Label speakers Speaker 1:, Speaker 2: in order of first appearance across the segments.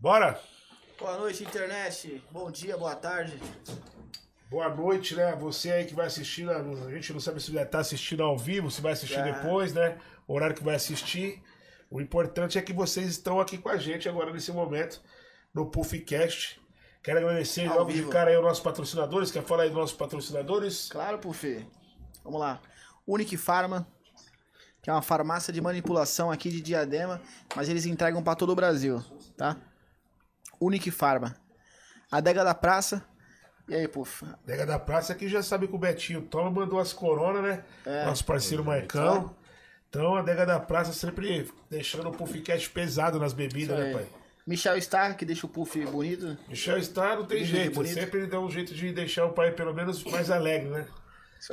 Speaker 1: Bora?
Speaker 2: Boa noite, internet. Bom dia, boa tarde.
Speaker 1: Boa noite, né? Você aí que vai assistir, né? a gente não sabe se vai estar assistindo ao vivo, se vai assistir
Speaker 2: É.
Speaker 1: depois, né? O horário que vai assistir. O importante é que vocês estão aqui com a gente agora nesse momento, no Puffcast. Quero agradecer
Speaker 2: Ao
Speaker 1: logo de
Speaker 2: vivo.
Speaker 1: cara aí aos nossos patrocinadores. Quer falar aí dos nossos patrocinadores?
Speaker 2: Claro, Pufê. Vamos lá. Unique Pharma, que é uma farmácia de manipulação aqui de Diadema, mas eles entregam para todo o Brasil, tá? Unique Pharma. Adega da Praça. E aí, Puf?
Speaker 1: Nega da Praça que já sabe que o Betinho Toma mandou as coronas, né?
Speaker 2: É.
Speaker 1: Nosso parceiro Maicão. Então a Dega da Praça sempre deixando o Puffcast pesado nas bebidas, né, pai?
Speaker 2: Michel Stark, que deixa o Puff bonito.
Speaker 1: Michel Star não tem
Speaker 2: Ele é
Speaker 1: jeito,
Speaker 2: bonito.
Speaker 1: sempre ele dá um jeito de deixar o pai pelo menos mais alegre, né?
Speaker 2: Isso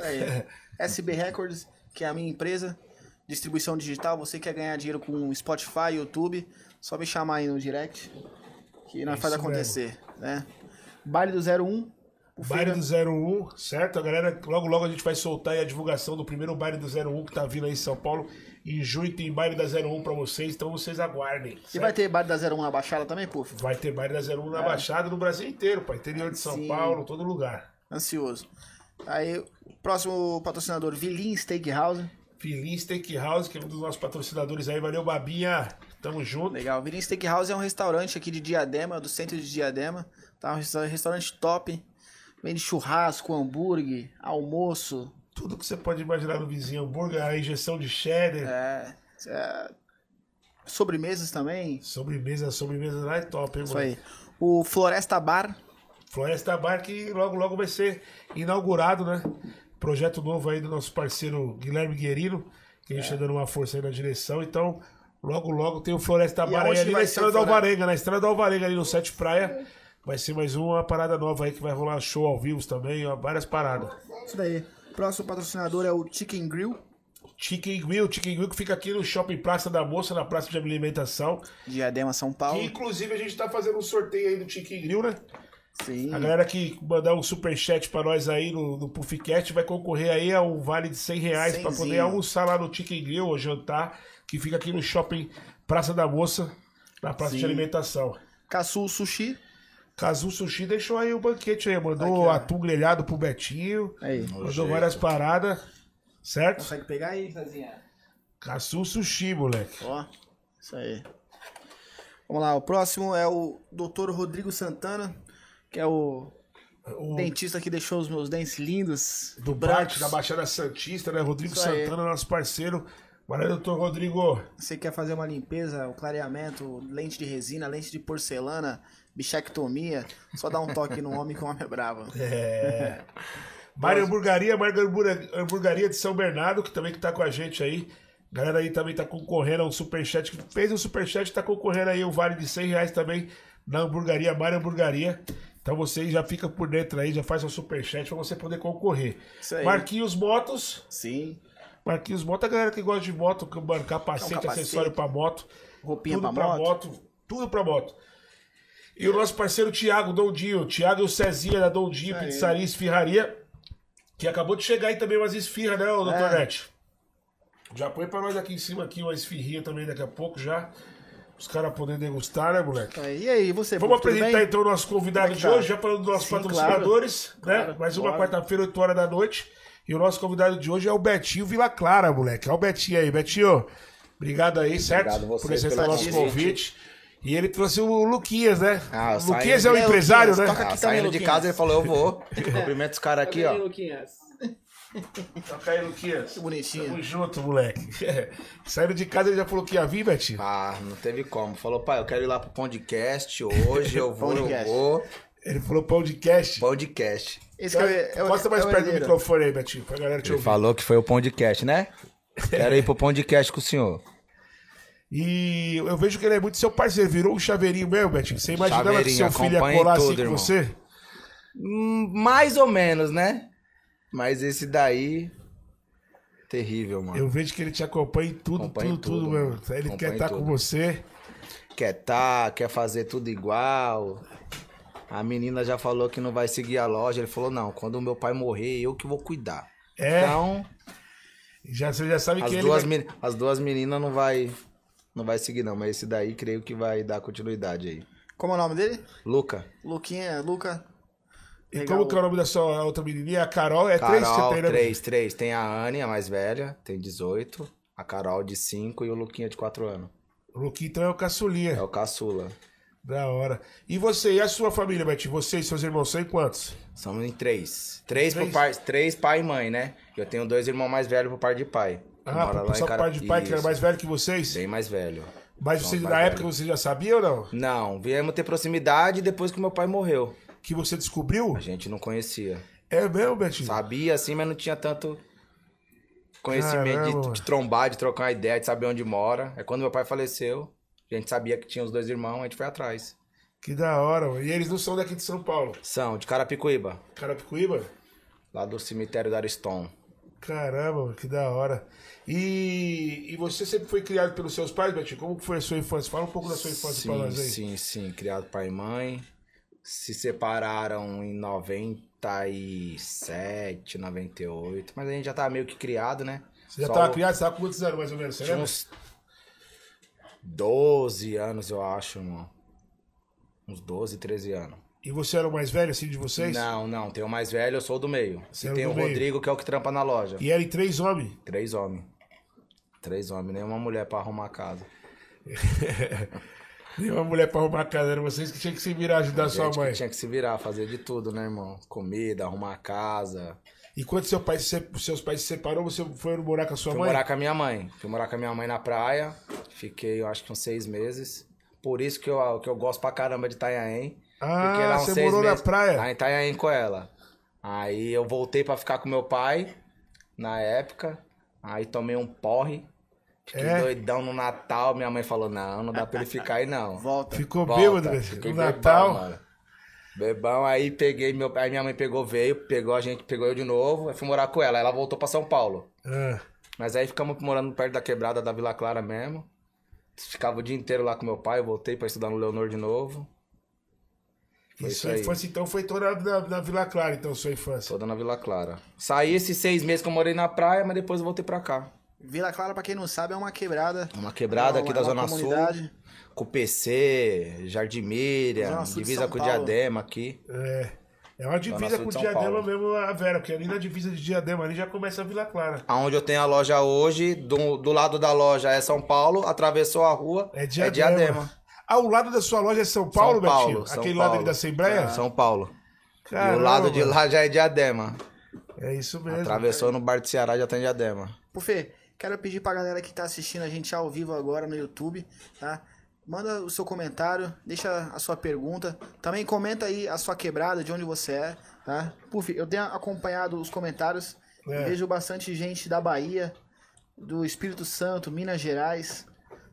Speaker 2: aí. SB Records, que é a minha empresa, distribuição digital. Você quer ganhar dinheiro com Spotify, YouTube, só me chamar aí no direct, que
Speaker 1: É
Speaker 2: nós
Speaker 1: Isso
Speaker 2: faz
Speaker 1: mesmo.
Speaker 2: acontecer, né? Baile do 01. o
Speaker 1: Baile
Speaker 2: Feira-
Speaker 1: do 01, certo? A galera, logo logo a gente vai soltar aí a divulgação do primeiro baile do 01 que tá vindo aí em São Paulo. Em junho tem baile da 01 pra vocês, então vocês aguardem.
Speaker 2: E
Speaker 1: certo?
Speaker 2: vai ter Baile da 01 na Baixada também, puf?
Speaker 1: Vai ter baile da 01 na Baixada, no Brasil inteiro, pai. Interior de São
Speaker 2: Sim.
Speaker 1: Paulo, todo lugar.
Speaker 2: Ansioso. Aí, o próximo patrocinador, Vilin Steakhouse.
Speaker 1: Filin Steakhouse, que é um dos nossos patrocinadores aí. Valeu, Babinha. Tamo junto.
Speaker 2: Legal. Virim Steakhouse é um restaurante aqui de Diadema, do centro de Diadema. Tá um resta- restaurante top. Vende churrasco, hambúrguer, almoço.
Speaker 1: Tudo que você pode imaginar no vizinho. Hambúrguer, a injeção de cheddar,
Speaker 2: É, é, sobremesas também.
Speaker 1: sobremesa, sobremesa lá é top, hein,
Speaker 2: Isso
Speaker 1: mano?
Speaker 2: aí. O Floresta Bar.
Speaker 1: Floresta Bar que logo logo vai ser inaugurado, né? Projeto novo aí do nosso parceiro Guilherme Guerino, que
Speaker 2: É.
Speaker 1: a gente tá dando uma força aí na direção. Então, logo logo tem o Floresta
Speaker 2: E
Speaker 1: Bar aí
Speaker 2: aonde
Speaker 1: ali na
Speaker 2: vai ser
Speaker 1: Estrada
Speaker 2: o
Speaker 1: da
Speaker 2: Flore-
Speaker 1: Alvarenga, na Estrada da Alvarenga ali no Sete Praia. Vai ser mais uma parada nova aí que vai rolar show ao vivo também, ó, várias paradas.
Speaker 2: Isso daí. Próximo patrocinador é o Chicken Grill.
Speaker 1: Chicken Grill, Chicken Grill que fica aqui no Shopping Praça da Moça, na Praça de Alimentação.
Speaker 2: Diadema, São
Speaker 1: Que,
Speaker 2: Paulo.
Speaker 1: inclusive a gente tá fazendo um sorteio aí do Chicken Grill, né?
Speaker 2: Sim.
Speaker 1: A galera que mandar um superchat pra nós aí no, no Puffcast vai concorrer aí a um vale de 100 reais pra
Speaker 2: Cenzinho.
Speaker 1: poder almoçar lá no Chicken Grill ou jantar, que fica aqui no shopping Praça da Moça, na praça de
Speaker 2: Sim.
Speaker 1: alimentação.
Speaker 2: Caçu Sushi.
Speaker 1: Kazu Sushi deixou aí o banquete aí, mandou
Speaker 2: Aqui, ó. É.
Speaker 1: atum grelhado pro Betinho,
Speaker 2: Aí.
Speaker 1: mandou várias paradas, certo?
Speaker 2: Consegue pegar aí, Fazinha?
Speaker 1: Kazu Sushi, moleque.
Speaker 2: Ó. Isso aí. Vamos lá. O próximo é o Dr. Rodrigo Santana, que é o
Speaker 1: O
Speaker 2: dentista que deixou os meus dentes lindos.
Speaker 1: Hum. do Bart,
Speaker 2: brancos.
Speaker 1: da Baixada Santista, né? Rodrigo
Speaker 2: Isso aí.
Speaker 1: Santana, nosso parceiro. Valeu, doutor Rodrigo.
Speaker 2: Você quer fazer uma limpeza, o clareamento, lente de resina, lente de porcelana, bichectomia, só dá um toque no homem que o homem é bravo.
Speaker 1: É. Mário Hamburgaria, Mário Hambura- Hamburgaria de São Bernardo, que também que tá com a gente aí. Galera aí também tá concorrendo a um superchat. que Fez um superchat, tá concorrendo aí um vale de 100 reais também na Hamburgaria, Mário Hamburgaria. Então você já fica por dentro aí, já faz um superchat pra você poder concorrer.
Speaker 2: Isso aí.
Speaker 1: Marquinhos Motos,
Speaker 2: Sim.
Speaker 1: Marquinhos Moto, a galera que gosta de moto, que marca capacete,
Speaker 2: Então, capacete.
Speaker 1: acessório pra moto.
Speaker 2: Roupinha
Speaker 1: tudo
Speaker 2: pra moto.
Speaker 1: Tudo pra moto. E o nosso parceiro Thiago Dondinho. Thiago e o Cezinha da Dondinho,
Speaker 2: aí.
Speaker 1: Pizzaria e Esfirraria. Que acabou de chegar aí também umas esfirras, né, ô, doutor
Speaker 2: É.
Speaker 1: Net? Já põe pra nós aqui em cima aqui uma esfirrinha também daqui a pouco já. Os caras poderem degustar, né, moleque?
Speaker 2: Tá Aí, E aí, você?
Speaker 1: Vamos
Speaker 2: Bruno, tudo
Speaker 1: apresentar
Speaker 2: bem?
Speaker 1: então o nosso convidado
Speaker 2: Como é que
Speaker 1: de
Speaker 2: tá?
Speaker 1: hoje, já falando dos nossos
Speaker 2: Sim,
Speaker 1: patrocinadores, né?
Speaker 2: Claro,
Speaker 1: Mais uma
Speaker 2: bora.
Speaker 1: quarta-feira, 8 horas da noite. E o nosso convidado de hoje é o Betinho Vila Clara, moleque. Olha o Betinho aí, Betinho. Obrigado aí, certo?
Speaker 3: Obrigado você
Speaker 1: Por aceitar o
Speaker 3: pelo
Speaker 1: nosso
Speaker 2: convite.
Speaker 1: convite. E ele trouxe o Luquinhas, né?
Speaker 3: Ah,
Speaker 1: o Luquinhas é o
Speaker 3: saindo-
Speaker 1: empresário,
Speaker 2: É, o
Speaker 1: né?
Speaker 2: Luquinhas, toca
Speaker 3: Ah,
Speaker 2: Aqui também,
Speaker 3: saindo de
Speaker 2: Luquinhas.
Speaker 3: casa, ele falou, eu vou. Cumprimento os caras aqui, ó.
Speaker 1: Toca aí, Luquinhas.
Speaker 2: Que bonitinho.
Speaker 1: Tamo junto, moleque. Saindo de casa, ele já falou que ia vir, Betinho.
Speaker 3: Ah, não teve como. Falou, pai, eu quero ir lá pro podcast hoje, eu vou, eu
Speaker 2: Podcast.
Speaker 3: vou.
Speaker 1: Ele falou podcast.
Speaker 3: Podcast.
Speaker 2: Esse que é, é, o-
Speaker 1: Mostra mais
Speaker 2: é o
Speaker 1: perto do
Speaker 2: herdeiro.
Speaker 1: microfone aí, Betinho, pra galera te
Speaker 3: Ele
Speaker 1: ouvir.
Speaker 3: falou que foi o podcast, né? Quero ir pro podcast com o senhor.
Speaker 1: E eu vejo que ele é muito seu parceiro, virou um chaveirinho mesmo, Betinho. Você imaginava que
Speaker 3: Chaveirinho,
Speaker 1: seu filho ia
Speaker 3: acompanha
Speaker 1: colar
Speaker 3: tudo,
Speaker 1: assim com
Speaker 3: irmão.
Speaker 1: você?
Speaker 3: Hum, Mais ou menos, né? Mas esse daí. Terrível, mano.
Speaker 1: Eu vejo que ele te acompanha em tudo,
Speaker 3: Acompanha
Speaker 1: tudo,
Speaker 3: em
Speaker 1: tudo,
Speaker 3: tudo,
Speaker 1: mesmo.
Speaker 3: mano.
Speaker 1: Ele
Speaker 3: Acompanha
Speaker 1: quer
Speaker 3: em
Speaker 1: estar com
Speaker 3: tudo.
Speaker 1: você.
Speaker 3: Quer tá, quer fazer tudo igual. A menina já falou que não vai seguir a loja. Ele falou, não, quando o meu pai morrer, eu que vou cuidar.
Speaker 1: É.
Speaker 3: Então,
Speaker 1: Já, você já sabe
Speaker 3: As
Speaker 1: que ele. é-
Speaker 3: duas,
Speaker 1: vai-
Speaker 3: meni- as duas meninas não vai, não vai seguir, não. Mas esse daí creio que vai dar continuidade aí.
Speaker 2: Como é o nome dele?
Speaker 3: Luca.
Speaker 2: Luquinha, Luca.
Speaker 1: E
Speaker 2: Legal.
Speaker 1: como que é o nome da sua outra menininha? A Carol é três que você
Speaker 3: Carol,
Speaker 1: tem, né?
Speaker 3: três, três. Tem a Anne, a mais velha, tem 18. A Carol de 5 e o Luquinha de 4 anos.
Speaker 1: O Luquinho então é o caçulinha.
Speaker 3: É o caçula.
Speaker 1: Da hora. E você, e a sua família, Betinho? Você e seus irmãos são em quantos?
Speaker 3: Somos em três. Três,
Speaker 1: Três?
Speaker 3: Por par, três pai e mãe, né? Eu tenho dois irmãos mais velhos por par de pai.
Speaker 1: Ah,
Speaker 3: Mora
Speaker 1: pro-
Speaker 3: lá em
Speaker 1: só
Speaker 3: Cara-
Speaker 1: pai de pai que era
Speaker 3: Isso,
Speaker 1: mais velho que vocês?
Speaker 3: Bem mais velho.
Speaker 1: Mas
Speaker 3: São
Speaker 1: vocês,
Speaker 3: mais
Speaker 1: na
Speaker 3: velhos.
Speaker 1: época você já sabia ou não?
Speaker 3: Não, viemos ter proximidade depois que meu pai morreu.
Speaker 1: Que você descobriu?
Speaker 3: A gente não conhecia.
Speaker 1: É mesmo, Betinho?
Speaker 3: Sabia assim, mas não tinha tanto conhecimento de-
Speaker 1: Caramba.
Speaker 3: de, trombar, de trocar uma ideia, de saber onde mora. É quando meu pai faleceu, a gente sabia que tinha os dois irmãos, a gente foi atrás.
Speaker 1: Que da hora, mano. E eles não são daqui de São Paulo.
Speaker 3: São, de Carapicuíba,
Speaker 1: Carapicuíba?
Speaker 3: lá do cemitério da Ariston.
Speaker 1: Caramba, mano, que da hora. E, e você sempre foi criado pelos seus pais, Betinho? Como que foi a sua infância? Fala um pouco da sua infância pra
Speaker 3: Sim,
Speaker 1: nós aí.
Speaker 3: sim, sim. Criado pai e mãe. Se separaram em 97, 98. Mas a gente já tava meio que criado, né?
Speaker 1: Você já
Speaker 3: Só
Speaker 1: tava
Speaker 3: o-
Speaker 1: criado? Você tava com quantos anos mais ou menos? Você
Speaker 3: Tinha
Speaker 1: lembra?
Speaker 3: uns 12 anos, eu acho, irmão. Uns 12, 13 anos.
Speaker 1: E você era o mais velho assim de vocês?
Speaker 3: Não, não. Tem o mais velho, eu sou do meio.
Speaker 1: Você é
Speaker 3: e
Speaker 1: o
Speaker 3: tem
Speaker 1: do
Speaker 3: o
Speaker 1: meio.
Speaker 3: Rodrigo, que é o que trampa na loja.
Speaker 1: E era em três homens?
Speaker 3: Três homens. Três homens, nenhuma mulher pra arrumar a casa.
Speaker 1: Nenhuma mulher pra arrumar a casa, era vocês que tinham que se virar ajudar sua
Speaker 3: Gente que
Speaker 1: mãe.
Speaker 3: tinha que se virar, fazer de tudo, né, irmão? Comida, arrumar a casa.
Speaker 1: E quando seu pai se se- seus pais se separaram, você foi morar com a sua
Speaker 3: Fui
Speaker 1: mãe?
Speaker 3: morar com a minha mãe. Fui morar com a minha mãe na praia. Fiquei, eu acho que uns seis meses. Por isso que eu, que eu gosto pra caramba de Itanhaém.
Speaker 1: Ah,
Speaker 3: Fiquei lá uns
Speaker 1: você
Speaker 3: seis
Speaker 1: morou na
Speaker 3: meses
Speaker 1: praia?
Speaker 3: Lá Tá em Itanhaém com ela. Aí eu voltei pra ficar com meu pai, na época. Aí tomei um porre. Fiquei
Speaker 1: É?
Speaker 3: doidão no Natal. Minha mãe falou, não, não dá pra ele ficar aí não.
Speaker 2: Volta.
Speaker 1: Ficou
Speaker 3: Volta.
Speaker 1: bêbado né?
Speaker 3: Fiquei
Speaker 1: no
Speaker 3: bebão,
Speaker 1: Natal.
Speaker 3: mano. Bebão, aí peguei meu. Aí minha mãe pegou, veio, pegou a gente, pegou eu de novo. Aí fui morar com ela. Ela voltou pra São Paulo.
Speaker 1: Ah,
Speaker 3: Mas aí ficamos morando perto da quebrada da Vila Clara mesmo. Ficava o dia inteiro lá com meu pai, voltei pra estudar no Leonor de novo. Foi
Speaker 1: isso
Speaker 3: isso aí.
Speaker 1: infância, então, foi toda na, na Vila Clara, então, sua infância.
Speaker 3: Toda na Vila Clara. Saí esses seis meses que eu morei na praia, mas depois eu voltei pra cá.
Speaker 2: Vila Clara, pra quem não sabe, é uma quebrada. É
Speaker 3: Uma quebrada
Speaker 1: é
Speaker 3: aqui da Zona Sul, com o PC, Jardim
Speaker 2: Zona
Speaker 3: Miriam,
Speaker 2: Sul de
Speaker 3: divisa
Speaker 2: São
Speaker 3: com o
Speaker 2: Paulo.
Speaker 3: Diadema aqui.
Speaker 1: É. É uma divisa
Speaker 3: Sul de
Speaker 1: com
Speaker 3: São
Speaker 1: Diadema
Speaker 3: Paulo.
Speaker 1: mesmo, a Vera, porque ali na divisa de Diadema ali já começa a Vila Clara.
Speaker 3: Aonde eu tenho a loja hoje, do, do lado da loja é São Paulo, atravessou a rua,
Speaker 1: É Diadema. Ao lado da sua loja é São
Speaker 3: São
Speaker 1: Paulo,
Speaker 3: Paulo,
Speaker 1: Betinho?
Speaker 3: São
Speaker 1: Aquele lado
Speaker 3: Paulo. É,
Speaker 1: ali da Assembleia?
Speaker 3: São Paulo. e
Speaker 1: Caramba,
Speaker 3: o lado de
Speaker 1: mano.
Speaker 3: lá já é Diadema.
Speaker 1: É isso mesmo.
Speaker 3: Atravessou no Bar do Ceará, já tem Diadema.
Speaker 2: Pufê, quero pedir pra galera que tá assistindo a gente ao vivo agora no YouTube, tá? Manda o seu comentário, deixa a sua pergunta. Também comenta aí a sua quebrada, de onde você é, tá? Puf, eu tenho acompanhado os comentários.
Speaker 1: É.
Speaker 2: Vejo bastante gente da Bahia, do Espírito Santo, Minas Gerais.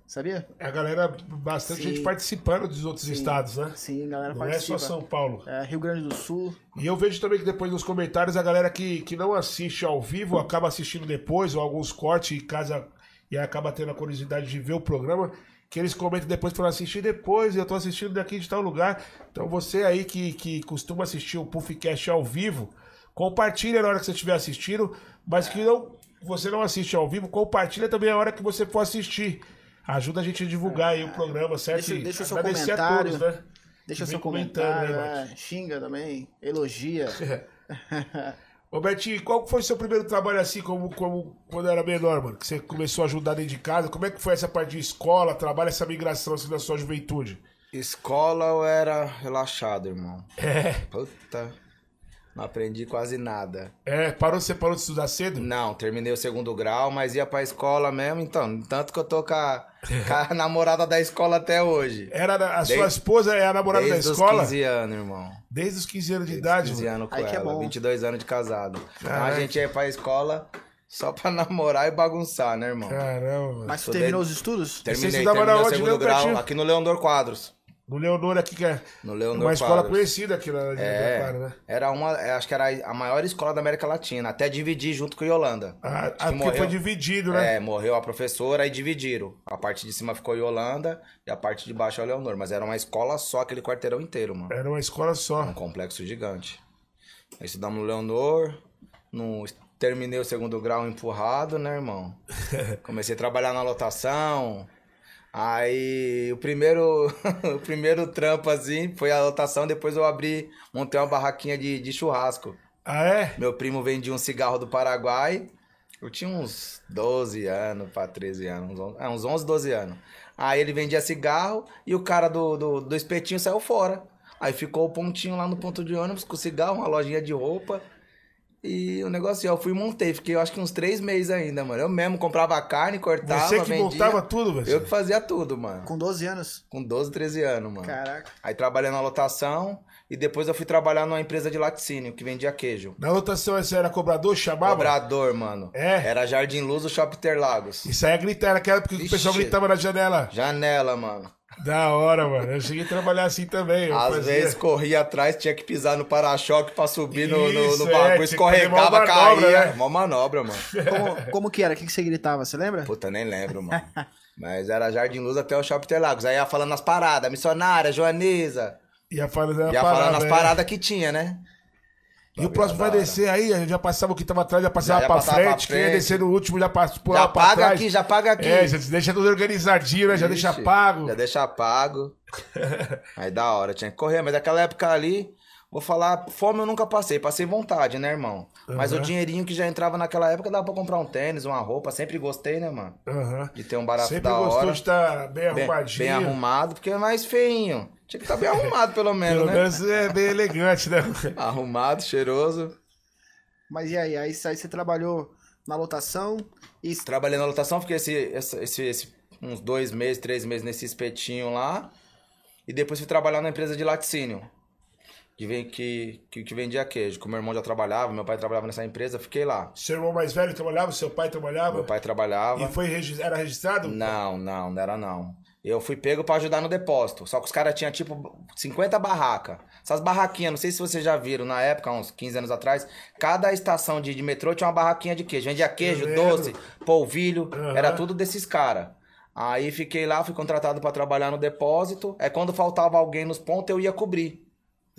Speaker 2: Sabia?
Speaker 1: A galera, bastante
Speaker 2: Sim.
Speaker 1: gente participando dos outros estados, né?
Speaker 2: Sim, a galera
Speaker 1: Não
Speaker 2: participa.
Speaker 1: é só São Paulo.
Speaker 2: É, Rio Grande do Sul.
Speaker 1: E eu vejo também que depois nos comentários a galera que, que não assiste ao vivo acaba assistindo depois, ou alguns cortes e casa e acaba tendo a curiosidade de ver o programa, que eles comentam depois para assistir depois, eu tô assistindo daqui de tal lugar. Então você aí que, que costuma assistir o Puffcast ao vivo, compartilha na hora que você estiver assistindo, mas que não você não assiste ao vivo, compartilha também a hora que você for assistir. Ajuda a gente a divulgar aí o programa, certo?
Speaker 2: É. Deixa- deixa o seu
Speaker 1: Agradecer
Speaker 2: comentário.
Speaker 1: né?
Speaker 2: Deixa
Speaker 1: Que vem
Speaker 2: seu
Speaker 1: comentando,
Speaker 2: comentário,
Speaker 1: né,
Speaker 2: é, xinga também, elogia.
Speaker 1: Ô Betinho, qual foi o seu primeiro trabalho assim, como, como quando era menor, mano? Que você começou a ajudar dentro de casa? Como é que foi essa parte de escola, trabalho, essa migração assim da sua juventude?
Speaker 3: Escola eu era relaxado, irmão.
Speaker 1: É,
Speaker 3: Puta. Não aprendi quase nada.
Speaker 1: é parou, você parou de estudar cedo?
Speaker 3: Não, terminei o segundo grau, mas ia pra escola mesmo, então. Tanto que eu tô com a, com a namorada da escola até hoje.
Speaker 1: Era na- a sua
Speaker 3: Desde-
Speaker 1: esposa é a namorada
Speaker 3: Desde
Speaker 1: da
Speaker 3: os
Speaker 1: escola?
Speaker 3: 15 anos, irmão.
Speaker 1: Desde os 15 anos de idade,
Speaker 3: 15
Speaker 1: mano.
Speaker 3: anos com
Speaker 2: Aí que é
Speaker 3: ela,
Speaker 2: bom.
Speaker 3: 22 anos de casado. Então a
Speaker 1: Caraca.
Speaker 3: gente ia pra escola só pra namorar e bagunçar, né, irmão?
Speaker 1: Caramba, mano.
Speaker 2: Mas tu
Speaker 3: Tô
Speaker 2: terminou os estudos?
Speaker 1: Você
Speaker 3: Terminei,
Speaker 1: estudava na
Speaker 3: terminei o
Speaker 1: onde
Speaker 3: segundo
Speaker 1: mesmo,
Speaker 3: grau
Speaker 1: Betinho?
Speaker 3: aqui no Leondor Quadros.
Speaker 1: No Leonor aqui, que é
Speaker 3: No Leonor
Speaker 1: uma escola
Speaker 3: Quadros.
Speaker 1: conhecida aqui na na
Speaker 3: É,
Speaker 1: Clara, né?
Speaker 3: era uma, é, acho que era a maior escola da América Latina, até dividir junto com a Yolanda.
Speaker 1: Ah,
Speaker 3: Acho que
Speaker 1: ah, porque
Speaker 3: morreu.
Speaker 1: foi dividido, né?
Speaker 3: É, morreu a professora e dividiram. A parte de cima ficou Yolanda e a parte de baixo é o Leonor. Mas era uma escola só, aquele quarteirão inteiro, mano.
Speaker 1: Era uma escola
Speaker 3: Um
Speaker 1: só.
Speaker 3: complexo gigante. Aí estudamos no Leonor, no... terminei o segundo grau empurrado, né, irmão? Comecei a trabalhar na lotação, Aí o primeiro, o primeiro trampo, assim, foi a lotação, depois eu abri, montei uma barraquinha de, de churrasco.
Speaker 1: Ah, é?
Speaker 3: Meu primo vendia um cigarro do Paraguai. Eu tinha uns 12 anos pra 13 anos, uns on- é, uns 11, 12 anos. Aí ele vendia cigarro e o cara do, do, do espetinho saiu fora. Aí ficou o pontinho lá no ponto de ônibus com cigarro, uma lojinha de roupa. E o negócio, eu fui e montei. Fiquei, eu acho que uns três meses ainda, mano. Eu mesmo comprava a carne, cortava,
Speaker 1: Você que
Speaker 3: vendia.
Speaker 1: montava tudo, velho.
Speaker 3: Eu que fazia tudo, mano.
Speaker 2: Com 12 anos.
Speaker 3: Com 12, 13 anos, mano.
Speaker 2: Caraca.
Speaker 3: Aí trabalhei na lotação e depois eu fui trabalhar numa empresa de laticínio que vendia queijo.
Speaker 1: Na lotação você era cobrador, chamava?
Speaker 3: Cobrador, mano.
Speaker 1: É?
Speaker 3: Era Jardim Luz do Shopping Interlagos.
Speaker 1: Isso aí é gritar, naquela porque o
Speaker 3: Vixe.
Speaker 1: pessoal gritava na janela.
Speaker 3: Janela, mano.
Speaker 1: Da hora, mano. Eu cheguei a trabalhar assim também. Eu
Speaker 3: Às
Speaker 1: fazia-
Speaker 3: vezes corria atrás, tinha que pisar no para-choque pra subir no, no,
Speaker 1: Isso,
Speaker 3: no
Speaker 1: é, tinha
Speaker 3: bagulho,
Speaker 1: que
Speaker 3: escorregava,
Speaker 1: fazer mó manobra,
Speaker 3: caía.
Speaker 1: né?
Speaker 3: Mó manobra, mano.
Speaker 2: Como, como que era? O que, que você gritava? Você lembra?
Speaker 3: Puta, nem lembro, mano. Mas era Jardim Luz até o Shopping Interlagos. Aí ia falando as paradas, missionária, Joaniza.
Speaker 1: Ia falando,
Speaker 3: Ia falando as paradas que tinha, né?
Speaker 1: Tá E o próximo vai
Speaker 3: Da hora.
Speaker 1: descer aí, eu já passava o que tava atrás, já passava,
Speaker 3: Já- já
Speaker 1: pra,
Speaker 3: passava pra
Speaker 1: frente, Quem ia
Speaker 3: frente.
Speaker 1: descer no último já passa,
Speaker 3: Já
Speaker 1: pulava pra
Speaker 3: paga
Speaker 1: trás.
Speaker 3: aqui, já paga aqui.
Speaker 1: É, já deixa tudo organizadinho, né? Já deixa
Speaker 3: Ixi,
Speaker 1: pago.
Speaker 3: Já deixa pago. Aí da hora, tinha que correr. Mas naquela época ali, vou falar, fome eu nunca passei. Passei vontade, né, irmão? Mas o
Speaker 1: Aham.
Speaker 3: dinheirinho que já entrava naquela época dava pra comprar um tênis, uma roupa. Sempre gostei, né, mano?
Speaker 1: Aham.
Speaker 3: De ter um barato
Speaker 1: Sempre
Speaker 3: da
Speaker 1: gostou
Speaker 3: hora.
Speaker 1: de estar bem
Speaker 3: bem,
Speaker 1: arrumadinho.
Speaker 3: bem arrumado, porque é mais feinho. Tinha que estar bem arrumado, pelo menos,
Speaker 1: Pelo
Speaker 3: né?
Speaker 1: menos é bem elegante, né?
Speaker 3: Arrumado, cheiroso.
Speaker 2: Mas e aí? Aí, aí você trabalhou na lotação e
Speaker 3: Trabalhei na lotação, fiquei esse, essa- esse, esse- uns dois meses, três meses nesse espetinho lá. E depois fui trabalhar na empresa de laticínio, que, vem, que, que, que vendia queijo. Que o meu irmão já trabalhava, meu pai trabalhava nessa empresa, fiquei lá.
Speaker 1: Seu irmão mais velho trabalhava, seu pai trabalhava.
Speaker 3: Meu pai trabalhava.
Speaker 1: E foi regis- era registrado?
Speaker 3: Não, não, não era não. Eu fui pego pra ajudar no depósito. Só que os caras tinham tipo 50 barracas. Essas barraquinhas, não sei se vocês já viram, na época, uns 15 anos atrás, cada estação de, de metrô tinha uma barraquinha de queijo. Vendia queijo,
Speaker 1: lembro.
Speaker 3: doce, polvilho,
Speaker 1: Aham.
Speaker 3: era tudo desses caras. Aí fiquei lá, fui contratado pra trabalhar no depósito. É quando faltava alguém nos pontos, eu ia cobrir.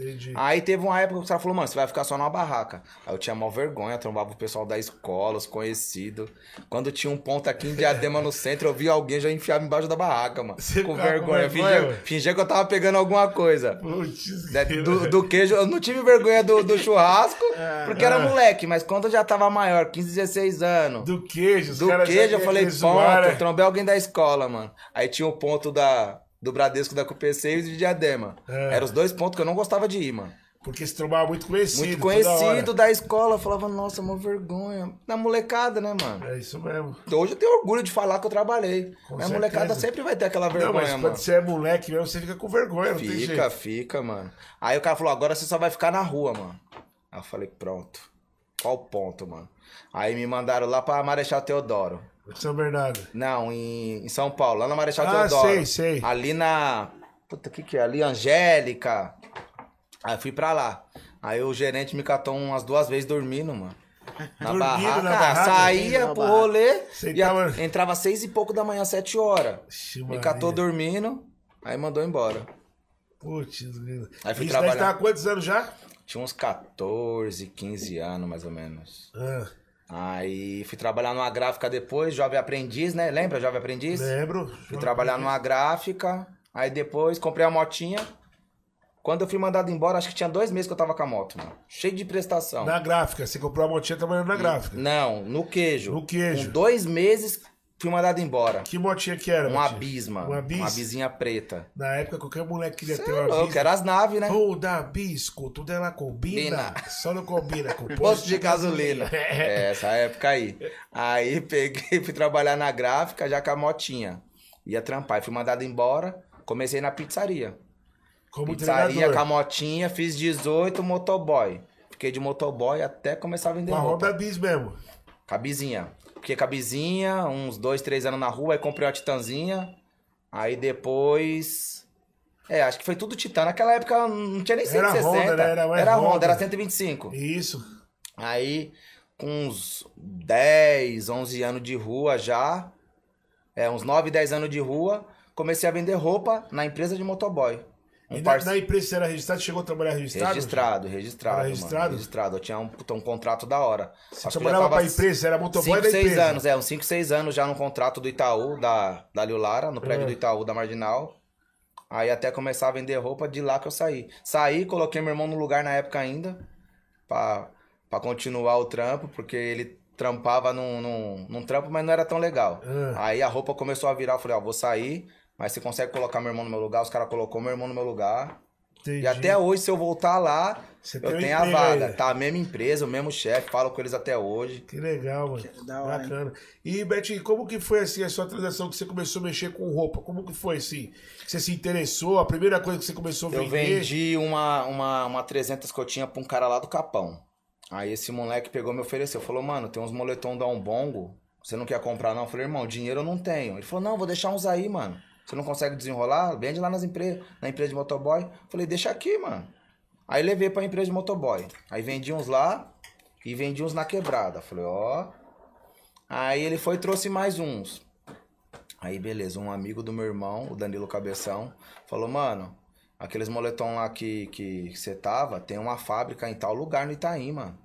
Speaker 1: Entendi.
Speaker 3: Aí teve uma época que o cara falou, mano, você vai ficar só numa barraca. Aí eu tinha mó vergonha, trombava o pessoal da escola, os conhecidos. Quando tinha um ponto aqui em Diadema no centro, eu via alguém já enfiava embaixo da barraca, mano.
Speaker 1: Você
Speaker 3: com
Speaker 1: ficava com
Speaker 3: vergonha.
Speaker 1: vergonha,
Speaker 3: Fingia,
Speaker 1: ué?
Speaker 3: fingia que eu tava pegando alguma coisa.
Speaker 1: Putz,
Speaker 3: Da- é, Do, do queijo, eu não tive vergonha do, do churrasco, porque era
Speaker 1: Ah.
Speaker 3: moleque, mas quando eu já tava maior, 15, 16 anos.
Speaker 1: do queijo, os
Speaker 3: Do
Speaker 1: caras já
Speaker 3: queijo, eu
Speaker 1: querem
Speaker 3: falei,
Speaker 1: zoar,
Speaker 3: ponto,
Speaker 1: né?
Speaker 3: trombei alguém da escola, mano. Aí tinha o ponto da, do Bradesco da CUPC e de Diadema.
Speaker 1: É.
Speaker 3: Eram os dois pontos que eu não gostava de ir, mano.
Speaker 1: Porque se trombava muito conhecido.
Speaker 3: Muito
Speaker 1: toda hora.
Speaker 3: conhecido da escola. Eu Falava, nossa, uma vergonha. Na molecada, né, mano?
Speaker 1: É isso mesmo.
Speaker 3: Hoje eu tenho orgulho de falar que eu trabalhei.
Speaker 1: Com certeza.
Speaker 3: Mas a molecada sempre vai ter aquela
Speaker 1: não, mas
Speaker 3: vergonha,
Speaker 1: quando
Speaker 3: mano.
Speaker 1: você é moleque mesmo, você fica com vergonha, não tem
Speaker 3: Fica,
Speaker 1: jeito.
Speaker 3: fica, mano. Aí o cara falou, agora você só vai ficar na rua, mano. Aí eu falei, pronto. Qual o ponto, mano? Aí me mandaram lá pra Marechal Teodoro.
Speaker 1: São Bernardo.
Speaker 3: Não, em, em São Paulo, lá na Marechal
Speaker 1: Ah,
Speaker 3: Teodoro.
Speaker 1: sei, sei.
Speaker 3: Ali na. Puta, o que que é? Ali, Angélica. Aí fui pra lá. Aí o gerente me catou umas duas vezes dormindo, mano. Na
Speaker 1: Dormindo
Speaker 3: barraca,
Speaker 1: na barraca?
Speaker 3: saía
Speaker 2: Na
Speaker 3: pro
Speaker 2: barraca.
Speaker 3: rolê. E
Speaker 1: Sentava-
Speaker 3: a- entrava às seis e pouco da manhã, sete horas.
Speaker 1: Ixi,
Speaker 3: me
Speaker 1: Maria.
Speaker 3: catou dormindo, aí mandou embora.
Speaker 1: Putz, grila.
Speaker 3: Aí fui
Speaker 1: Isso daí
Speaker 3: trabalhar.
Speaker 1: tá há quantos anos já?
Speaker 3: Tinha uns 14, 15 anos, mais ou menos.
Speaker 1: Ah,
Speaker 3: Aí fui trabalhar numa gráfica depois, jovem aprendiz, né? Lembra, jovem aprendiz?
Speaker 1: lembro.
Speaker 3: Fui trabalhar numa gráfica, aí depois comprei a motinha. Quando eu fui mandado embora, acho que tinha dois meses que eu tava com a moto, mano. Cheio de prestação.
Speaker 1: Na gráfica. Você comprou a motinha trabalhando na gráfica.
Speaker 3: Não, no Hum, queijo. Um
Speaker 1: No queijo.
Speaker 3: Com dois meses, fui mandado embora.
Speaker 1: Que motinha que era?
Speaker 3: Um
Speaker 1: motinha?
Speaker 3: abisma.
Speaker 1: Um abis?
Speaker 3: Uma abisinha preta.
Speaker 1: Na época, qualquer moleque queria
Speaker 3: Cê
Speaker 1: ter
Speaker 3: é
Speaker 1: um
Speaker 3: louco,
Speaker 1: abisma.
Speaker 3: era as naves, né?
Speaker 1: Toda bisco, tudo ela combina.
Speaker 3: Bina.
Speaker 1: Só não combina com
Speaker 3: Posto de
Speaker 1: assim.
Speaker 3: gasolina. É, essa época aí. Aí peguei, fui trabalhar na gráfica já com a motinha. Ia trampar. Aí Fui mandado embora, comecei na pizzaria.
Speaker 1: Como
Speaker 3: Pizzaria
Speaker 1: treinador.
Speaker 3: com a motinha, fiz 18 motoboy. Fiquei de motoboy até começar a vender
Speaker 1: Com a é- Honda
Speaker 3: roupa.
Speaker 1: Bis mesmo.
Speaker 3: Cabizinha. Fiquei cabizinha, uns dois, três anos na rua, aí comprei uma titanzinha. Aí depois. É, acho que foi tudo titã. Naquela época não tinha nem
Speaker 1: Era
Speaker 3: 160.
Speaker 1: Honda, né? Era mais
Speaker 3: era
Speaker 1: Honda.
Speaker 3: Honda, era 125.
Speaker 1: Isso.
Speaker 3: Aí, com uns 10, 11 anos de rua já, é, uns 9, 10 anos de rua, comecei a vender roupa na empresa de motoboy.
Speaker 1: Aí
Speaker 3: Um
Speaker 1: na-
Speaker 3: parce-
Speaker 1: na empresa você era registrado, chegou a trabalhar registrado?
Speaker 3: Registrado, registrado.
Speaker 1: Era
Speaker 3: mano,
Speaker 1: registrado?
Speaker 3: registrado. Eu tinha um, puta, um contrato da hora.
Speaker 1: Você
Speaker 3: Acho que eu
Speaker 1: trabalhava
Speaker 3: levava
Speaker 1: pra empresa, você era motoboy
Speaker 3: cinco,
Speaker 1: da
Speaker 3: seis
Speaker 1: empresa.
Speaker 3: anos, é, uns 5, 6 anos já no contrato do Itaú, da, da Lilara, no prédio
Speaker 1: É.
Speaker 3: do Itaú, da Marginal. Aí até começar a vender roupa, de lá que eu saí. Saí, coloquei meu irmão no lugar na época ainda, pra, pra continuar o trampo, porque ele trampava num, num, num trampo, mas não era tão legal.
Speaker 1: Ah.
Speaker 3: Aí a roupa começou a virar, eu falei, ó, vou sair, mas você consegue colocar meu irmão no meu lugar? Os caras colocou meu irmão no meu lugar.
Speaker 1: Entendi.
Speaker 3: E até hoje, se eu voltar lá,
Speaker 1: Você tem
Speaker 3: eu
Speaker 1: um
Speaker 3: tenho a
Speaker 1: emprego
Speaker 3: vaga.
Speaker 1: ainda.
Speaker 3: Tá a mesma empresa, o mesmo chefe, falo com eles até hoje.
Speaker 1: Que legal, mano.
Speaker 2: da hora,
Speaker 1: Bacana. E, Betinho, como que foi assim a sua transação que você começou a mexer com roupa? Como que foi assim? Você se interessou? A primeira coisa que você começou a
Speaker 3: Eu
Speaker 1: vender?
Speaker 3: vendi uma, uma, uma 300 que eu tinha pra um cara lá do Capão. Aí esse moleque pegou e me ofereceu. Falou, mano, tem uns moletom da Umbongo. Você não quer comprar, não? Eu falei, irmão, dinheiro eu não tenho. Ele falou, não, vou deixar uns aí, mano. Você não consegue desenrolar? Vende lá nas empresas, na empresa de motoboy. Eu falei, deixa aqui, mano. Aí levei pra empresa de motoboy. Aí vendi uns lá e vendi uns na quebrada. Eu Falei, ó. Aí ele foi e trouxe mais uns. Aí, beleza, um amigo do meu irmão, o Danilo Cabeção, falou, mano, aqueles moletom lá que, que você tava, tem uma fábrica em tal lugar no Itaim, mano.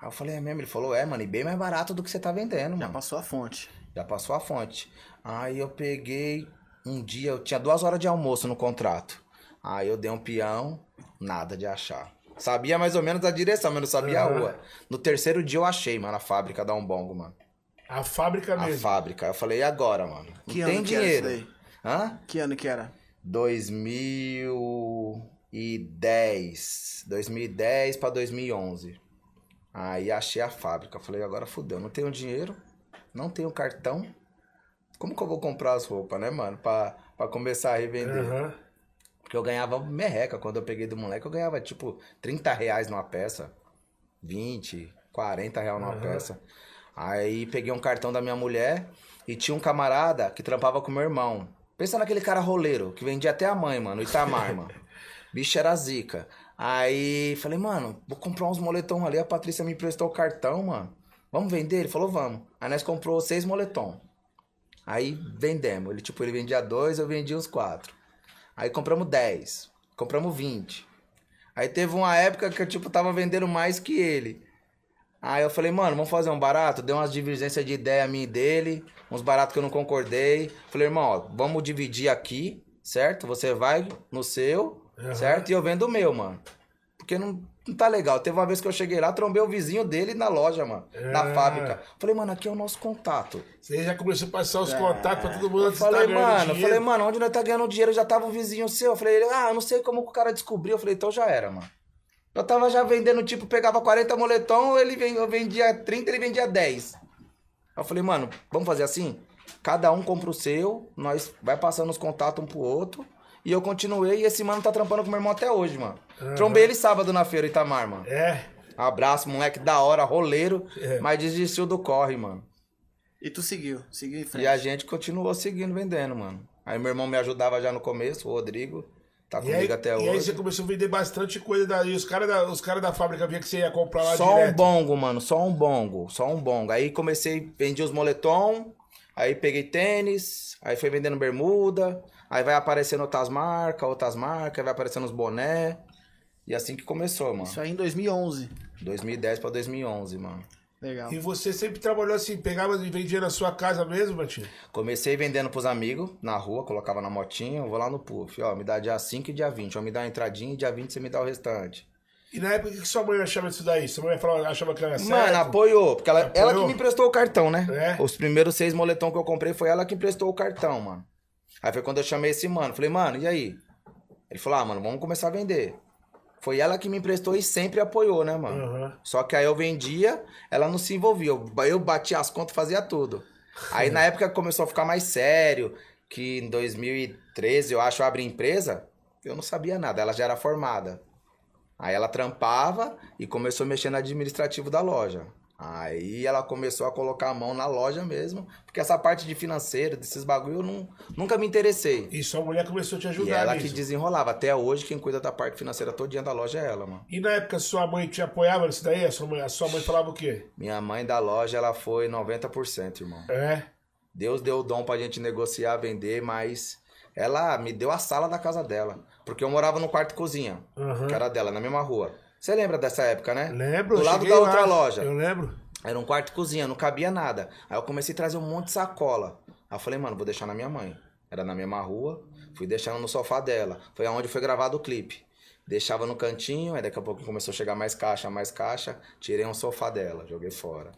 Speaker 3: Aí eu falei, é mesmo? Ele falou, é, mano, e bem mais barato do que você tá vendendo,
Speaker 2: Já
Speaker 3: mano.
Speaker 2: passou a fonte.
Speaker 3: Já passou a fonte. Aí eu peguei um dia, eu tinha duas horas de almoço no contrato. Aí eu dei um peão, nada de achar. Sabia mais ou menos a direção, mas não sabia
Speaker 1: Aham.
Speaker 3: a rua. No terceiro dia eu achei, mano, a fábrica da Umbongo, mano.
Speaker 1: A fábrica
Speaker 3: A
Speaker 1: mesmo.
Speaker 3: fábrica. Eu falei, e agora, mano? Não
Speaker 2: É Que ano
Speaker 3: tem
Speaker 2: que era
Speaker 3: dinheiro.
Speaker 2: isso
Speaker 3: Hã?
Speaker 2: Que ano que era?
Speaker 3: 2010. 2010 pra 2011. Aí achei a fábrica. Falei, agora fudeu. Não tenho dinheiro, não tenho cartão. Como que eu vou comprar as roupas, né, mano? Pra, pra começar a revender.
Speaker 1: Aham.
Speaker 3: Porque eu ganhava merreca quando eu peguei do moleque. Eu ganhava tipo 30 reais numa peça, 20, 40 reais numa
Speaker 1: Aham.
Speaker 3: peça. Aí peguei um cartão da minha mulher e tinha um camarada que trampava com meu irmão. Pensa naquele cara roleiro que vendia até a mãe, mano, Itamar, mano. Bicho era zica. Aí falei, mano, vou comprar uns moletom ali. A Patrícia me emprestou o cartão, mano. Vamos vender? Ele falou, vamos. Aí nós comprou seis moletom. Aí vendemos. Ele, tipo, ele vendia dois, eu vendia uns quatro. Aí compramos 10, compramos 20. Aí teve uma época que eu, tipo, tava vendendo mais que ele. Aí eu falei, mano, vamos fazer um barato? Deu umas divergências de ideia minha e dele, uns baratos que eu não concordei. Falei, irmão, ó, vamos dividir aqui, certo? Você vai no seu,
Speaker 1: Aham.
Speaker 3: certo? E eu vendo o meu, mano. Porque não, não tá legal. Teve uma vez que eu cheguei lá, trombei o vizinho dele na loja, mano,
Speaker 1: É.
Speaker 3: na fábrica. Falei, mano, aqui é o nosso contato.
Speaker 1: Você já começou a passar os
Speaker 2: É.
Speaker 1: contatos pra todo mundo
Speaker 3: Eu
Speaker 1: antes de tá
Speaker 3: falei,
Speaker 1: ganhando
Speaker 3: mano, eu
Speaker 1: dinheiro.
Speaker 3: falei, mano, onde nós tá ganhando dinheiro já tava o vizinho seu. Eu falei, ele, ah, eu não sei como que o cara descobriu. Eu falei, então já era, mano. Eu tava já vendendo, tipo, pegava 40 moletom, ele ven- eu vendia 30, ele vendia 10. Aí Eu falei, mano, vamos fazer assim? Cada um compra o seu, nós vai passando os contatos um pro outro. E eu continuei, e esse mano tá trampando com meu irmão até hoje, mano.
Speaker 1: Aham.
Speaker 3: Trombei ele sábado na feira, Itamar, mano. Tá
Speaker 1: É.
Speaker 3: Abraço, moleque da hora, roleiro,
Speaker 1: É.
Speaker 3: mas desistiu do corre, mano.
Speaker 2: E tu seguiu, seguiu em frente.
Speaker 3: E a gente continuou seguindo vendendo, mano. Aí meu irmão me ajudava já no começo, o Rodrigo. Tá
Speaker 1: E
Speaker 3: comigo
Speaker 1: aí,
Speaker 3: até
Speaker 1: e aí você
Speaker 3: hoje.
Speaker 1: começou a vender bastante coisa da... E os caras da, os cara da fábrica via que você ia comprar lá
Speaker 3: Só um
Speaker 1: direto.
Speaker 3: bongo, mano. Só um bongo. Só um bongo. Aí comecei, vendi os moletom. Aí peguei tênis. Aí fui vendendo bermuda. Aí vai aparecendo outras marcas, outras marcas. aí Vai aparecendo os boné. E assim que começou, mano.
Speaker 2: Isso é- aí em 2011.
Speaker 3: 2010 pra 2011, mano.
Speaker 2: Legal.
Speaker 1: E você sempre trabalhou assim, pegava e vendia na sua casa mesmo, Betinho?
Speaker 3: Comecei vendendo pros amigos na rua, colocava na motinha, eu vou lá no puff, ó, me dá dia 5 e dia 20, ó, me dá a entradinha e dia 20 você me dá o restante.
Speaker 1: E na época, o que que sua mãe achava disso daí? Sua mãe falava, achava que era É certo?
Speaker 3: Mano, apoiou, porque ela,
Speaker 1: Apoiou?
Speaker 3: ela que me emprestou o cartão, né?
Speaker 1: É.
Speaker 3: Os primeiros seis moletom que eu comprei foi ela que emprestou o cartão, mano. Aí foi quando eu chamei esse mano, falei, mano, e aí? Ele falou, ah, mano, vamos começar a vender. Foi ela que me emprestou e sempre apoiou, né, mano?
Speaker 1: Aham.
Speaker 3: Só que aí eu vendia, ela não se envolvia. Eu, eu batia as contas, fazia tudo. Aí na época começou a ficar mais sério, que em 2013, eu acho, eu abri empresa, eu não sabia nada, ela já era formada. Aí ela trampava e começou a mexer no administrativo da loja. Aí ela começou a colocar a mão na loja mesmo, porque essa parte de financeiro, desses bagulho, eu não, nunca me interessei.
Speaker 1: E sua mulher começou a te
Speaker 3: E
Speaker 1: ajudar
Speaker 3: ela que
Speaker 1: nisso.
Speaker 3: desenrolava. Até hoje, quem cuida da parte financeira todinha da loja é ela, mano.
Speaker 1: E na época sua mãe te apoiava nisso daí? A sua mãe, a sua mãe falava o quê?
Speaker 3: Minha mãe da loja, ela foi 90%, irmão.
Speaker 1: É.
Speaker 3: Deus deu o dom pra gente negociar, vender, mas ela me deu a sala da casa dela. Porque eu morava no quarto e cozinha,
Speaker 1: Aham.
Speaker 3: que era dela, na mesma rua. Você lembra dessa época, né?
Speaker 1: Lembro,
Speaker 3: Do
Speaker 1: eu
Speaker 3: lado
Speaker 1: cheguei
Speaker 3: da outra
Speaker 1: lá,
Speaker 3: loja.
Speaker 1: Eu lembro.
Speaker 3: Era um quarto e cozinha, não cabia nada. Aí eu comecei a trazer um monte de sacola. Aí eu falei, mano, vou deixar na minha mãe. Era na mesma rua, fui deixando no sofá dela. Foi aonde foi gravado o clipe. Deixava no cantinho, aí daqui a pouco começou a chegar mais caixa, mais caixa. Tirei um sofá dela, joguei fora.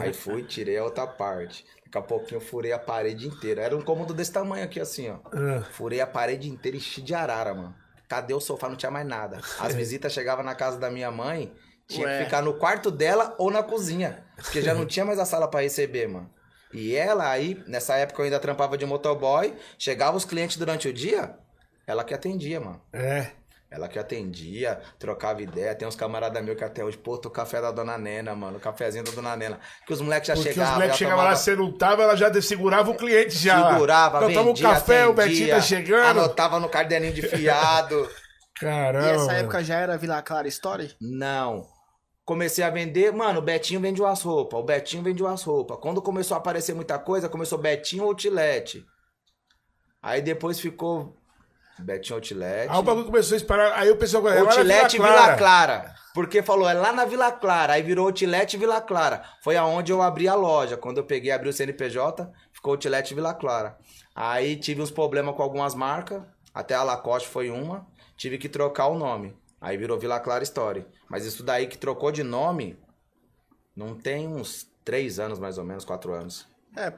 Speaker 3: aí fui, tirei a outra parte. Daqui a pouquinho eu furei a parede inteira. Era um cômodo desse tamanho aqui, assim, ó.
Speaker 1: Ah,
Speaker 3: Furei a parede inteira e enchi de arara, mano. Cadê o sofá? Não tinha mais nada. As visitas chegavam na casa da minha mãe, tinha
Speaker 2: Ué.
Speaker 3: que ficar no quarto dela ou na cozinha. Porque já não tinha mais a sala pra receber, mano. E ela aí, nessa época eu ainda trampava de motoboy, chegava os clientes durante o dia, ela que atendia, mano.
Speaker 1: é.
Speaker 3: Ela que atendia, trocava ideia. Tem uns camaradas meus que até hoje, pô, tô café da dona Nena, mano, o cafezinho da dona Nena. Que os moleques já
Speaker 1: Porque
Speaker 3: chegavam.
Speaker 1: os moleques
Speaker 3: já
Speaker 1: chegavam lá,
Speaker 3: tomava
Speaker 1: você não tava, ela já segurava o cliente já.
Speaker 3: Segurava,
Speaker 1: Eu tomo um
Speaker 3: vendia,
Speaker 1: café, o
Speaker 3: atendia,
Speaker 1: Betinho tá chegando.
Speaker 3: Anotava no caderninho de fiado.
Speaker 1: Caramba.
Speaker 2: E essa época já era Vila Clara Story?
Speaker 3: Não. Comecei a vender, mano, o Betinho vendeu as roupas, o Betinho vendeu as roupas. Quando começou a aparecer muita coisa, começou Betinho Outlet. Aí depois ficou Betinho Outlet.
Speaker 1: Aí o bagulho começou a disparar. Aí o pessoal agora é
Speaker 3: Outlet Vila Clara. Porque falou, é lá na Vila Clara. Aí virou Outlet Vila Clara. Foi aonde eu abri a loja. Quando eu peguei, abri o CNPJ, ficou Outlet Vila Clara. Aí tive uns problemas com algumas marcas. Até a Lacoste foi uma. Tive que trocar o nome. Aí virou Vila Clara Story. Mas isso daí que trocou de nome, não tem uns três anos, mais ou menos, quatro anos.
Speaker 2: É.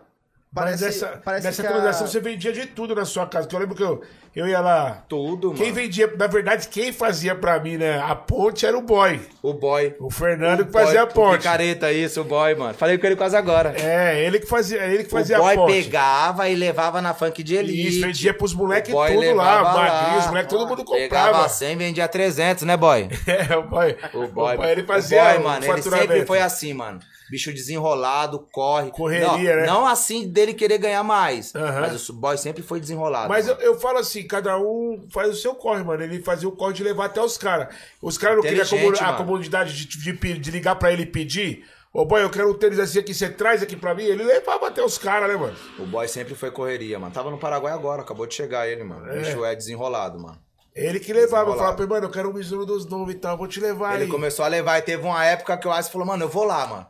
Speaker 1: Mas
Speaker 2: Parece,
Speaker 1: essa,
Speaker 2: parece
Speaker 1: nessa
Speaker 2: que a-
Speaker 1: transação você vendia de tudo na sua casa. Que eu lembro que eu, eu ia lá.
Speaker 3: Tudo, mano.
Speaker 1: Quem vendia, na verdade, quem fazia pra mim, né? A ponte era o boy.
Speaker 3: O boy.
Speaker 1: O Fernando que fazia
Speaker 3: boy,
Speaker 1: a ponte.
Speaker 3: Picareta, isso, o boy, mano. Falei com ele quase agora.
Speaker 1: É, ele que fazia, ele que fazia
Speaker 3: o boy
Speaker 1: a ponte.
Speaker 3: pegava e levava na funk de elite.
Speaker 1: Isso, vendia pros moleques
Speaker 3: O boy
Speaker 1: tudo lá,
Speaker 3: levava
Speaker 1: magrinho, os
Speaker 3: lá.
Speaker 1: moleques, todo mundo
Speaker 3: Pegava
Speaker 1: comprava.
Speaker 3: 100 vendia 300, né, boy?
Speaker 1: É, o boy.
Speaker 3: O boy,
Speaker 1: ele fazia.
Speaker 3: o boy,
Speaker 1: o
Speaker 3: mano, ele sempre
Speaker 1: faturamento.
Speaker 3: foi assim, mano. Bicho desenrolado, corre.
Speaker 1: Correria,
Speaker 3: não,
Speaker 1: né?
Speaker 3: Não assim dele querer ganhar mais.
Speaker 1: Aham.
Speaker 3: Mas o boy sempre foi desenrolado.
Speaker 1: Mas eu,
Speaker 3: mano.
Speaker 1: eu falo assim, cada um faz o seu corre, mano. Ele fazia o corre de levar até os caras. Os caras não queriam a,
Speaker 3: Inteligente,
Speaker 1: comu- a
Speaker 3: mano.
Speaker 1: comunidade de, de pe- de ligar pra ele e pedir. Ô, boy, eu quero um tênis assim aqui, você traz aqui pra mim. Ele levava até os caras, né, mano?
Speaker 3: O boy sempre foi correria, mano. Tava no Paraguai agora, acabou de chegar ele, mano. O bicho é desenrolado, mano.
Speaker 1: Ele que levava. Eu
Speaker 3: Desenrolado.
Speaker 1: falava pra ele, mano, eu quero um besouro dos nomes e tal, vou te levar
Speaker 3: Ele
Speaker 1: aí.
Speaker 3: começou a levar e teve uma época que o Asi falou, mano, eu vou lá, mano.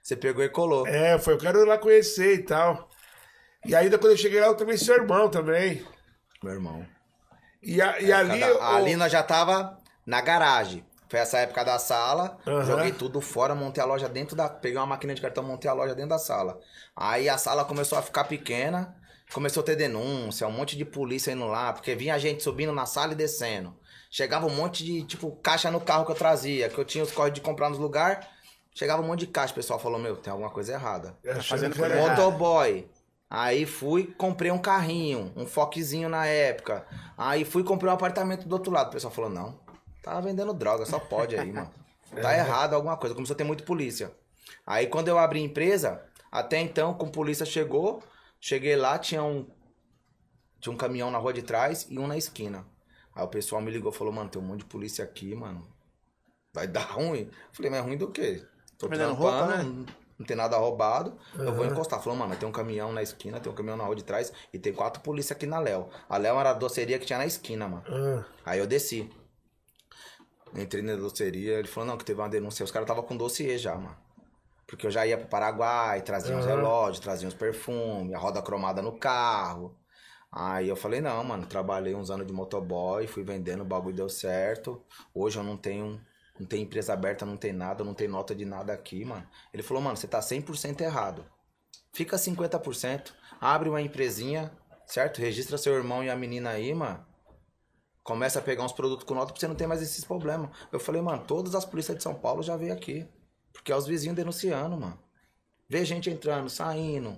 Speaker 3: Você pegou e colou.
Speaker 1: É, foi, eu quero ir lá conhecer e tal. E ainda quando eu cheguei lá, eu também seu irmão também.
Speaker 3: Meu irmão.
Speaker 1: E, a- e ali.
Speaker 3: Cada-
Speaker 1: o-
Speaker 3: A Lina já tava na garagem. Foi essa época da sala.
Speaker 1: Aham.
Speaker 3: Joguei tudo fora, montei a loja dentro da. Peguei uma máquina de cartão, montei a loja dentro da sala. Aí a sala começou a ficar pequena. Começou a ter denúncia, um monte de polícia indo lá, porque vinha gente subindo na sala e descendo. Chegava um monte de, tipo, caixa no carro que eu trazia, que eu tinha os corres de comprar nos lugares. Chegava um monte de caixa, o pessoal falou: Meu, tem alguma coisa errada.
Speaker 1: É,
Speaker 2: Tá fazendo
Speaker 1: achando que era-
Speaker 2: coisa errada.
Speaker 3: Motoboy. Aí fui, comprei um carrinho, um foquezinho na época. Aí fui, comprei um apartamento do outro lado. O pessoal falou, não, tá vendendo droga, só pode aí, mano. Tá errado alguma coisa. Começou a ter muito polícia. Aí quando eu abri a empresa, até então, com polícia chegou, cheguei lá, tinha um, tinha um caminhão na rua de trás e um na esquina. Aí o pessoal me ligou, falou, mano, tem um monte de polícia aqui, mano. Vai dar ruim. Falei, mas é ruim do quê? Tô
Speaker 2: Vendendo
Speaker 3: trampando,
Speaker 2: roupa, né?
Speaker 3: não- não tem nada roubado. Eu vou encostar. Falou, mano, tem um caminhão na esquina, tem um caminhão na rua de trás e tem quatro polícia aqui na Léo. A Léo era a doceria que tinha na esquina, mano.
Speaker 1: Ah,
Speaker 3: Aí eu desci. Entrei na doceria, ele falou, não, que teve uma denúncia. Os caras tava com dossiê já, mano. Porque eu já ia pro Paraguai, trazia uns
Speaker 1: Aham.
Speaker 3: relógios, trazia uns perfumes, a roda cromada no carro. Aí eu falei, não, mano, trabalhei uns anos de motoboy, fui vendendo, o bagulho deu certo. Hoje eu não tenho, não tenho empresa aberta, não tem nada, não tem nota de nada aqui, mano. Ele falou, mano, você tá 100% errado. Fica 50%, abre uma empresinha, certo? Registra seu irmão e a menina aí, mano. Começa a pegar uns produtos com nota porque você não tem mais esses problemas. Eu falei, mano, todas as polícias de São Paulo já veio aqui. Porque é os vizinhos denunciando, mano. Vê gente entrando, saindo.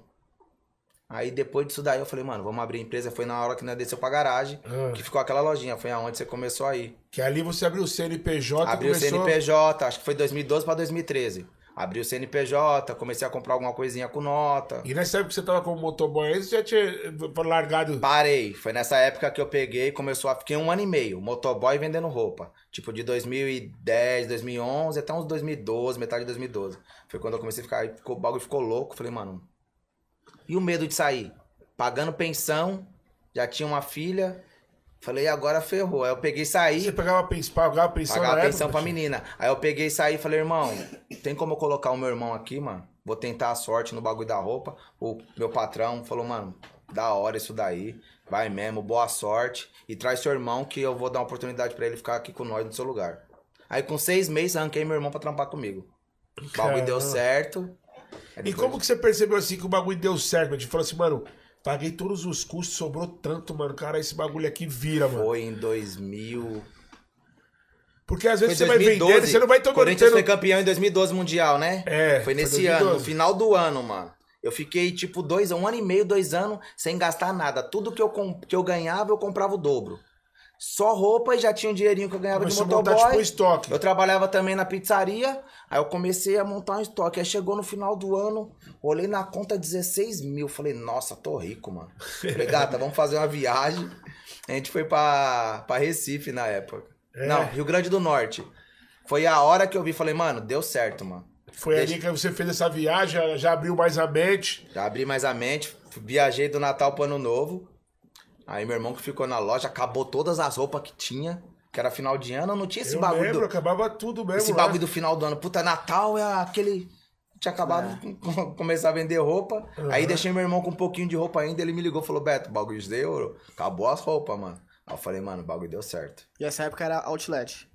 Speaker 3: Aí depois disso daí eu falei, mano, vamos abrir a empresa. Foi na hora que nós desceu pra garagem,
Speaker 1: Ah.
Speaker 3: que ficou aquela lojinha. Foi aonde você começou aí.
Speaker 1: que ali você abriu o CNPJ e
Speaker 3: Abri o
Speaker 1: começou.
Speaker 3: CNPJ, acho que foi 2012 pra 2013. Abri o CNPJ, comecei a comprar alguma coisinha com nota.
Speaker 1: E nessa época que você tava como motoboy, aí você já tinha eh, largado.
Speaker 3: Parei. Foi nessa época que eu peguei, começou a fiquei um ano e meio, motoboy vendendo roupa. Tipo de 2010, 2011 até uns 2012, metade de 2012. Foi quando eu comecei a ficar, aí ficou, o bagulho ficou louco, falei, mano. E o medo de sair? Pagando pensão, já tinha uma filha, Falei, agora ferrou. Aí eu peguei e saí.
Speaker 1: Você pagava pensão, pagava pensão
Speaker 3: Pagava
Speaker 1: na
Speaker 3: pensão
Speaker 1: época,
Speaker 3: pra
Speaker 1: tio?
Speaker 3: menina. Aí eu peguei e saí e falei, irmão, tem como eu colocar o meu irmão aqui, mano? Vou tentar a sorte no bagulho da roupa. O meu patrão falou, mano, da hora isso daí. Vai mesmo, boa sorte. E traz seu irmão que eu vou dar uma oportunidade pra ele ficar aqui com nós no seu lugar. Aí com seis meses arranquei meu irmão pra trampar comigo. O bagulho deu
Speaker 1: Caramba.
Speaker 3: certo. Aí
Speaker 1: E
Speaker 3: depois-
Speaker 1: como que você percebeu assim que o bagulho deu certo? mano? A gente falou assim, mano, paguei todos os custos, sobrou tanto, mano. Cara, esse bagulho aqui vira, é, mano.
Speaker 3: Foi em 2000.
Speaker 1: Porque às
Speaker 3: Foi
Speaker 1: vezes
Speaker 3: em
Speaker 1: você vai
Speaker 3: 2012.
Speaker 1: vendendo, você não vai tomando.
Speaker 3: Corinthians
Speaker 1: você
Speaker 3: foi
Speaker 1: não-
Speaker 3: campeão em 2012 mundial, né?
Speaker 1: É,
Speaker 3: Foi
Speaker 1: foi
Speaker 3: nesse
Speaker 1: 2012.
Speaker 3: ano, no final do ano, mano. Eu fiquei tipo dois, um ano e meio, dois anos sem gastar nada. Tudo que eu, com- que eu ganhava, eu comprava o dobro. Só roupa e já tinha um dinheirinho que eu ganhava
Speaker 1: Começou a
Speaker 3: de
Speaker 1: montar
Speaker 3: motoboy.
Speaker 1: tipo um estoque.
Speaker 3: Eu trabalhava também na pizzaria, aí eu comecei a montar um estoque. Aí chegou no final do ano, olhei na conta 16 mil. Falei, nossa, tô rico, mano. Falei, gata, vamos fazer uma viagem. A gente foi pra, pra Recife na época.
Speaker 1: É.
Speaker 3: Não, Rio Grande do Norte. Foi a hora que eu vi, falei, mano, deu certo, mano.
Speaker 1: Foi
Speaker 3: Deixa-
Speaker 1: ali que você fez essa viagem, já- já abriu mais a mente.
Speaker 3: Já abri mais a mente, viajei do Natal pro Ano Novo. Aí meu irmão que ficou na loja acabou todas as roupas que tinha, que era final de ano, não tinha esse
Speaker 1: eu
Speaker 3: bagulho.
Speaker 1: lembro,
Speaker 3: do-
Speaker 1: acabava tudo mesmo.
Speaker 3: esse
Speaker 1: lá.
Speaker 3: bagulho do final do ano. Puta, Natal é aquele. Tinha acabado de com- começar a vender roupa. Aí deixei meu irmão com um pouquinho de roupa ainda. Ele me ligou e falou: Beto, o bagulho deu. Acabou as roupas, mano. Aí eu falei, mano, o bagulho deu certo.
Speaker 2: E essa época era outlet.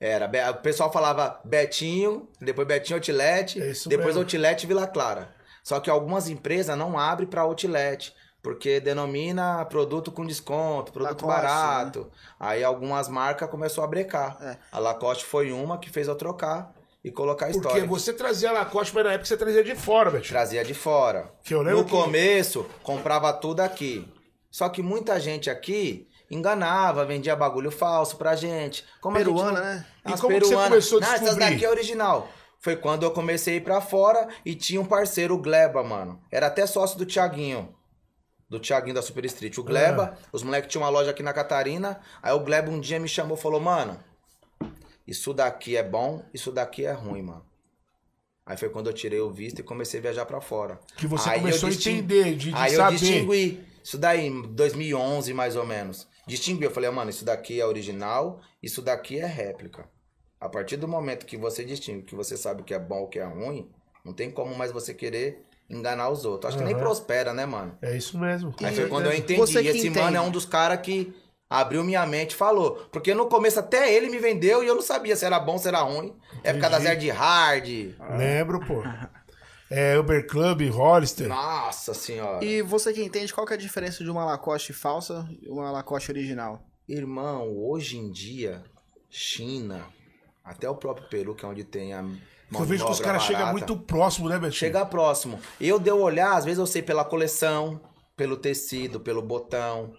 Speaker 3: Era, Be- o pessoal falava Betinho, depois Betinho Outlet,
Speaker 1: É isso
Speaker 3: depois
Speaker 1: mesmo.
Speaker 3: Outlet Vila Clara. Só que algumas empresas não abrem pra Outlet, porque denomina produto com desconto,
Speaker 2: Lacoste,
Speaker 3: produto barato.
Speaker 1: né?
Speaker 3: Aí algumas marcas começou a brecar.
Speaker 2: É.
Speaker 3: A Lacoste foi uma que fez eu trocar e colocar a
Speaker 1: Porque
Speaker 3: história.
Speaker 1: você trazia Lacoste, mas na época você trazia de fora, Betinho.
Speaker 3: Trazia de fora.
Speaker 1: Que eu lembro
Speaker 3: no
Speaker 1: que-
Speaker 3: começo, comprava tudo aqui. Só que muita gente aqui enganava, vendia bagulho falso pra gente. Como é a gente
Speaker 2: Peruana,
Speaker 3: não-
Speaker 2: né?
Speaker 1: E
Speaker 3: As
Speaker 1: como que você começou a
Speaker 3: Não,
Speaker 1: descobrir?
Speaker 3: Essas daqui é original. Foi quando eu comecei a ir pra fora e tinha um parceiro, o Gleba, mano. Era até sócio do Thiaguinho. Do Thiaguinho da Super Street. O Gleba, os moleques tinham uma loja aqui na Catarina. Aí o Gleba um dia me chamou e falou, mano, isso daqui é bom, isso daqui é ruim, mano. Aí foi quando eu tirei o visto e comecei a viajar pra fora.
Speaker 1: Que você
Speaker 3: Aí eu
Speaker 1: começou a
Speaker 3: distin-
Speaker 1: entender, de, de
Speaker 3: Aí eu
Speaker 1: saber.
Speaker 3: distingui. Isso daí, em 2011 mais ou menos. Distingui. Eu falei, mano, isso daqui é original, isso daqui é réplica. A partir do momento que você distingue, que você sabe o que é bom o que é ruim, não tem como mais você querer enganar os outros. Acho que nem
Speaker 1: Aham.
Speaker 3: prospera, né, mano?
Speaker 1: É isso mesmo.
Speaker 3: Aí
Speaker 2: E-
Speaker 3: foi quando eu entendi.
Speaker 2: Você que
Speaker 3: e esse
Speaker 2: entende.
Speaker 3: mano é um dos caras que abriu minha mente e falou. Porque no começo até ele me vendeu e eu não sabia se era bom, se era ruim. Época da
Speaker 1: Entendi.
Speaker 3: Zerd Hard.
Speaker 1: Lembro, pô. É, Uber Club, Hollister.
Speaker 3: Nossa senhora.
Speaker 2: E você que entende, qual que é a diferença de uma Lacoste falsa e uma Lacoste original?
Speaker 3: Irmão, hoje em dia, China, até o próprio Peru, que é onde tem a mão
Speaker 1: Que eu vejo que os caras chegam muito próximo, né, Betinho?
Speaker 3: Chega próximo. Eu deu olhar, às vezes eu sei pela coleção, pelo tecido, pelo botão.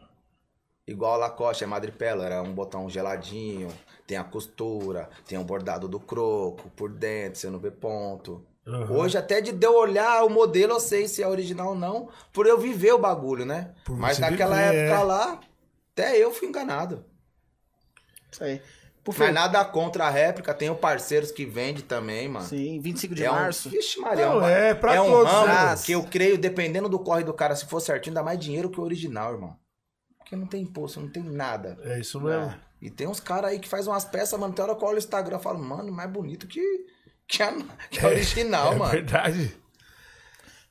Speaker 3: Igual a Lacoste, é madrepérola, era um botão geladinho, tem a costura, tem o bordado do croco por dentro, você não vê ponto.
Speaker 1: Aham.
Speaker 3: Hoje até de deu olhar o modelo, eu sei se é original ou não, por eu viver o bagulho, né?
Speaker 1: Por
Speaker 3: Mas
Speaker 1: você
Speaker 3: naquela
Speaker 1: viver,
Speaker 3: época
Speaker 1: é.
Speaker 3: lá, até eu fui enganado.
Speaker 2: Isso aí. Por
Speaker 3: Mas
Speaker 2: favor.
Speaker 3: nada contra a réplica, tem o parceiros que vende também, mano.
Speaker 2: Sim, 25 de
Speaker 3: é
Speaker 2: março.
Speaker 3: Um... Vixe, Maria,
Speaker 1: Não,
Speaker 3: um-
Speaker 1: é pra
Speaker 3: um
Speaker 1: todos,
Speaker 3: ramo
Speaker 1: né?
Speaker 3: que eu creio, dependendo do corre do cara, se for certinho, dá mais dinheiro que o original, irmão. Porque não tem imposto, não tem nada.
Speaker 1: É isso mesmo.
Speaker 3: E tem uns caras aí que faz umas peças, mano. Tem hora que eu olho o Instagram e falo, mano, mais bonito que, que, a, que a original,
Speaker 1: é
Speaker 3: mano.
Speaker 1: verdade.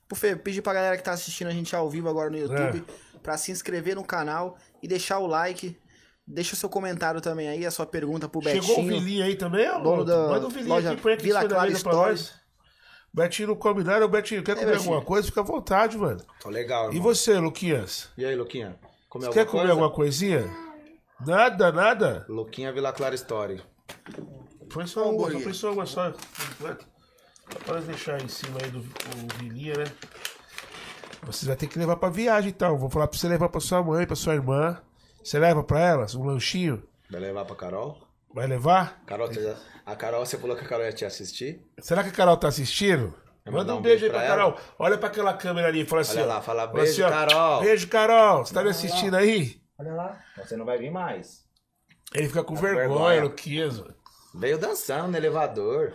Speaker 2: Por Fê, pedir pra galera que tá assistindo a gente ao vivo agora no YouTube pra se inscrever no canal e deixar o like. Deixa o seu comentário também aí, a sua pergunta pro Betinho.
Speaker 1: Chegou o Vilinho aí também, ó.
Speaker 2: dono da
Speaker 1: Manda o Vilinho
Speaker 2: loja
Speaker 1: aqui, põe aqui em
Speaker 2: Vila
Speaker 1: cima da
Speaker 2: Clara
Speaker 1: mesa pra
Speaker 2: Stories. É,
Speaker 1: nós. Betinho não come nada. Ô, Betinho, quer comer
Speaker 2: Betinho?
Speaker 1: alguma coisa? Fica à vontade, mano.
Speaker 3: Tô legal,
Speaker 1: E
Speaker 3: irmão.
Speaker 1: você, Luquinhas?
Speaker 3: E, aí, Luquinha? Comeu
Speaker 1: quer
Speaker 3: Tá alguma
Speaker 1: comer
Speaker 3: coisa?
Speaker 1: alguma coisinha? Nada, nada?
Speaker 3: Luquinha Vila Clara Story.
Speaker 1: Põe só uma, só
Speaker 3: um
Speaker 2: hambúrguer.
Speaker 1: põe só uma só. completa. Só Pra nós deixar em cima aí do o Vilinha, né? Você vai ter que levar pra viagem, então. Vou falar pra você levar pra sua mãe, pra sua irmã. Você leva pra elas um lanchinho?
Speaker 3: Vai levar pra Carol?
Speaker 1: Vai levar?
Speaker 3: Carol, você já- a Carol, você falou que a Carol ia te assistir?
Speaker 1: Será que a Carol tá assistindo?
Speaker 3: Eu
Speaker 1: Manda
Speaker 3: vou
Speaker 1: um
Speaker 3: dar
Speaker 1: beijo aí pra,
Speaker 3: ela.
Speaker 1: Carol. Olha pra aquela câmera ali e fala assim. ó.
Speaker 3: lá, fala,
Speaker 1: Fala assim,
Speaker 3: "Beijo,
Speaker 1: ó,
Speaker 3: Carol."
Speaker 1: Beijo, Carol. Você tá me assistindo aí?
Speaker 3: Olha lá. Você não vai vir mais.
Speaker 1: Ele fica com
Speaker 3: Tá com
Speaker 1: vergonha,
Speaker 3: vergonha.
Speaker 1: Luquinhas. mano.
Speaker 3: Veio dançando no elevador.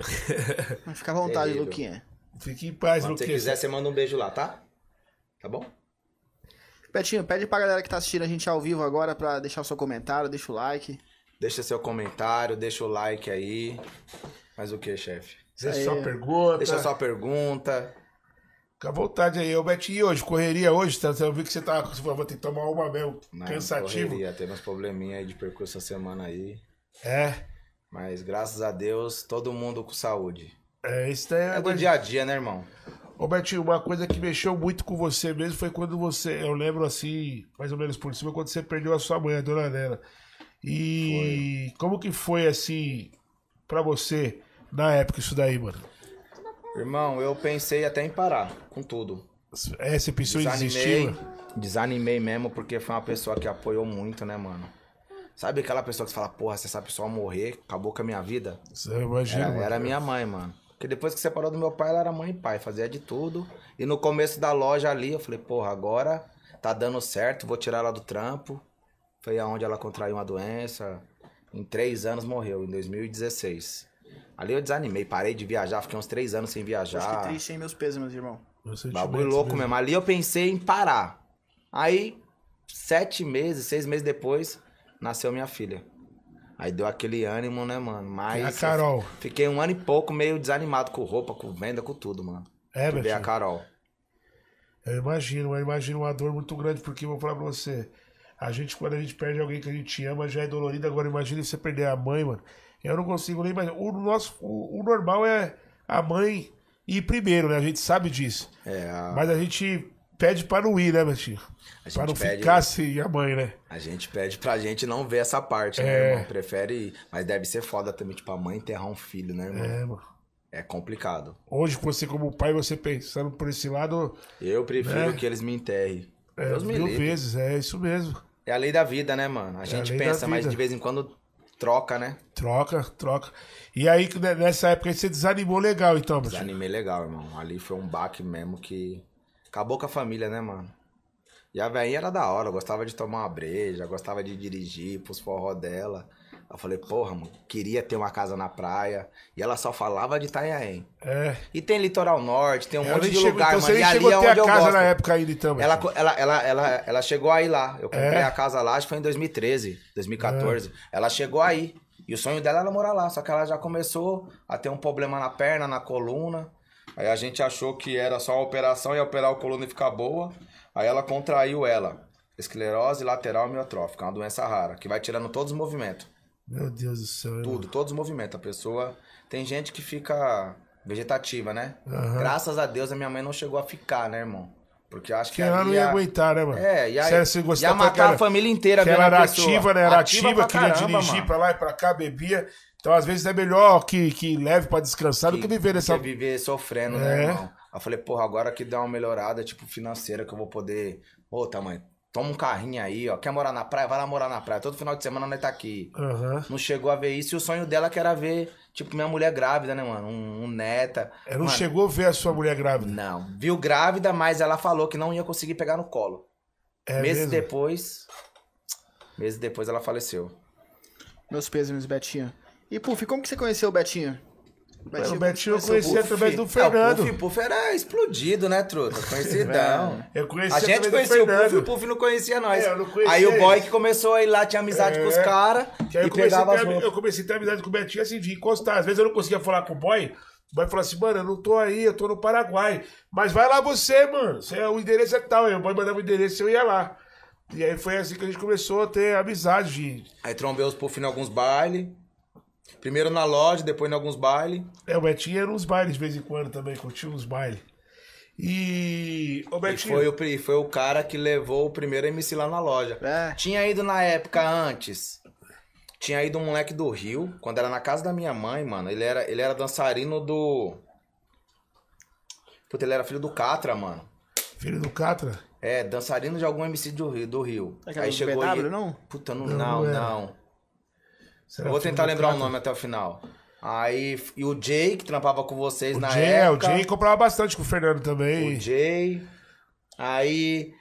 Speaker 2: Fica à vontade,
Speaker 3: Terrível.
Speaker 2: Luquinha.
Speaker 1: Fique em paz,
Speaker 3: Quando você
Speaker 1: Luquinhas.
Speaker 3: quiser, você manda um beijo lá, tá? Tá bom?
Speaker 2: Betinho, pede pra galera que tá assistindo a gente ao vivo agora pra deixar o seu comentário, deixa o like.
Speaker 3: Deixa seu comentário, deixa o like aí. Mas o que, chefe?
Speaker 1: Deixa
Speaker 2: aí.
Speaker 1: sua é pergunta.
Speaker 3: Deixa sua pergunta.
Speaker 1: Fica à vontade aí. Ô, Betinho, e hoje? Correria hoje? Tá? Eu vi que você tá. Você falou, vou ter que tomar uma mesmo.
Speaker 3: Não,
Speaker 1: cansativo.
Speaker 3: Correria. Teve uns probleminha aí de percurso essa semana aí.
Speaker 1: É.
Speaker 3: Mas graças a Deus, todo mundo com saúde.
Speaker 1: É, isso daí.
Speaker 3: É do dia a dia, né, irmão?
Speaker 1: Ô, Betinho, uma coisa que mexeu muito com você mesmo foi quando você. Eu lembro assim, mais ou menos por cima, quando você perdeu a sua mãe, a dona Nela. E como que foi, assim, pra você na época isso daí, mano?
Speaker 3: Irmão, eu pensei até em parar com tudo.
Speaker 1: É, você pensou em desistir?
Speaker 3: Desanimei.
Speaker 1: mano?
Speaker 3: Desanimei mesmo, porque foi uma pessoa que apoiou muito, né, mano? Sabe aquela pessoa que você fala, porra, se essa pessoa morrer, acabou com a minha vida?
Speaker 1: Eu imagino.
Speaker 3: Era,
Speaker 1: mano.
Speaker 3: era minha mãe, mano. Porque depois que separou do meu pai, ela era mãe e pai, fazia de tudo. E no começo da loja ali, eu falei, porra, agora tá dando certo, vou tirar ela do trampo. Foi aonde ela contraiu uma doença. Em três anos morreu, em 2016. Ali eu desanimei, parei de viajar, fiquei uns três anos sem viajar.
Speaker 2: Poxa, que triste, hein, meus pesos, meus irmãos.
Speaker 1: Meus sentimentos
Speaker 3: Bagulho louco
Speaker 1: mesmo.
Speaker 3: mesmo. Ali eu pensei em parar. Aí, sete meses, seis meses depois, nasceu minha filha. Aí deu aquele ânimo, né, mano?
Speaker 1: E
Speaker 3: Mas.
Speaker 1: a Carol.
Speaker 3: eu Fiquei um ano e pouco meio desanimado com roupa, com venda, com tudo, mano.
Speaker 1: É,
Speaker 3: Ver a
Speaker 1: Betinho.
Speaker 3: Carol.
Speaker 1: Eu imagino, eu imagino uma dor muito grande, porque eu vou falar pra você. A gente, quando a gente perde alguém que a gente ama, já é dolorido. Agora, imagina você perder a mãe, mano. Eu não consigo nem imaginar. O, nosso, o, o normal é a mãe ir primeiro, né? A gente sabe disso.
Speaker 3: É, a,
Speaker 1: Mas a gente pede pra não ir, né, Betinho?
Speaker 3: a
Speaker 1: Pra não
Speaker 3: gente pede.
Speaker 1: ficar sem a mãe, né?
Speaker 3: A gente pede pra gente não ver essa parte,
Speaker 1: É.
Speaker 3: né, irmão? Prefere. Mas deve ser foda também, tipo, a mãe enterrar um filho, né, irmão?
Speaker 1: É, mano.
Speaker 3: É, complicado.
Speaker 1: Hoje, você como pai, você pensando por esse lado,
Speaker 3: Eu prefiro
Speaker 1: Né?
Speaker 3: que eles me enterrem.
Speaker 1: é,
Speaker 3: Deus me
Speaker 1: mil
Speaker 3: livre.
Speaker 1: vezes. É isso mesmo.
Speaker 3: É a lei da vida, né, mano? A gente
Speaker 1: É lei da
Speaker 3: pensa, mas
Speaker 1: vida.
Speaker 3: de vez em quando troca, né?
Speaker 1: Troca, troca. E aí, que ne- nessa época, aí você desanimou legal, então, Betinho.
Speaker 3: Desanimei é legal, irmão. Ali foi um baque mesmo que acabou com a família, né, mano? E a velhinha era da hora, eu gostava de tomar uma breja, gostava de dirigir pros forró dela. Eu falei, porra, mano, queria ter uma casa na praia. E ela só falava de Itanhaém.
Speaker 1: É.
Speaker 3: E tem litoral norte, tem um
Speaker 1: Ela
Speaker 3: monte
Speaker 1: nem
Speaker 3: de
Speaker 1: chegou-
Speaker 3: lugar,
Speaker 1: então
Speaker 3: mano.
Speaker 1: você
Speaker 3: E
Speaker 1: nem
Speaker 3: ali
Speaker 1: chegou
Speaker 3: é
Speaker 1: a ter a
Speaker 3: onde eu
Speaker 1: casa
Speaker 3: gosto.
Speaker 1: na época ainda, então. mas-
Speaker 3: Ela, co- ela, ela, ela, ela chegou aí lá. Eu comprei
Speaker 1: É?
Speaker 3: a casa lá, acho que foi em 2013, 2014. Ela chegou aí. E o sonho dela era morar lá. Só que ela já começou a ter um problema na perna, na coluna. Aí a gente achou que era só uma operação, ia operar a coluna e ficar boa. Aí ela contraiu ela. Esclerose lateral miotrófica, uma doença rara, que vai tirando todos os movimentos.
Speaker 1: Meu Deus do céu. irmão.
Speaker 3: Tudo, todos os movimentos. A pessoa. Tem gente que fica vegetativa, né?
Speaker 1: Aham.
Speaker 3: Graças a Deus a minha mãe não chegou a ficar, né, irmão? Porque eu acho que,
Speaker 1: Que ela
Speaker 3: ali
Speaker 1: não ia
Speaker 3: a-
Speaker 1: aguentar, né, mano?
Speaker 3: É, e aí,
Speaker 1: Se ela se gostar
Speaker 3: ia
Speaker 1: pra
Speaker 3: matar
Speaker 1: cara-
Speaker 3: a família inteira
Speaker 1: que
Speaker 3: vendo
Speaker 1: ela
Speaker 3: a
Speaker 1: era
Speaker 3: pessoa.
Speaker 1: ativa, né? Era ativa,
Speaker 3: pra
Speaker 1: queria
Speaker 3: caramba,
Speaker 1: dirigir
Speaker 3: mano.
Speaker 1: pra lá e pra cá, bebia. Então, às vezes, é melhor que, que leve pra descansar do que viver nessa...
Speaker 3: Quer viver sofrendo,
Speaker 1: É.
Speaker 3: né, irmão? Eu falei, porra, agora que dá uma melhorada, tipo, financeira, que eu vou poder... Ô, tá, mãe, toma um carrinho aí, ó. Quer morar na praia? Vai lá morar na praia. Todo final de semana nós tá aqui.
Speaker 1: Aham.
Speaker 3: Não chegou a ver isso. E o sonho dela que era ver, tipo, minha mulher grávida, né, mano? Um, um neta.
Speaker 1: Ela não
Speaker 3: Mano,
Speaker 1: chegou a ver a sua mulher grávida.
Speaker 3: Não. Viu grávida, mas ela falou que não ia conseguir pegar no colo.
Speaker 1: É
Speaker 3: meses
Speaker 1: mesmo?
Speaker 3: depois... Meses depois ela faleceu.
Speaker 2: Meus pesos, meus Betinho. E, Puf, como que você conheceu o Betinho?
Speaker 1: Mano, o
Speaker 2: como que
Speaker 1: Betinho eu
Speaker 2: você conheceu o
Speaker 1: conheci
Speaker 2: Puff?
Speaker 1: através do
Speaker 3: É,
Speaker 1: Fernando.
Speaker 3: o Puff, Puff era explodido, né, truta? Conhecidão.
Speaker 1: Eu conheci
Speaker 3: A gente
Speaker 1: É. através
Speaker 3: conhecia
Speaker 1: do
Speaker 3: o Puff, o
Speaker 1: Fernando.
Speaker 3: Puff não conhecia nós.
Speaker 1: É, eu não conhecia
Speaker 3: aí o boy
Speaker 1: eles.
Speaker 3: que começou a ir lá, tinha amizade
Speaker 1: É.
Speaker 3: com os caras
Speaker 1: Que aí
Speaker 3: e
Speaker 1: eu comecei, a
Speaker 3: pegava as
Speaker 1: ter,
Speaker 3: roupas.
Speaker 1: eu comecei a ter amizade com o Betinho assim, de encostar. Às vezes eu não conseguia falar com o boy. O boy falava assim, mano, eu não tô aí, eu tô no Paraguai. Mas vai lá você, mano. Você, o endereço é tal. Aí o boy mandava o endereço e eu ia lá. E aí foi assim que a gente começou a ter amizade. de-
Speaker 3: Aí trombei os Puff em alguns bailes. Primeiro na loja, depois em alguns bailes.
Speaker 1: É, o Betinho ia nos bailes de vez em quando também, curtia uns bailes. E. Ô,
Speaker 3: E
Speaker 1: Betinho.
Speaker 3: foi o, pri- foi o cara que levou o primeiro MC lá na loja.
Speaker 2: É.
Speaker 3: Tinha ido na época antes. Tinha ido um moleque do Rio, quando era na casa da minha mãe, mano. Ele era, ele era dançarino do. Puta, ele era filho do Catra, mano.
Speaker 1: Filho do Catra?
Speaker 3: É, dançarino de algum MC do Rio. Do Rio.
Speaker 2: É aquela do
Speaker 3: e-
Speaker 2: BW, não?
Speaker 3: Puta, não,
Speaker 1: Não,
Speaker 3: não.
Speaker 1: não era.
Speaker 3: não.
Speaker 1: Será
Speaker 3: Eu vou
Speaker 1: filho
Speaker 3: tentar
Speaker 1: do
Speaker 3: lembrar o
Speaker 1: Catra?
Speaker 3: nome até o final. Aí, f- e o Jay, que trampava com vocês
Speaker 1: O
Speaker 3: na
Speaker 1: Jay, é, o
Speaker 3: época.
Speaker 1: Jay comprava bastante com o Fernando também.
Speaker 3: O Jay. Aí,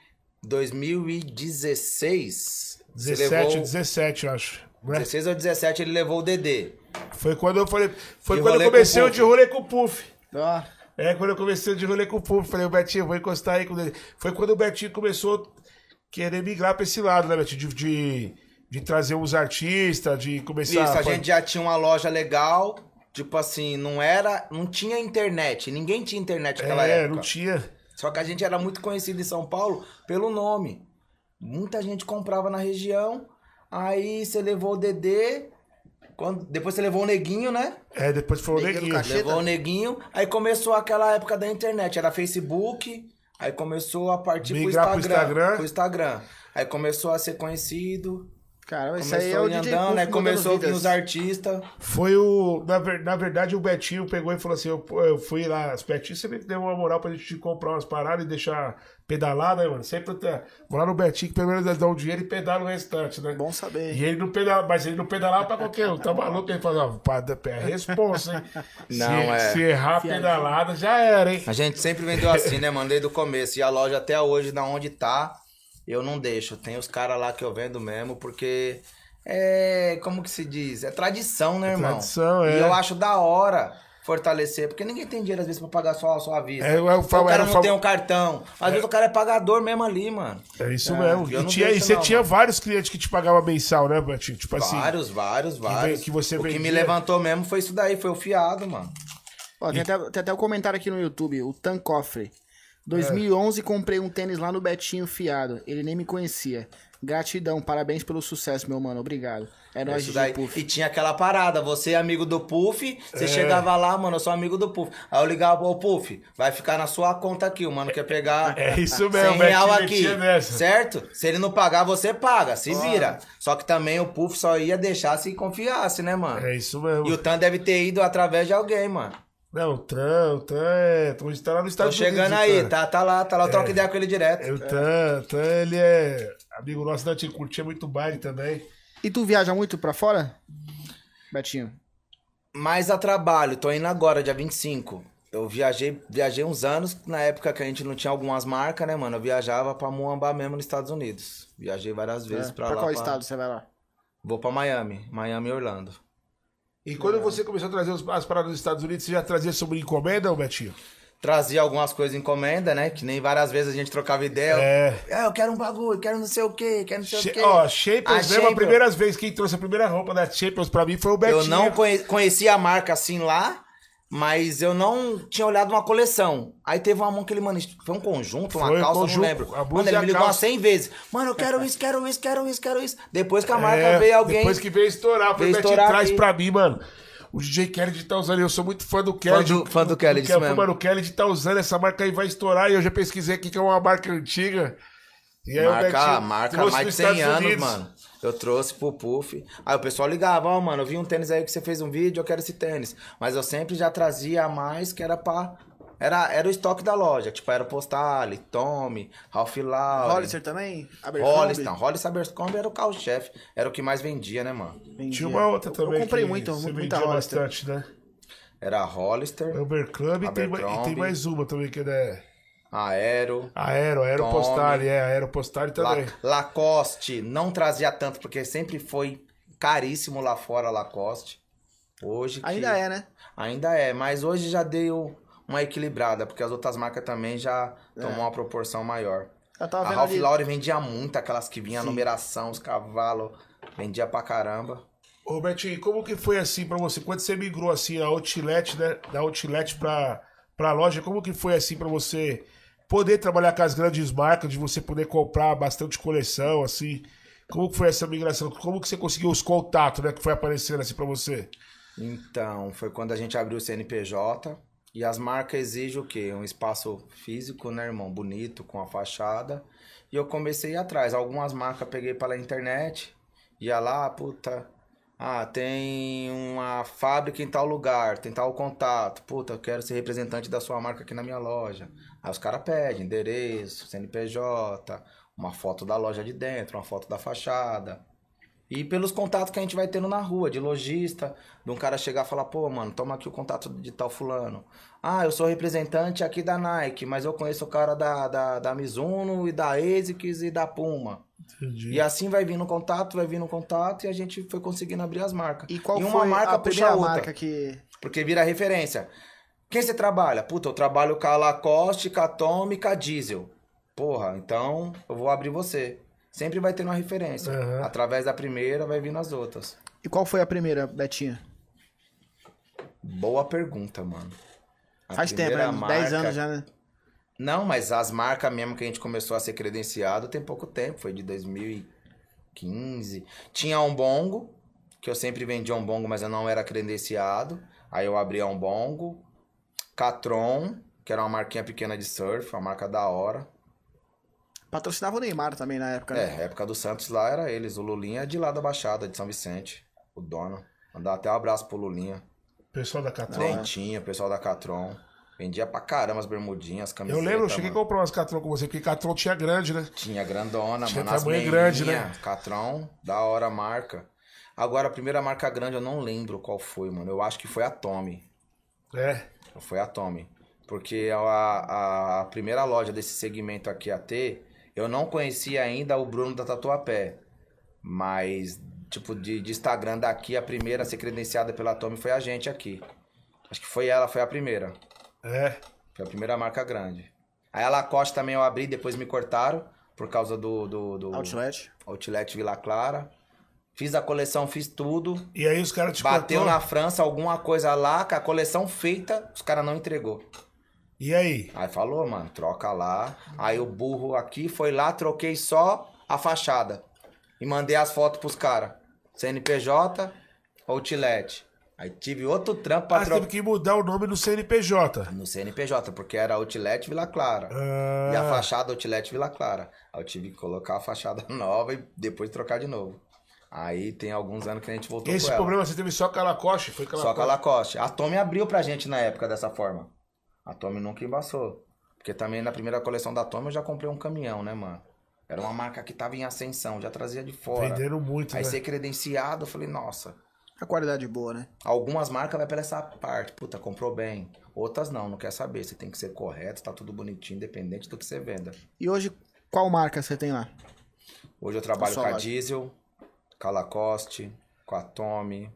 Speaker 3: 2016. você
Speaker 1: 17,
Speaker 3: levou...
Speaker 1: 17, eu acho. Não é?
Speaker 3: 16 ou 17 ele levou o DD.
Speaker 1: Foi quando eu falei. Foi
Speaker 3: De
Speaker 1: quando eu
Speaker 3: rolê com
Speaker 1: comecei
Speaker 3: o
Speaker 1: o
Speaker 3: Puff.
Speaker 1: de rolê com o Puff.
Speaker 2: Ó,
Speaker 1: É, quando eu comecei o de rolê com o Puff, falei, o Betinho, vou encostar aí com ele. Foi quando o Betinho começou. querer migrar pra esse lado, né, Betinho? De, de, de trazer uns artistas, de começar
Speaker 3: Isso,
Speaker 1: fa-
Speaker 3: a gente já tinha uma loja legal, tipo assim, não era, não tinha internet, ninguém tinha internet naquela
Speaker 1: É,
Speaker 3: época.
Speaker 1: não tinha.
Speaker 3: Só que a gente era muito conhecido em São Paulo pelo nome. Muita gente comprava na região. Aí você levou o Dedê, quando, depois você levou o Neguinho, né?
Speaker 1: É, depois foi o
Speaker 2: Neguinho do
Speaker 1: Neguinho.
Speaker 2: Cacheta.
Speaker 3: Levou o Neguinho, aí começou aquela época da internet, era Facebook, aí começou a partir pro
Speaker 1: Migrar
Speaker 3: Instagram,
Speaker 1: pro
Speaker 3: pro
Speaker 1: Instagram.
Speaker 3: Instagram. Aí começou a ser conhecido,
Speaker 2: Cara, isso
Speaker 3: começou
Speaker 2: aí é o
Speaker 3: a ir
Speaker 2: DJ
Speaker 3: andando,
Speaker 2: Puff
Speaker 3: aí começou a
Speaker 2: mudando
Speaker 3: vir os
Speaker 2: vidas.
Speaker 3: artistas.
Speaker 1: Foi o. Na, ver- na verdade, o Betinho pegou e falou assim: eu, eu fui lá, as Betinhos sempre deu uma moral pra gente comprar umas paradas e deixar pedalar, né, mano? Sempre. tá- Vou lá no Betinho, que pelo menos eles dão o dinheiro e pedala o restante, né?
Speaker 2: É Bom saber.
Speaker 1: E ele não pedalava, mas ele não pedalava pra qualquer um. Tá maluco? Ele falava, pá, da- é a responsa, hein?
Speaker 3: Não,
Speaker 1: se,
Speaker 3: é.
Speaker 1: se errar a pedalada, já era, hein?
Speaker 3: A gente sempre vendeu assim, né, mano? Desde o começo. E a loja até hoje, da onde tá, eu não deixo. Tem os caras lá que eu vendo mesmo, porque é. Como que se diz? É tradição, né, irmão?
Speaker 1: tradição, é.
Speaker 3: E eu acho da hora fortalecer, porque ninguém tem dinheiro às vezes pra pagar só a sua vista.
Speaker 1: É, eu falo-
Speaker 3: o cara
Speaker 1: era
Speaker 3: não
Speaker 1: fal-
Speaker 3: tem um cartão. Às vezes o cara é pagador mesmo ali, mano.
Speaker 1: É isso mesmo.
Speaker 3: eu
Speaker 1: E,
Speaker 3: não
Speaker 1: tinha, e
Speaker 3: deixo,
Speaker 1: você
Speaker 3: não,
Speaker 1: tinha
Speaker 3: mano.
Speaker 1: vários clientes que te pagavam mensal, né, Betinho? Tipo assim.
Speaker 3: vários, vários, vários.
Speaker 1: que você
Speaker 3: o que me
Speaker 1: vendia.
Speaker 3: levantou mesmo foi isso daí, foi o fiado, mano.
Speaker 2: Ó, tem, até, tem até o comentário aqui no YouTube, o Tan Cofre. 2011 comprei um tênis lá no Betinho Fiado. Ele nem me conhecia. Gratidão, parabéns pelo sucesso, meu mano. Obrigado. É nóis,
Speaker 3: Isso
Speaker 2: DJ
Speaker 3: daí.
Speaker 2: Puff.
Speaker 3: E tinha aquela parada, você é amigo do Puff,
Speaker 1: É.
Speaker 3: você chegava lá, mano, eu sou amigo do Puff. Aí eu ligava, ô Puff, vai ficar na sua conta aqui, o mano quer pegar
Speaker 1: É isso
Speaker 3: 100
Speaker 1: mesmo,
Speaker 3: real
Speaker 1: Betinho
Speaker 3: aqui,
Speaker 1: metia nessa.
Speaker 3: certo? Se ele não pagar, você paga, se vira. Só que também o Puff só ia deixar se confiasse, né, mano?
Speaker 1: É Tá isso mesmo.
Speaker 3: E o Tan deve ter ido através de alguém, mano.
Speaker 1: Não, o Tan, o Tan é. Hoje tá lá nos
Speaker 3: Tô
Speaker 1: Estados Unidos.
Speaker 3: chegando
Speaker 1: o
Speaker 3: aí,
Speaker 1: Tan.
Speaker 3: tá, tá lá, tá lá, eu troco ideia com ele direto.
Speaker 1: É, O Tan, o Tan, ele é amigo nosso da Tia Curtia, muito baile também.
Speaker 2: E tu viaja muito pra fora? Betinho.
Speaker 3: Mas a trabalho, tô indo agora, dia 25. Eu viajei, viajei uns anos, na época que a gente não tinha algumas marcas, né, mano? Eu viajava pra Moambá mesmo nos Estados Unidos. Viajei várias vezes
Speaker 2: É.
Speaker 3: pra,
Speaker 2: pra
Speaker 3: lá.
Speaker 2: qual estado você vai lá?
Speaker 3: Vou pra Miami, Miami e Orlando.
Speaker 1: E quando você começou a trazer os- as paradas dos Estados Unidos, você já trazia sobre encomenda, ô Betinho?
Speaker 3: Trazia algumas coisas em encomenda, né? Que nem várias vezes a gente trocava ideia.
Speaker 1: É.
Speaker 3: É, eu quero um bagulho, quero não sei o quê, quero não sei
Speaker 1: Che-
Speaker 3: o quê.
Speaker 1: Ó, Shapers, mesmo a
Speaker 3: Shaper-
Speaker 1: primeira vez, quem trouxe a primeira roupa da Shapers pra mim foi o Betinho.
Speaker 3: Eu não conhe- conhecia a marca assim lá, mas eu não tinha olhado uma coleção. Aí teve uma mão que ele, mano, isso foi um conjunto, uma
Speaker 1: Foi um
Speaker 3: calça,
Speaker 1: conjunto,
Speaker 3: não lembro.
Speaker 1: a blusa
Speaker 3: Mano,
Speaker 1: e
Speaker 3: ele
Speaker 1: a
Speaker 3: me ligou
Speaker 1: calça.
Speaker 3: umas 100 vezes. Mano, eu quero isso, quero isso, quero isso, quero isso. Depois que a marca
Speaker 1: É,
Speaker 3: veio alguém.
Speaker 1: Depois que veio estourar, foi o
Speaker 3: Veio
Speaker 1: Betinho
Speaker 3: estourar
Speaker 1: traz
Speaker 3: aqui.
Speaker 1: pra mim, mano. O DJ Kennedy tá usando, eu sou muito fã do Kennedy.
Speaker 3: do- fã do Kennedy, isso mesmo.
Speaker 1: Mano, o Kennedy tá usando, essa marca aí vai estourar. E eu já pesquisei aqui que é uma marca antiga. E aí o
Speaker 3: Marca,
Speaker 1: Betinho
Speaker 3: marca
Speaker 1: trouxe
Speaker 3: mais de
Speaker 1: dos
Speaker 3: 100
Speaker 1: Estados
Speaker 3: anos,
Speaker 1: Unidos.
Speaker 3: mano. Eu trouxe pro Puff. Aí o pessoal ligava, ó, mano, eu vi um tênis aí que você fez um vídeo, eu quero esse tênis. Mas eu sempre já trazia a mais que era pra. Era, era o estoque da loja. Tipo, era Postale, Tommy, Ralph Lauren.
Speaker 2: Hollister também?
Speaker 3: Holliston, Holliston Abercrombie era o carro-chefe, era o que mais vendia, né, mano?
Speaker 1: Tinha uma outra também.
Speaker 2: Eu comprei
Speaker 1: que
Speaker 2: muito,
Speaker 1: você
Speaker 2: muita
Speaker 1: vendia
Speaker 2: Hollister.
Speaker 1: bastante, né?
Speaker 3: Era Hollister,
Speaker 1: Uber Club e tem, ma- e tem
Speaker 3: Abercrombie.
Speaker 1: mais uma também que é da
Speaker 3: Aero,
Speaker 1: Aero, Aero
Speaker 3: Tommy.
Speaker 1: Postale, é, Aero Postale
Speaker 3: La-
Speaker 1: também.
Speaker 3: Lacoste, não trazia tanto, porque sempre foi caríssimo lá fora Lacoste. Hoje que-
Speaker 2: Ainda é, né?
Speaker 3: Ainda é, mas hoje já deu uma equilibrada, porque as outras marcas também já tomou uma proporção maior.
Speaker 2: Eu
Speaker 3: A
Speaker 2: É. tava vendo
Speaker 3: Ralph
Speaker 2: ali.
Speaker 3: Lauren vendia muito, aquelas que vinha a
Speaker 2: Sim.
Speaker 3: numeração, os cavalos, vendia pra caramba.
Speaker 1: Ô, Betinho, como que foi assim pra você? Quando você migrou assim a outlet, né? Da outlet pra, pra loja, como que foi assim pra você poder trabalhar com as grandes marcas, de você poder comprar bastante coleção, assim? Como que foi essa migração? Como que você conseguiu os contatos, né? Que foi aparecendo assim pra você?
Speaker 3: Então, foi quando a gente abriu o CNPJ. E as marcas exigem o quê? Um espaço físico, né, irmão? Bonito, com a fachada. E eu comecei a ir atrás. Algumas marcas eu peguei pela internet. Ia lá, puta. Ah, tem uma fábrica em tal lugar, tem tal contato. Puta, eu quero ser representante da sua marca aqui na minha loja. Aí os caras pedem endereço, CNPJ, uma foto da loja de dentro, uma foto da fachada. E pelos contatos que a gente vai tendo na rua, de lojista, de um cara chegar e falar, pô, mano, toma aqui o contato de tal fulano. Ah, eu sou representante aqui da Nike, mas eu conheço o cara da, da, da Mizuno e da ASICS e da Puma.
Speaker 1: Entendi.
Speaker 3: E assim vai vindo contato, vai vindo contato e a gente foi conseguindo abrir as marcas.
Speaker 2: E qual
Speaker 3: uma
Speaker 2: foi
Speaker 3: marca
Speaker 2: a
Speaker 3: puxa
Speaker 2: primeira
Speaker 3: outra,
Speaker 2: marca que...
Speaker 3: Porque vira referência. Quem você trabalha? Puta, eu trabalho com a Lacoste, com a Tommy, com a Diesel. Porra, então eu vou abrir você. Sempre vai ter uma referência.
Speaker 1: Aham.
Speaker 3: Através da primeira vai vir nas outras.
Speaker 2: E qual foi a primeira, Betinha?
Speaker 3: Boa pergunta, mano. A
Speaker 2: Faz tempo, né?
Speaker 3: primeira
Speaker 2: Uns 10
Speaker 3: marca-
Speaker 2: anos já, né?
Speaker 3: Não, mas as marcas mesmo que a gente começou a ser credenciado tem pouco tempo, foi de 2015. Tinha um bongo, que eu sempre vendia um bongo, mas eu não era credenciado. Aí eu abri um bongo. Catron, que era uma marquinha pequena de surf, uma marca da hora.
Speaker 2: Patrocinava o Neymar também na época, né?
Speaker 3: É, a época do Santos lá era eles. O Lulinha é de lá da Baixada, de São Vicente, o dono. Mandar até um abraço pro Lulinha.
Speaker 1: Pessoal da Catron.
Speaker 3: Dentinha, pessoal da Catron. Vendia pra caramba as bermudinhas,
Speaker 1: Eu
Speaker 3: camisetas.
Speaker 1: lembro, eu cheguei a
Speaker 3: mano.
Speaker 1: comprar umas Catron com você, porque Catron tinha grande, né?
Speaker 3: Tinha grandona,
Speaker 1: Tinha
Speaker 3: mano. as
Speaker 1: tamanho
Speaker 3: meinha,
Speaker 1: grande, né?
Speaker 3: Catron, da hora a marca. Agora, a primeira marca grande, eu não lembro qual foi, mano. Eu acho que foi a Tommy.
Speaker 1: É.
Speaker 3: Foi a Tommy. Porque a, a, a primeira loja desse segmento aqui a ter, eu não conhecia ainda o Bruno da Tatuapé. Mas, tipo, de, de Instagram daqui, a primeira a ser credenciada pela Tommy foi a gente aqui. Acho que foi ela, foi a primeira.
Speaker 1: É.
Speaker 3: Foi a primeira marca grande. Aí a Lacoste também eu abri, depois me cortaram por causa do, do, do
Speaker 2: Outlet.
Speaker 3: Outlet Vila Clara. Fiz a coleção, fiz tudo.
Speaker 1: E aí os caras te
Speaker 3: Bateu
Speaker 1: cortou.
Speaker 3: na França alguma coisa lá, com a coleção feita, os caras não entregou.
Speaker 1: E aí?
Speaker 3: Aí falou, mano, troca lá. Aí o burro aqui foi lá, troquei só a fachada. E mandei as fotos pros caras. CNPJ, Outlet. Aí tive outro trampo pra
Speaker 1: Ah, você
Speaker 3: trocar
Speaker 1: teve que mudar o nome do CNPJ.
Speaker 3: no CNPJ, porque era Outlet Vila Clara.
Speaker 1: Ah,
Speaker 3: E a fachada Outlet Vila Clara. Aí eu tive que colocar a fachada nova e depois trocar de novo. Aí tem alguns anos que a gente voltou
Speaker 1: esse
Speaker 3: com ela.
Speaker 1: problema você teve só com a Lacoste? Foi com a
Speaker 3: Só com a
Speaker 1: Lacoste.
Speaker 3: Lacoste. A Tommy abriu pra gente na época dessa forma. A Tommy nunca embaçou. Porque também na primeira coleção da Tommy eu já comprei um caminhão, né, mano? Era uma marca que tava em ascensão, já trazia de fora.
Speaker 1: Vendendo muito,
Speaker 3: Aí
Speaker 1: né?
Speaker 3: ser credenciado, eu falei, nossa,
Speaker 2: A qualidade boa, né?
Speaker 3: algumas marcas vai pela essa parte. Puta, comprou bem. Outras não, não quer saber. Você tem que ser correto, tá tudo bonitinho, independente do que você venda.
Speaker 2: E hoje, qual marca você tem lá?
Speaker 3: Hoje eu trabalho
Speaker 2: Sua
Speaker 3: com a
Speaker 2: loja.
Speaker 3: Diesel, com a Lacoste, com a Tommy,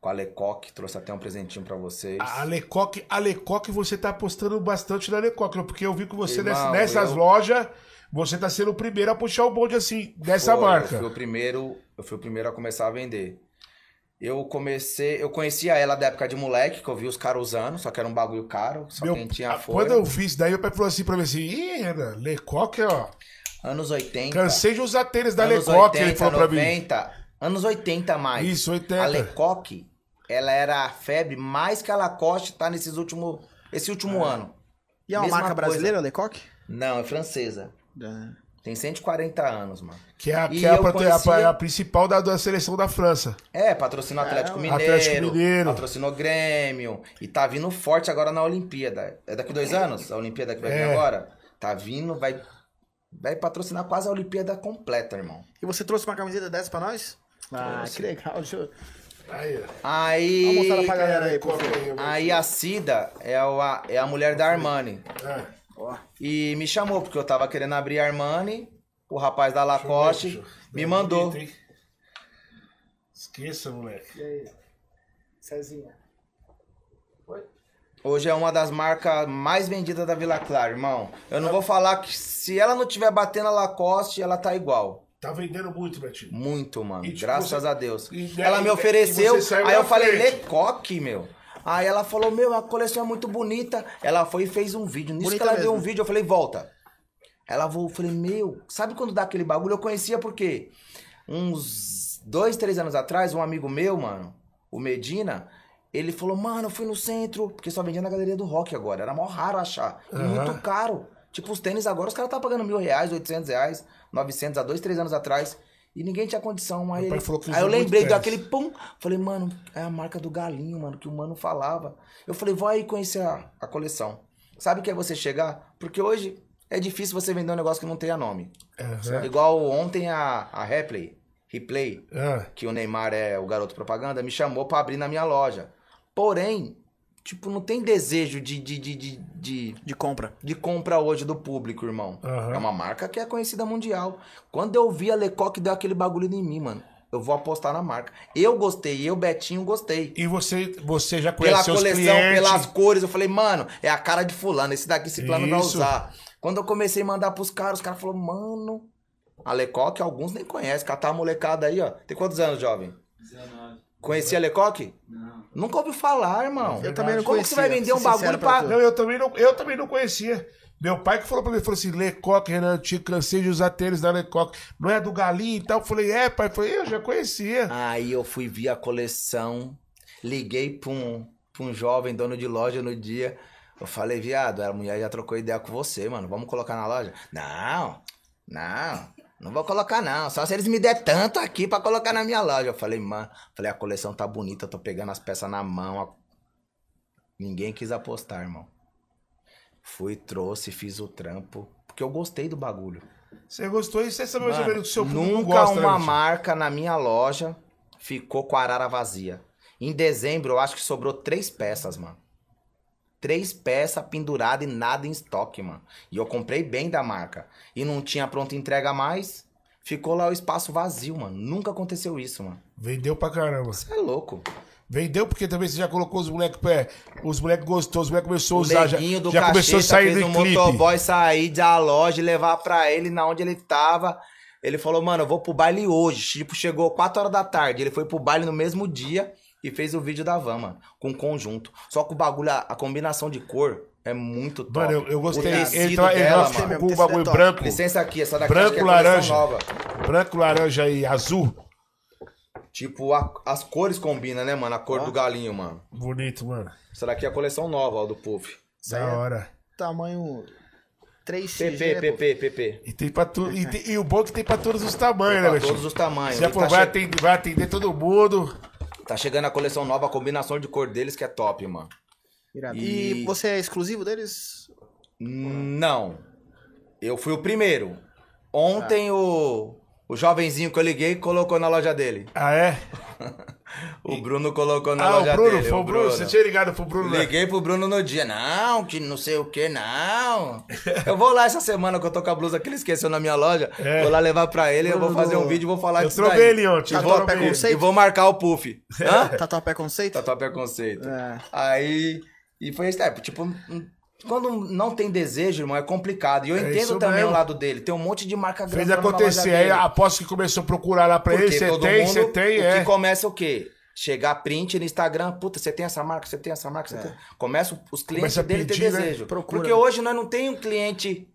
Speaker 3: com a Lecoq, trouxe até um presentinho pra vocês.
Speaker 1: A Lecoque, a Lecoque, você tá apostando bastante na Lecoque, né? porque eu vi que você ness-
Speaker 3: Irmão,
Speaker 1: nessas
Speaker 3: eu-
Speaker 1: lojas, você tá sendo o primeiro a puxar o bonde assim, dessa
Speaker 3: Foi,
Speaker 1: marca.
Speaker 3: Eu fui o primeiro, eu fui o primeiro a começar a vender. Eu comecei, eu conhecia ela da época de moleque, que eu vi os caras usando, só que era um bagulho caro, só
Speaker 1: Meu-
Speaker 3: quem tinha
Speaker 1: ah,
Speaker 3: foi.
Speaker 1: quando eu fiz, daí meu pai falou assim pra mim assim, Ih, Renan, Lecoque, ó,
Speaker 3: Anos 80.
Speaker 1: cansei de usar tênis da
Speaker 3: Então, anos
Speaker 1: Lecoque, ele falou pra mim.
Speaker 3: 90, Anos 80 mais.
Speaker 1: Isso, né, 80.
Speaker 3: A Lecoque, ela era a febre mais que a Lacoste tá nesses últimos, esse último ano.
Speaker 2: E é uma
Speaker 3: Mesma
Speaker 2: marca
Speaker 3: coisa.
Speaker 2: brasileira, Lecoque?
Speaker 3: Não, é francesa.
Speaker 2: Da-
Speaker 3: Tem 140 anos, mano.
Speaker 1: Que é, a,
Speaker 3: E
Speaker 1: que é a
Speaker 3: eu
Speaker 1: pante- a-
Speaker 3: conhecia-
Speaker 1: a principal da, da seleção da França.
Speaker 3: É, patrocinou Atlético,
Speaker 2: É,
Speaker 3: Mineiro,
Speaker 1: Atlético Mineiro.
Speaker 3: patrocinou Grêmio, e tá vindo forte agora na Olimpíada. É daqui dois anos? A Olimpíada que vai
Speaker 1: É.
Speaker 3: vir agora? Tá vindo, vai, vai patrocinar quase a Olimpíada completa, irmão.
Speaker 2: E você trouxe uma camiseta dessa pra nós? Ah, que legal. Deixa eu...
Speaker 1: Aí,
Speaker 3: Aí...
Speaker 2: Vamos mostrar pra galera aí, por
Speaker 1: Lecoque
Speaker 2: favor.
Speaker 1: aí, eu vou-
Speaker 3: Aí a Cida é a, é a mulher da Armani.
Speaker 1: Ah,
Speaker 2: Ó.
Speaker 3: E me chamou, porque eu tava querendo abrir a Armani, o rapaz da
Speaker 1: deixa eu ver, deixa
Speaker 3: Lacoste
Speaker 1: eu ver.
Speaker 3: me
Speaker 1: É
Speaker 3: mandou.
Speaker 1: bonito, hein? Esqueça, moleque.
Speaker 2: E aí? Cezinha.
Speaker 3: Hoje é uma das marcas mais vendidas da Vila Clara, irmão. Eu não vou falar que se ela não tiver batendo a Lacoste, ela tá igual.
Speaker 1: Tá vendendo muito, Betinho.
Speaker 3: Muito, mano.
Speaker 1: E, tipo,
Speaker 3: Graças
Speaker 1: você-
Speaker 3: a Deus.
Speaker 1: e daí-
Speaker 3: ela me
Speaker 1: e
Speaker 3: ofereceu,
Speaker 1: você saiu
Speaker 3: aí
Speaker 1: na
Speaker 3: eu falei,
Speaker 1: frente.
Speaker 3: Lecoque, meu. Aí ela falou, meu, a coleção é muito bonita. Ela foi e fez um vídeo. Nisso
Speaker 2: Bonita
Speaker 3: que ela
Speaker 2: mesmo.
Speaker 3: deu um vídeo, eu falei, volta. Ela vou, eu falei, meu, sabe quando dá aquele bagulho? Eu conhecia porque uns dois, três anos atrás, um amigo meu, mano, o Medina, ele falou, mano, eu fui no centro, porque só vendia na galeria do rock agora. Era mó raro achar. E
Speaker 1: Aham.
Speaker 3: Muito caro. Tipo, os tênis agora, os caras tá pagando mil reais, oitocentos reais, novecentos, há dois, três anos atrás. E ninguém tinha condição. Aí,
Speaker 1: Meu pai
Speaker 3: ele-
Speaker 1: falou que
Speaker 3: aí
Speaker 1: usou
Speaker 3: eu
Speaker 1: muito
Speaker 3: lembrei
Speaker 1: tênis.
Speaker 3: daquele pum. Falei, mano, é a marca do galinho, mano, que o mano falava. Eu falei, vai aí conhecer a, a coleção. Sabe o que é você chegar? Porque hoje é difícil você vender um negócio que não tenha nome.
Speaker 1: Aham.
Speaker 3: Igual ontem a, a Replay, Replay,
Speaker 1: Ah,
Speaker 3: que o Neymar é o garoto propaganda, me chamou pra abrir na minha loja. Porém, tipo, não tem desejo de, de, de, de, de,
Speaker 2: De compra.
Speaker 3: de compra hoje do público, irmão.
Speaker 1: Aham.
Speaker 3: É uma marca que é conhecida mundial. Quando eu vi a Lecoque deu aquele bagulho em mim, mano. Eu vou apostar na marca. Eu gostei, eu, Betinho, gostei.
Speaker 1: E você, você já
Speaker 3: Pela
Speaker 1: conheceu os
Speaker 3: coleção,
Speaker 1: clientes?
Speaker 3: pelas cores, eu falei, mano, é a cara de fulano, esse daqui esse plano vai
Speaker 1: Isso.
Speaker 3: usar. Quando eu comecei a mandar pros caras, os caras falaram, mano. A Lecoque, alguns nem conhecem. Catar a molecada aí, ó. Tem quantos anos, jovem?
Speaker 4: 19.
Speaker 3: Conhecia a Lecoque?
Speaker 4: Não.
Speaker 3: Nunca ouvi falar, irmão.
Speaker 2: Eu também não
Speaker 3: Como que você vai
Speaker 2: conhecia,
Speaker 3: vender um
Speaker 2: pra ser sincero
Speaker 3: bagulho pra.
Speaker 2: pra tu.
Speaker 1: Não, eu também não, eu também não conhecia. Meu pai que falou pra mim, falou assim, Lecoque, Renan Antigo, cansei de usar tênis da Lecoque. Não é do Galinho e tal? Eu falei, é, pai. Eu falei, eu já conhecia.
Speaker 3: Aí eu fui ver a coleção, liguei pra um, pra um jovem dono de loja no dia. Eu falei, viado, a mulher já trocou ideia com você, mano. Vamos colocar na loja? Não, não, não vou colocar não. Só se eles me der tanto aqui pra colocar na minha loja. Eu falei, mano, falei, a coleção tá bonita, eu tô pegando as peças na mão. a- Ninguém quis apostar, irmão. Fui, trouxe, fiz o trampo. Porque eu gostei do bagulho.
Speaker 1: Você gostou e você sabe mais ou
Speaker 3: Mano,
Speaker 1: menos que o seu público
Speaker 3: nunca
Speaker 1: gosta,
Speaker 3: uma
Speaker 1: né,
Speaker 3: marca na minha loja ficou com a arara vazia. Em dezembro, eu acho que sobrou três peças, mano. Três peças penduradas e nada em estoque, mano. E eu comprei bem da marca. E não tinha pronta entrega mais. Ficou lá o espaço vazio, mano. Nunca aconteceu isso, mano.
Speaker 1: Vendeu pra caramba.
Speaker 3: Você é louco.
Speaker 1: Vendeu porque também você já colocou os moleques pé. Os moleques gostou, os moleques começou a
Speaker 3: O
Speaker 1: usar. Já,
Speaker 3: neguinho do
Speaker 1: já começou a
Speaker 3: Cacheta
Speaker 1: sair
Speaker 3: fez
Speaker 1: do
Speaker 3: um
Speaker 1: clipe.
Speaker 3: motoboy sair da loja e levar pra ele na onde ele tava. Ele falou, mano, eu vou pro baile hoje. Tipo, chegou 4 horas da tarde. Ele foi pro baile no mesmo dia e fez o vídeo da van, mano. Com conjunto. Só que o bagulho, a, a combinação de cor é muito top.
Speaker 1: Mano, eu, eu gostei.
Speaker 3: O tecido
Speaker 1: Ele tava, ele
Speaker 3: dela,
Speaker 1: tava
Speaker 3: mano.
Speaker 1: com um
Speaker 2: Tecido é
Speaker 1: bagulho
Speaker 2: top.
Speaker 1: branco.
Speaker 3: Licença aqui, essa daqui
Speaker 1: Branco,
Speaker 3: acho que é a coleção
Speaker 1: laranja.
Speaker 3: nova.
Speaker 1: Branco, laranja e azul.
Speaker 3: Tipo, a- as cores combinam, né, mano? A cor do galinho, mano.
Speaker 1: Bonito, mano.
Speaker 3: Essa daqui é a coleção nova, ó, do Puff.
Speaker 2: Isso aí
Speaker 1: Da
Speaker 2: é
Speaker 1: hora.
Speaker 2: tamanho 3x.
Speaker 3: PP, PP, PP.
Speaker 1: E, tem pra tu, e, tem- e o bom é que tem pra todos os tamanhos, né,
Speaker 3: Pra
Speaker 1: meu
Speaker 3: todos
Speaker 1: filho?
Speaker 3: os tamanhos.
Speaker 1: Você já
Speaker 3: Ele
Speaker 1: falou,
Speaker 3: tá
Speaker 1: vai,
Speaker 3: che-
Speaker 1: atender, vai atender todo mundo.
Speaker 3: Tá chegando a coleção nova, a combinação de cor deles que é top, mano.
Speaker 2: E...
Speaker 3: E-
Speaker 2: você é exclusivo deles?
Speaker 3: Não. Eu fui o primeiro. Ontem
Speaker 1: Ah.
Speaker 3: o, o jovenzinho que eu liguei colocou na loja dele.
Speaker 1: Ah, é?
Speaker 3: O Bruno colocou na
Speaker 1: ah, o
Speaker 3: loja
Speaker 1: Bruno,
Speaker 3: dele.
Speaker 1: foi o Bruno. Você tinha ligado pro Bruno, né?
Speaker 3: Liguei pro Bruno no dia. Não, que não sei o que, não. Eu vou lá essa semana que eu tô com a blusa que ele esqueceu na minha loja.
Speaker 1: É.
Speaker 3: Vou lá levar pra ele, eu vou
Speaker 2: Bruno,
Speaker 3: fazer um vídeo e vou falar
Speaker 1: Eu
Speaker 3: disso daí.
Speaker 1: trovei ele ontem. eu
Speaker 2: Tá, tá,
Speaker 1: trovei
Speaker 2: pega
Speaker 1: ele.
Speaker 2: um
Speaker 3: E vou marcar o Puff. Hã?
Speaker 2: Tatuapé Conceito?
Speaker 3: Tatuapé Conceito.
Speaker 2: É.
Speaker 3: Aí. E foi isso, é, tipo. hum, Quando não tem desejo, irmão, é complicado. E eu
Speaker 1: É
Speaker 3: entendo
Speaker 1: isso
Speaker 3: também
Speaker 1: mesmo.
Speaker 3: o lado dele. Tem um monte de marca grande.
Speaker 1: Fez acontecer. Aí aposto que começou a procurar lá pra ele. Você tem, você tem,
Speaker 3: O
Speaker 1: é.
Speaker 3: que começa o quê? Chegar print no Instagram, puta, você tem essa marca, você tem essa marca, você tem. Começa os clientes
Speaker 1: Começa a
Speaker 3: dele
Speaker 1: pedir,
Speaker 3: ter
Speaker 1: né?
Speaker 3: desejo.
Speaker 2: Procura.
Speaker 3: Porque hoje nós não tem um cliente.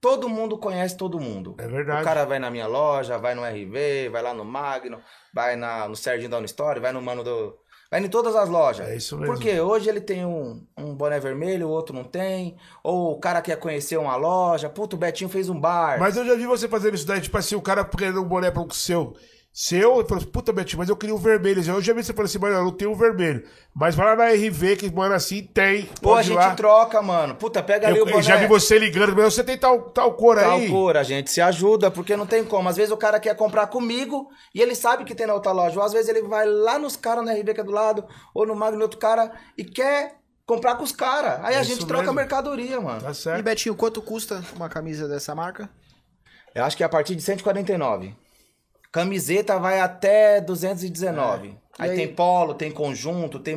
Speaker 3: Todo mundo conhece todo mundo.
Speaker 1: É verdade.
Speaker 3: O cara vai na minha loja, vai no RV, vai lá no Magno, vai na, no Serginho da Unistory, vai no Mano do. Vai em todas as lojas.
Speaker 1: É isso mesmo.
Speaker 3: Porque hoje ele tem um, um boné vermelho, o outro não tem. Ou o cara quer conhecer uma loja. Puta, o Betinho fez um bar.
Speaker 1: Mas eu já vi você fazendo isso daí, tipo assim, o cara querendo um boné pro seu. Seu, ele falou assim, puta, Betinho, mas eu queria um vermelho. Eu já vi você falando assim, mano, eu não tenho um vermelho. Mas vai lá na RV, que, mano, assim, tem.
Speaker 3: Pô, a
Speaker 1: Pode ir
Speaker 3: gente
Speaker 1: lá.
Speaker 3: troca, mano. Puta, pega ali
Speaker 1: Eu,
Speaker 3: o boné.
Speaker 1: eu já vi você ligando, mas você tem tal, tal cor
Speaker 3: Tal
Speaker 1: aí?
Speaker 3: cor, a gente se ajuda, porque não tem como. Às vezes o cara quer comprar comigo e ele sabe que tem na outra loja. Ou às vezes ele vai lá nos caras na RB que é do lado, ou no Magno outro cara, e quer comprar com os caras. Aí
Speaker 1: É
Speaker 3: a
Speaker 1: isso
Speaker 3: gente troca
Speaker 1: mesmo.
Speaker 3: a mercadoria, mano.
Speaker 1: Tá
Speaker 2: E
Speaker 1: certo.
Speaker 2: Betinho, quanto custa uma camisa dessa marca?
Speaker 3: Eu acho que é a partir de 149. Camiseta vai até 219.
Speaker 2: É.
Speaker 3: Aí,
Speaker 2: E aí?
Speaker 3: tem polo, tem conjunto, tem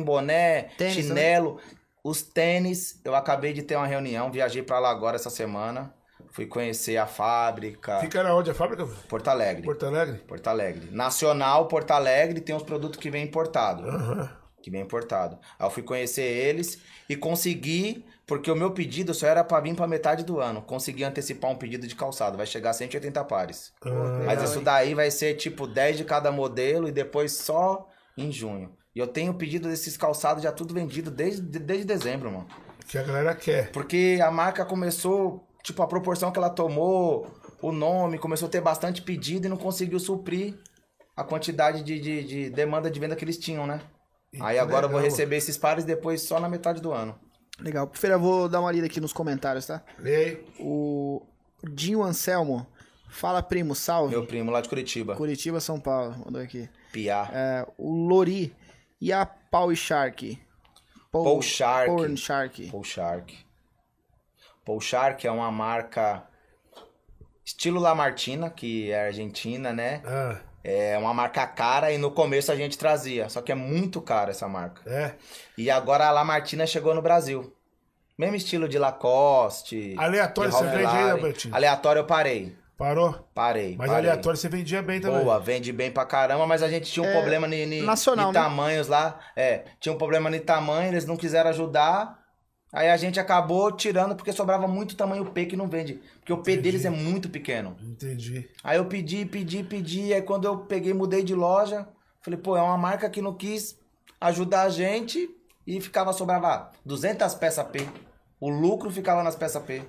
Speaker 1: né?
Speaker 3: boné,
Speaker 2: Tênis
Speaker 3: chinelo. Os tênis, eu acabei de ter uma reunião, viajei pra lá agora essa semana. Fui conhecer a fábrica.
Speaker 1: Fica na onde a fábrica?
Speaker 3: Porto Alegre. Porto...
Speaker 1: Porto Alegre?
Speaker 3: Alegre. Nacional, Porto Alegre, tem os produtos que vem importado.
Speaker 1: Aham. Ah,
Speaker 3: Que vem importado. Aí eu fui conhecer eles e consegui, porque o meu pedido só era pra vir pra metade do ano. Consegui antecipar um pedido de calçado, vai chegar a 180 pares.
Speaker 1: Ah,
Speaker 3: Mas isso daí vai ser tipo 10 de cada modelo e depois só em junho. E eu tenho pedido desses calçados já tudo vendido desde, desde dezembro, mano.
Speaker 1: que a galera quer.
Speaker 3: Porque a marca começou, tipo, a proporção que ela tomou, o nome, começou a ter bastante pedido e não conseguiu suprir a quantidade de, de, de demanda de venda que eles tinham, né?
Speaker 1: E
Speaker 3: Aí
Speaker 1: que
Speaker 3: agora eu vou
Speaker 1: legal,
Speaker 3: receber esses pares depois só na metade do ano.
Speaker 2: Legal. Feira, eu vou dar uma lida aqui nos comentários, tá?
Speaker 1: mano. Lê aí.
Speaker 2: O Dinho Anselmo. Fala, primo. Salve.
Speaker 3: Meu primo lá de Curitiba,
Speaker 2: Curitiba, São Paulo. Mandou aqui.
Speaker 3: Piá.
Speaker 2: É, o Lori. E a Pau Shark? Paul,
Speaker 3: Paul Shark.
Speaker 2: Porn Shark.
Speaker 3: Paul Shark. Paul Shark é uma marca estilo Lamartina, que é argentina, né?
Speaker 1: Ah,
Speaker 3: É uma marca cara e no começo a gente trazia, só que é muito cara essa marca.
Speaker 1: é.
Speaker 3: E agora a Lamartina chegou no Brasil. Mesmo estilo de Lacoste.
Speaker 1: Aleatório
Speaker 3: de
Speaker 1: você vende
Speaker 3: Ralph
Speaker 1: ainda,
Speaker 3: Lauren.
Speaker 1: Bertinho?
Speaker 3: Aleatório eu parei.
Speaker 1: Parou?
Speaker 3: Parei.
Speaker 1: Mas
Speaker 3: parei.
Speaker 1: aleatório você vendia bem também.
Speaker 3: Boa, vende bem pra caramba, mas a gente tinha um
Speaker 2: É,
Speaker 3: problema ni, ni,
Speaker 2: nacional,
Speaker 3: ni
Speaker 2: né?
Speaker 3: tamanhos lá. É, tinha um problema de tamanho, eles não quiseram ajudar. Aí a gente acabou tirando porque sobrava muito tamanho P que não vende. Porque o P deles é muito pequeno.
Speaker 1: Entendi.
Speaker 3: Aí eu pedi, pedi, pedi. Aí quando eu peguei, mudei de loja, falei, pô, é uma marca que não quis ajudar a gente e ficava, sobrava 200 peças P. O lucro ficava nas peças P.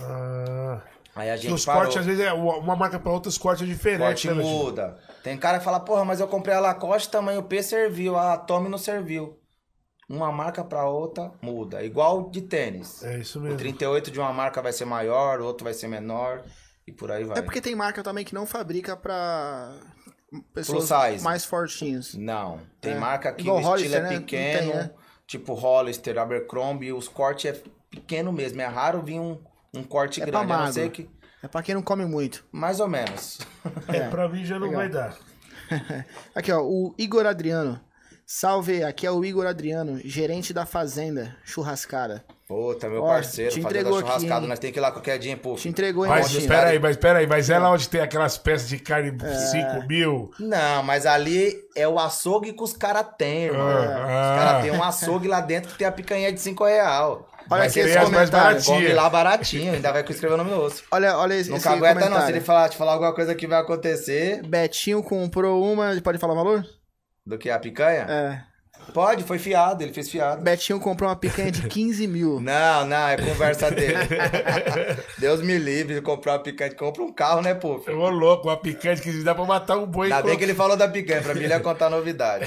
Speaker 1: Ah,
Speaker 3: Aí a gente
Speaker 1: que os
Speaker 3: parou.
Speaker 1: cortes, às vezes, é uma marca pra outra, os cortes é diferente,
Speaker 3: Corte
Speaker 1: né, Bertinho?
Speaker 3: muda. Tem cara que fala, porra, mas eu comprei a Lacoste, tamanho P serviu, a Tommy não serviu. Uma marca pra outra muda. Igual de tênis.
Speaker 1: É isso
Speaker 3: O
Speaker 1: mesmo.
Speaker 3: 38 de uma marca vai ser maior, o outro vai ser menor e por aí vai.
Speaker 2: É porque tem marca também que não fabrica pra pessoas
Speaker 3: size.
Speaker 2: mais fortinhos.
Speaker 3: Não. Tem
Speaker 2: É.
Speaker 3: marca que
Speaker 2: Igual
Speaker 3: o estilo
Speaker 2: Hollister, né?
Speaker 3: é
Speaker 2: Não tem,
Speaker 3: pequeno,
Speaker 2: né?
Speaker 3: tipo Hollister, Abercrombie, os cortes é pequeno mesmo. É raro vir um, um corte
Speaker 2: É pra
Speaker 3: grande, a não
Speaker 2: magro.
Speaker 3: ser que...
Speaker 2: É pra quem não come muito.
Speaker 3: Mais ou menos.
Speaker 1: É, pra mim já não
Speaker 2: Legal.
Speaker 1: vai dar.
Speaker 2: Aqui, ó, o Igor Adriano. Salve, aqui é o Igor Adriano, gerente da Fazenda Churrascada.
Speaker 3: Puta, meu
Speaker 2: Ó,
Speaker 3: parceiro,
Speaker 2: te
Speaker 3: fazendo
Speaker 2: entregou aqui,
Speaker 3: churrascada,
Speaker 2: hein?
Speaker 3: nós tem que ir lá qualquer dia, hein, pô.
Speaker 2: Te entregou, hein,
Speaker 3: assim.
Speaker 1: Mas
Speaker 2: Martinho?
Speaker 1: espera aí, mas espera aí, mas é lá onde tem aquelas peças de carne
Speaker 3: É.
Speaker 1: 5 mil.
Speaker 3: Não, mas ali é o açougue que os caras têm, irmão.
Speaker 2: É.
Speaker 1: Ah,
Speaker 3: os caras
Speaker 1: ah.
Speaker 3: têm um açougue lá dentro que tem a picanha de 5 real.
Speaker 2: Olha
Speaker 3: Vai
Speaker 2: aqui
Speaker 3: ser
Speaker 2: esse
Speaker 3: só-
Speaker 1: Tem as mais
Speaker 2: comentário.
Speaker 1: baratinhas.
Speaker 3: Come lá baratinho, ainda vai escrever o nome do osso.
Speaker 2: Olha, olha esse,
Speaker 3: Não
Speaker 2: esse
Speaker 3: cagueta
Speaker 2: comentário.
Speaker 3: não, se ele falar, te falar alguma coisa que vai acontecer
Speaker 2: Betinho comprou uma, pode falar o valor?
Speaker 3: do que a picanha,
Speaker 2: É.
Speaker 3: pode, foi fiado, ele fez fiado.
Speaker 2: Betinho comprou uma picanha de 15 mil.
Speaker 3: Não, não, é conversa dele. Deus me livre de comprar uma picanha, compra um carro, né, pô?
Speaker 1: Ô, louco, uma picante que dá pra matar um boi.
Speaker 3: Ainda
Speaker 1: com-
Speaker 3: bem que ele falou da picanha, pra mim ele ia contar novidade.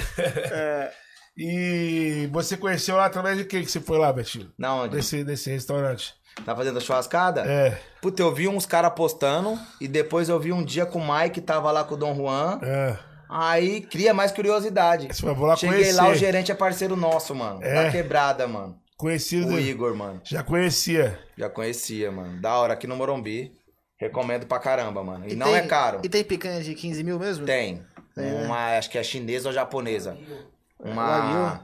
Speaker 1: E você conheceu lá através de quem que você foi lá, Betinho?
Speaker 3: Na onde?
Speaker 1: Nesse, nesse restaurante.
Speaker 3: Tá fazendo a churrascada?
Speaker 1: É.
Speaker 3: Puta, eu vi uns caras postando e depois eu vi um dia com o Mike, tava lá com o Dom Juan.
Speaker 1: é.
Speaker 3: Aí cria mais curiosidade.
Speaker 1: Você falou, vou lá
Speaker 3: Cheguei
Speaker 1: É conhecer.
Speaker 3: lá, o gerente é parceiro nosso, mano.
Speaker 1: É?
Speaker 3: Da quebrada, mano.
Speaker 1: Conhecido.
Speaker 3: O Igor, mano.
Speaker 1: Já conhecia.
Speaker 3: Já conhecia, mano. Da hora, aqui no Morumbi. Recomendo pra caramba, mano. E, não
Speaker 2: tem-
Speaker 3: é caro.
Speaker 2: E tem picanha de 15 mil mesmo?
Speaker 3: Tem. Uma, acho que é chinesa ou japonesa. Uma.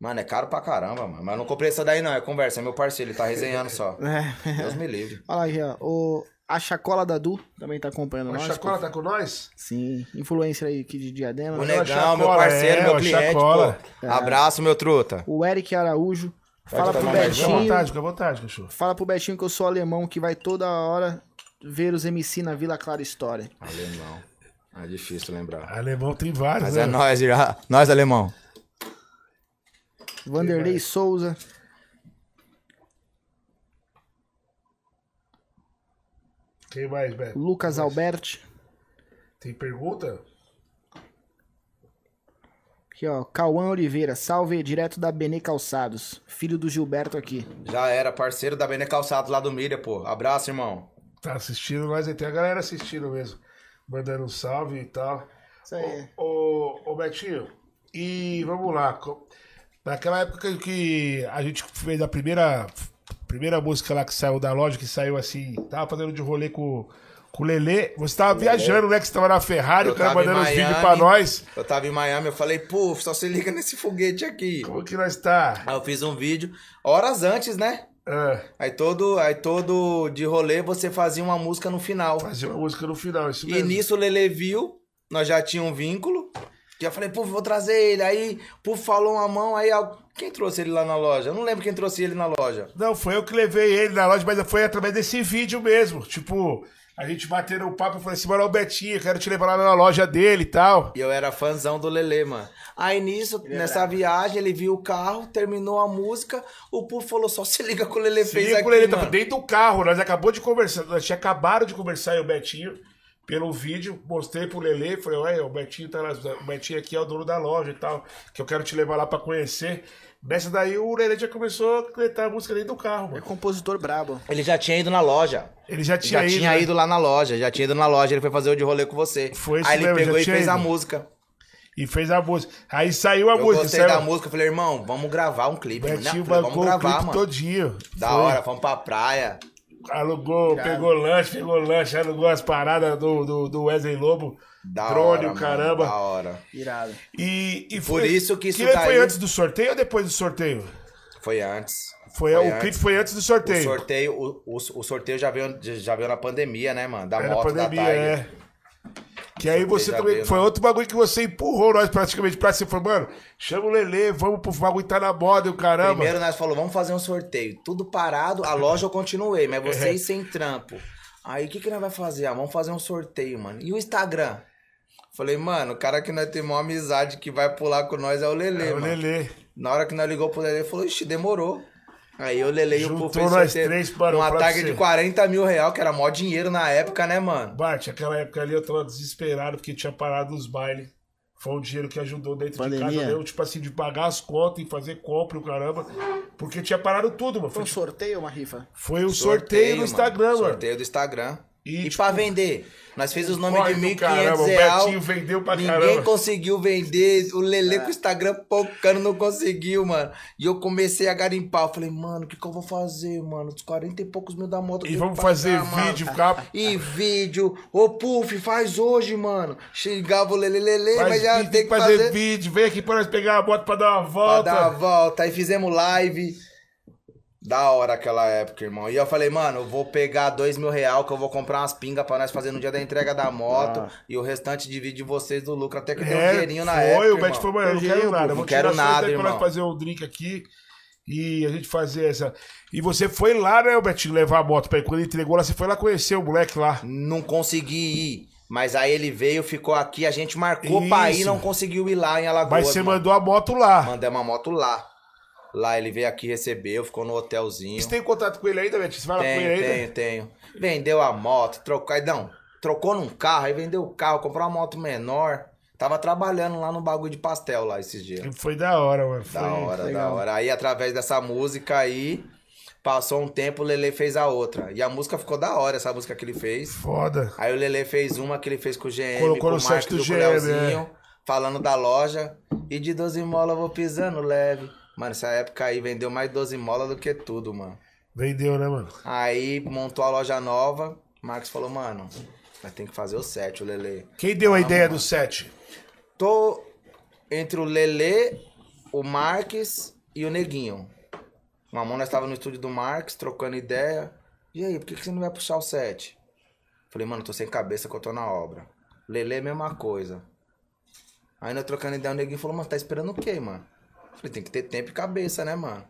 Speaker 3: Mano, é caro pra caramba, mano. Mas eu não comprei essa daí, não. É conversa, é meu parceiro, ele tá resenhando só.
Speaker 2: É.
Speaker 3: Deus me livre.
Speaker 2: Olha lá aqui, ó. O, a Chacola da Du também tá acompanhando
Speaker 1: O
Speaker 2: nós.
Speaker 1: Chacola tá com nós?
Speaker 2: Sim, influencer aí aqui de Diadema.
Speaker 3: O
Speaker 1: é a
Speaker 3: negão, meu
Speaker 1: Chacola, é,
Speaker 3: parceiro,
Speaker 1: ó,
Speaker 3: meu cliente.
Speaker 1: Chacola.
Speaker 3: Pô. Abraço, meu truta.
Speaker 2: O Eric Araújo. Fala pro
Speaker 3: tomar mais
Speaker 1: Fica à
Speaker 2: Betinho.
Speaker 1: vontade, fica à vontade, cachorro.
Speaker 2: Fala pro Betinho que eu sou alemão que vai toda hora ver os MC na Vila Clara História.
Speaker 3: Alemão. É difícil lembrar.
Speaker 1: Alemão tem vários,
Speaker 3: Mas
Speaker 1: né?
Speaker 3: é nós, já. Nós, alemão.
Speaker 2: Vanderlei Souza.
Speaker 1: Quem mais, Beto?
Speaker 2: Lucas Alberti.
Speaker 1: Tem pergunta?
Speaker 2: Aqui, ó. Cauã Oliveira. Salve direto da Benê Calçados. Filho do Gilberto aqui.
Speaker 3: Já era, parceiro da Bene Calçados lá do Milha, pô. Abraço, irmão.
Speaker 1: Tá assistindo nós aí. Tem a galera assistindo mesmo. Mandando um salve e tal.
Speaker 2: Isso aí.
Speaker 1: Ô, ô, ô, Betinho, e vamos lá. co- Naquela época que a gente fez a primeira, primeira música lá que saiu da loja, que saiu assim, tava fazendo de rolê com, com o Lelê. Você tava viajando, né? Que você tava na Ferrari, o cara
Speaker 3: tava em
Speaker 1: mandando os vídeos
Speaker 3: Miami,
Speaker 1: pra nós.
Speaker 3: Eu tava em Miami, eu falei, pô, só se liga nesse foguete aqui.
Speaker 1: Como que nós tá?
Speaker 3: Aí eu fiz um vídeo, horas antes, né?
Speaker 1: Ah,
Speaker 3: Aí todo, aí todo de rolê você fazia uma música no final.
Speaker 1: fazer uma música no final, isso
Speaker 3: E
Speaker 1: É mesmo.
Speaker 3: nisso o Lele viu, nós já tinha um vínculo. Já falei, pô, vou trazer ele. Aí, pô, falou uma mão, aí al- quem trouxe ele lá na loja? Eu não lembro quem trouxe ele na loja.
Speaker 1: Não, foi eu que levei ele na loja, mas foi através desse vídeo mesmo. Tipo, a gente batendo um papo, eu falei assim, mano, ó, o Betinho, eu quero te levar lá na loja dele e tal.
Speaker 3: E eu era fãzão do Lele, mano. Aí nisso, nessa viagem, ele viu o carro, terminou a música, o Puff falou, só se liga que o Lele fez
Speaker 1: Sim,
Speaker 3: aqui,
Speaker 1: quando ele tava
Speaker 3: mano.
Speaker 1: dentro do carro, nós acabou de conversar, nós tinha acabado de conversar eu e o Betinho pelo vídeo, mostrei pro Lele, falei, olha, o Betinho tá lá, o Betinho aqui é o dono da loja e tal, que eu quero te levar lá pra conhecer. Nessa daí o Lele já começou a cantar a música dentro do carro,
Speaker 2: É
Speaker 1: mano.
Speaker 2: compositor brabo.
Speaker 3: Ele já tinha ido na loja.
Speaker 1: Ele já tinha
Speaker 3: já
Speaker 1: ido.
Speaker 3: tinha
Speaker 1: né?
Speaker 3: ido lá na loja, já tinha ido na loja, ele foi fazer o de rolê com você.
Speaker 1: Foi isso
Speaker 3: Aí ele
Speaker 1: mesmo, já
Speaker 3: pegou e
Speaker 1: tinha
Speaker 3: fez a
Speaker 1: ido.
Speaker 3: música.
Speaker 1: E fez a música. Aí saiu a
Speaker 3: Eu
Speaker 1: música.
Speaker 3: gostei
Speaker 1: saiu...
Speaker 3: da música, eu falei, irmão, vamos gravar um
Speaker 1: O
Speaker 3: clipe. mano.
Speaker 1: Betinho
Speaker 3: Eu falei,
Speaker 1: bancou
Speaker 3: vamos
Speaker 1: o
Speaker 3: gravar,
Speaker 1: clipe
Speaker 3: mano.
Speaker 1: todinho.
Speaker 3: Da
Speaker 1: Foi.
Speaker 3: hora, fomos pra praia.
Speaker 1: Alugou, pegou lanche, pegou lanche, alugou as paradas do, do, do Wesley Lobo.
Speaker 3: Da
Speaker 1: drone,
Speaker 3: hora,
Speaker 1: o
Speaker 3: mano,
Speaker 1: caramba.
Speaker 3: da hora.
Speaker 2: Irado.
Speaker 1: E, e
Speaker 3: Por isso tá que isso
Speaker 1: Aquilo aí
Speaker 3: daí-
Speaker 1: foi antes do sorteio ou depois do sorteio?
Speaker 3: Foi antes.
Speaker 1: Foi,
Speaker 3: Foi
Speaker 1: o clipe
Speaker 3: antes.
Speaker 1: foi antes do
Speaker 3: O
Speaker 1: sorteio.
Speaker 3: sorteio, o, o, o sorteio já veio, já veio na pandemia, né, mano? Da
Speaker 1: Era
Speaker 3: moto
Speaker 1: pandemia,
Speaker 3: da Tiger.
Speaker 1: é. Que aí você
Speaker 3: já
Speaker 1: também.
Speaker 3: veio,
Speaker 1: foi
Speaker 3: né?
Speaker 1: outro bagulho que você empurrou nós praticamente pra você. Falou, mano, chama o Lelê, vamos pro bagulho tá na moda e o caramba.
Speaker 3: Primeiro nós falou, vamos fazer um sorteio. Tudo parado, a loja eu continuei, mas
Speaker 1: É.
Speaker 3: vocês sem trampo. Aí o que, que nós vai fazer? Ah, vamos fazer um sorteio, mano. E o Instagram? Falei, mano, o cara que nós temos uma amizade que vai pular com nós é o Lele,
Speaker 1: É o
Speaker 3: mano.
Speaker 1: Lelê.
Speaker 3: Na hora que nós ligou pro Lele, ele falou, ixi, demorou. Aí o Lele e o
Speaker 1: Juntou
Speaker 3: Pô fez
Speaker 1: nós
Speaker 3: sorteio.
Speaker 1: três, mano,
Speaker 3: Um
Speaker 1: pra
Speaker 3: ataque
Speaker 1: você.
Speaker 3: de 40 mil real, que era mó dinheiro na época, né, mano?
Speaker 1: Bart, aquela época ali eu tava desesperado porque tinha parado os bailes. Foi um dinheiro que ajudou dentro de
Speaker 2: Pandemia.
Speaker 1: casa, eu, tipo assim, de pagar as contas e fazer compra e o caramba. Porque tinha parado tudo, mano.
Speaker 2: Foi
Speaker 1: Foi,
Speaker 2: um sorteio ou uma rifa?
Speaker 1: foi o sorteio, no
Speaker 3: mano.
Speaker 1: Instagram, mano.
Speaker 3: Sorteio do Instagram.
Speaker 1: E,
Speaker 3: E,
Speaker 1: tipo,
Speaker 3: pra vender? Nós fez os nomes
Speaker 1: corre
Speaker 3: de
Speaker 1: do
Speaker 3: 1.500
Speaker 1: caramba, o
Speaker 3: real.
Speaker 1: Betinho vendeu pra
Speaker 3: Ninguém
Speaker 1: caramba.
Speaker 3: conseguiu vender. O Lele com o Instagram pocando não conseguiu, mano. E eu comecei a garimpar. Eu falei, mano, o que, que eu vou fazer, mano? Os 40 e poucos mil da moto. eu
Speaker 1: E
Speaker 3: tenho
Speaker 1: vamos
Speaker 3: que pagar,
Speaker 1: fazer
Speaker 3: mano."
Speaker 1: vídeo, ficar.
Speaker 3: E vídeo. Ô, Puff, faz hoje, mano. Xingava o Lele, Lele,
Speaker 1: Faz
Speaker 3: mas já
Speaker 1: vídeo,
Speaker 3: tem que fazer,
Speaker 1: vídeo, vem aqui pra nós pegar a moto pra dar uma
Speaker 3: pra
Speaker 1: volta.
Speaker 3: dar uma volta. Aí fizemos live. Da hora aquela época, irmão. E eu falei, mano, eu vou pegar dois mil real que eu vou comprar umas pingas pra nós fazer no dia da entrega da moto.
Speaker 2: Ah.
Speaker 3: E o restante divide de vocês do lucro. Até que deu um
Speaker 1: É,
Speaker 3: dinheirinho na
Speaker 1: foi,
Speaker 3: época.
Speaker 1: o Bet
Speaker 3: irmão.
Speaker 1: foi, mano, eu não
Speaker 2: Dinheiro,
Speaker 1: quero nada.
Speaker 3: pô,
Speaker 1: eu Vou
Speaker 3: não quero
Speaker 1: tirar só
Speaker 3: nada,
Speaker 1: daí pra nós
Speaker 3: irmão.
Speaker 1: fazer um drink aqui e a gente fazer essa. E você foi lá, né, o Betinho, levar a moto pra ele. Quando ele entregou lá, você foi lá conhecer o moleque lá.
Speaker 3: Não consegui ir. Mas aí ele veio, ficou aqui, a gente marcou pra ir,
Speaker 1: Isso.
Speaker 3: não conseguiu ir lá em Alagoas.
Speaker 1: Mas você
Speaker 3: mano.
Speaker 1: mandou a moto lá.
Speaker 3: Mandei uma moto lá. Lá ele veio aqui, recebeu, ficou no hotelzinho.
Speaker 1: Você tem contato com ele ainda, Betinho? Você vai lá com
Speaker 3: Tenho,
Speaker 1: ele ainda?
Speaker 3: tenho, tenho. Vendeu a moto, trocou. Aí, não, trocou num carro, aí vendeu o carro, comprou uma moto menor. Tava trabalhando lá no bagulho de pastel lá esses dias.
Speaker 1: E Foi da hora, mano. Foi...
Speaker 3: Da hora,
Speaker 2: legal.
Speaker 3: da hora. Aí através dessa música aí, passou um tempo, o Lele fez a outra. E a música ficou da hora, essa música que ele fez.
Speaker 1: Foda.
Speaker 3: Aí o Lele fez uma que ele fez com o GM,
Speaker 1: Colocou
Speaker 3: com
Speaker 1: no
Speaker 3: o
Speaker 1: site
Speaker 3: Marcos,
Speaker 1: do é.
Speaker 3: do
Speaker 1: GM,
Speaker 3: Leozinho, falando da loja. E de 12 mola eu vou pisando leve. Mano, essa época aí vendeu mais 12 mola do que tudo, mano.
Speaker 1: Vendeu, né, mano?
Speaker 3: Aí montou a loja nova. O Marcos falou, mano, nós tem que fazer o set, o Lele.
Speaker 1: Quem deu a ideia do set?
Speaker 3: Tô entre o Lele, o Marques e o Neguinho. Uma mão nós tava no estúdio do Marques, trocando ideia. E aí, por que, que você não vai puxar o set? Falei, mano, tô sem cabeça que eu tô na obra. Lele, mesma coisa. Aí nós trocando ideia, o Neguinho falou, mano, tá esperando o quê, mano? Falei, tem que ter tempo e cabeça, né, mano?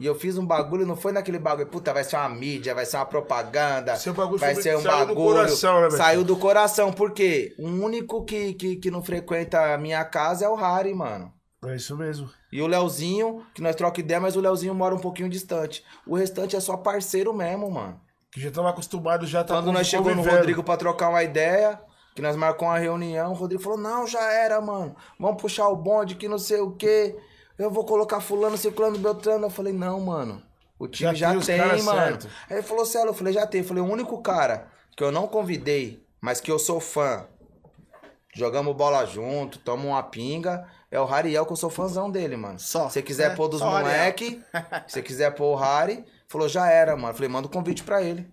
Speaker 3: E eu fiz um bagulho, não foi naquele bagulho, puta, vai ser uma mídia, vai ser uma propaganda,
Speaker 1: Seu bagulho
Speaker 3: vai
Speaker 1: foi-
Speaker 3: ser um
Speaker 1: saiu do
Speaker 3: bagulho.
Speaker 1: coração, né, Betinho?
Speaker 3: saiu do coração, porque o único que, que, que não frequenta a minha casa é o Harry, mano.
Speaker 1: É isso mesmo.
Speaker 3: E o Leozinho, que nós troca ideia, mas o Leozinho mora um pouquinho distante. O restante é só parceiro mesmo, mano.
Speaker 1: Que já tava acostumado, já tá
Speaker 3: Quando nós chegamos no
Speaker 1: convivendo.
Speaker 3: Rodrigo pra trocar uma ideia, que nós marcamos uma reunião, o Rodrigo falou: não, já era, mano. Vamos puxar o bonde que não sei o quê. Eu vou colocar fulano, ciclano, beltrano. Eu falei, não, mano. O time
Speaker 1: Já
Speaker 3: já,
Speaker 1: tem os
Speaker 3: tem,
Speaker 1: caras
Speaker 3: mano.
Speaker 1: certo.
Speaker 3: Aí ele falou, Celo, eu falei, já tem. Eu falei, o único cara que eu não convidei, mas que eu sou fã, jogamos bola junto, tomamos uma pinga, é o Rariel, que eu sou fãzão dele, mano.
Speaker 2: Só,
Speaker 3: Se quiser
Speaker 2: né?
Speaker 3: pôr dos
Speaker 2: Só o Rariel.
Speaker 3: moleque, se quiser pôr o Rari, falou, já era, mano. Eu falei, manda o convite pra ele.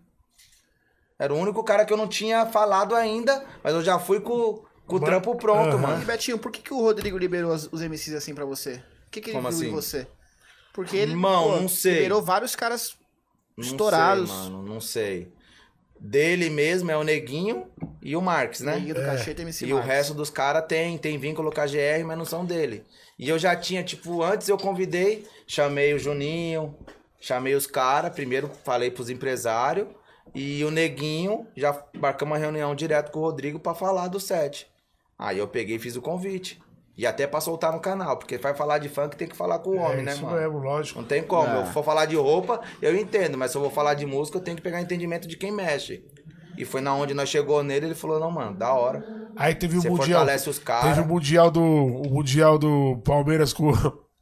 Speaker 3: Era o único cara que eu não tinha falado ainda, mas eu já fui com, com o
Speaker 1: Ba-
Speaker 3: trampo pronto,
Speaker 1: Aham.
Speaker 2: E
Speaker 3: mano.
Speaker 2: Betinho, por que, que o Rodrigo liberou as- os MCs assim pra você? O que, que ele
Speaker 3: Como
Speaker 2: viu em
Speaker 3: assim?
Speaker 2: você? Porque ele
Speaker 3: Irmão, não sei.
Speaker 2: liberou vários caras
Speaker 3: Não
Speaker 2: estourados.
Speaker 3: sei, mano, não sei. Dele mesmo é o Neguinho e o Marques, né?
Speaker 2: Neguinho do Cacheta MC
Speaker 3: E o
Speaker 2: Marques.
Speaker 3: resto dos caras tem, tem vínculo com a GR, mas não são dele. E eu já tinha, tipo, antes eu convidei, chamei o Juninho, chamei os caras, primeiro falei pros empresários, e o Neguinho, já marcamos uma reunião direto com o Rodrigo pra falar do set. Aí eu peguei e fiz o convite. E até pra soltar no canal, porque vai falar de funk tem que falar com o homem,
Speaker 1: é,
Speaker 3: né,
Speaker 1: isso
Speaker 3: mano?
Speaker 1: mesmo, lógico.
Speaker 3: Não tem como.
Speaker 2: É.
Speaker 3: Eu for falar de roupa, eu entendo, mas se eu vou falar de música, eu tenho que pegar entendimento de quem mexe. E foi na onde nós chegou nele, ele falou, não, mano, da hora.
Speaker 1: Aí teve o
Speaker 3: Você
Speaker 1: Mundial.
Speaker 3: fortalece os caras.
Speaker 1: Teve o Mundial do. O Mundial do Palmeiras com.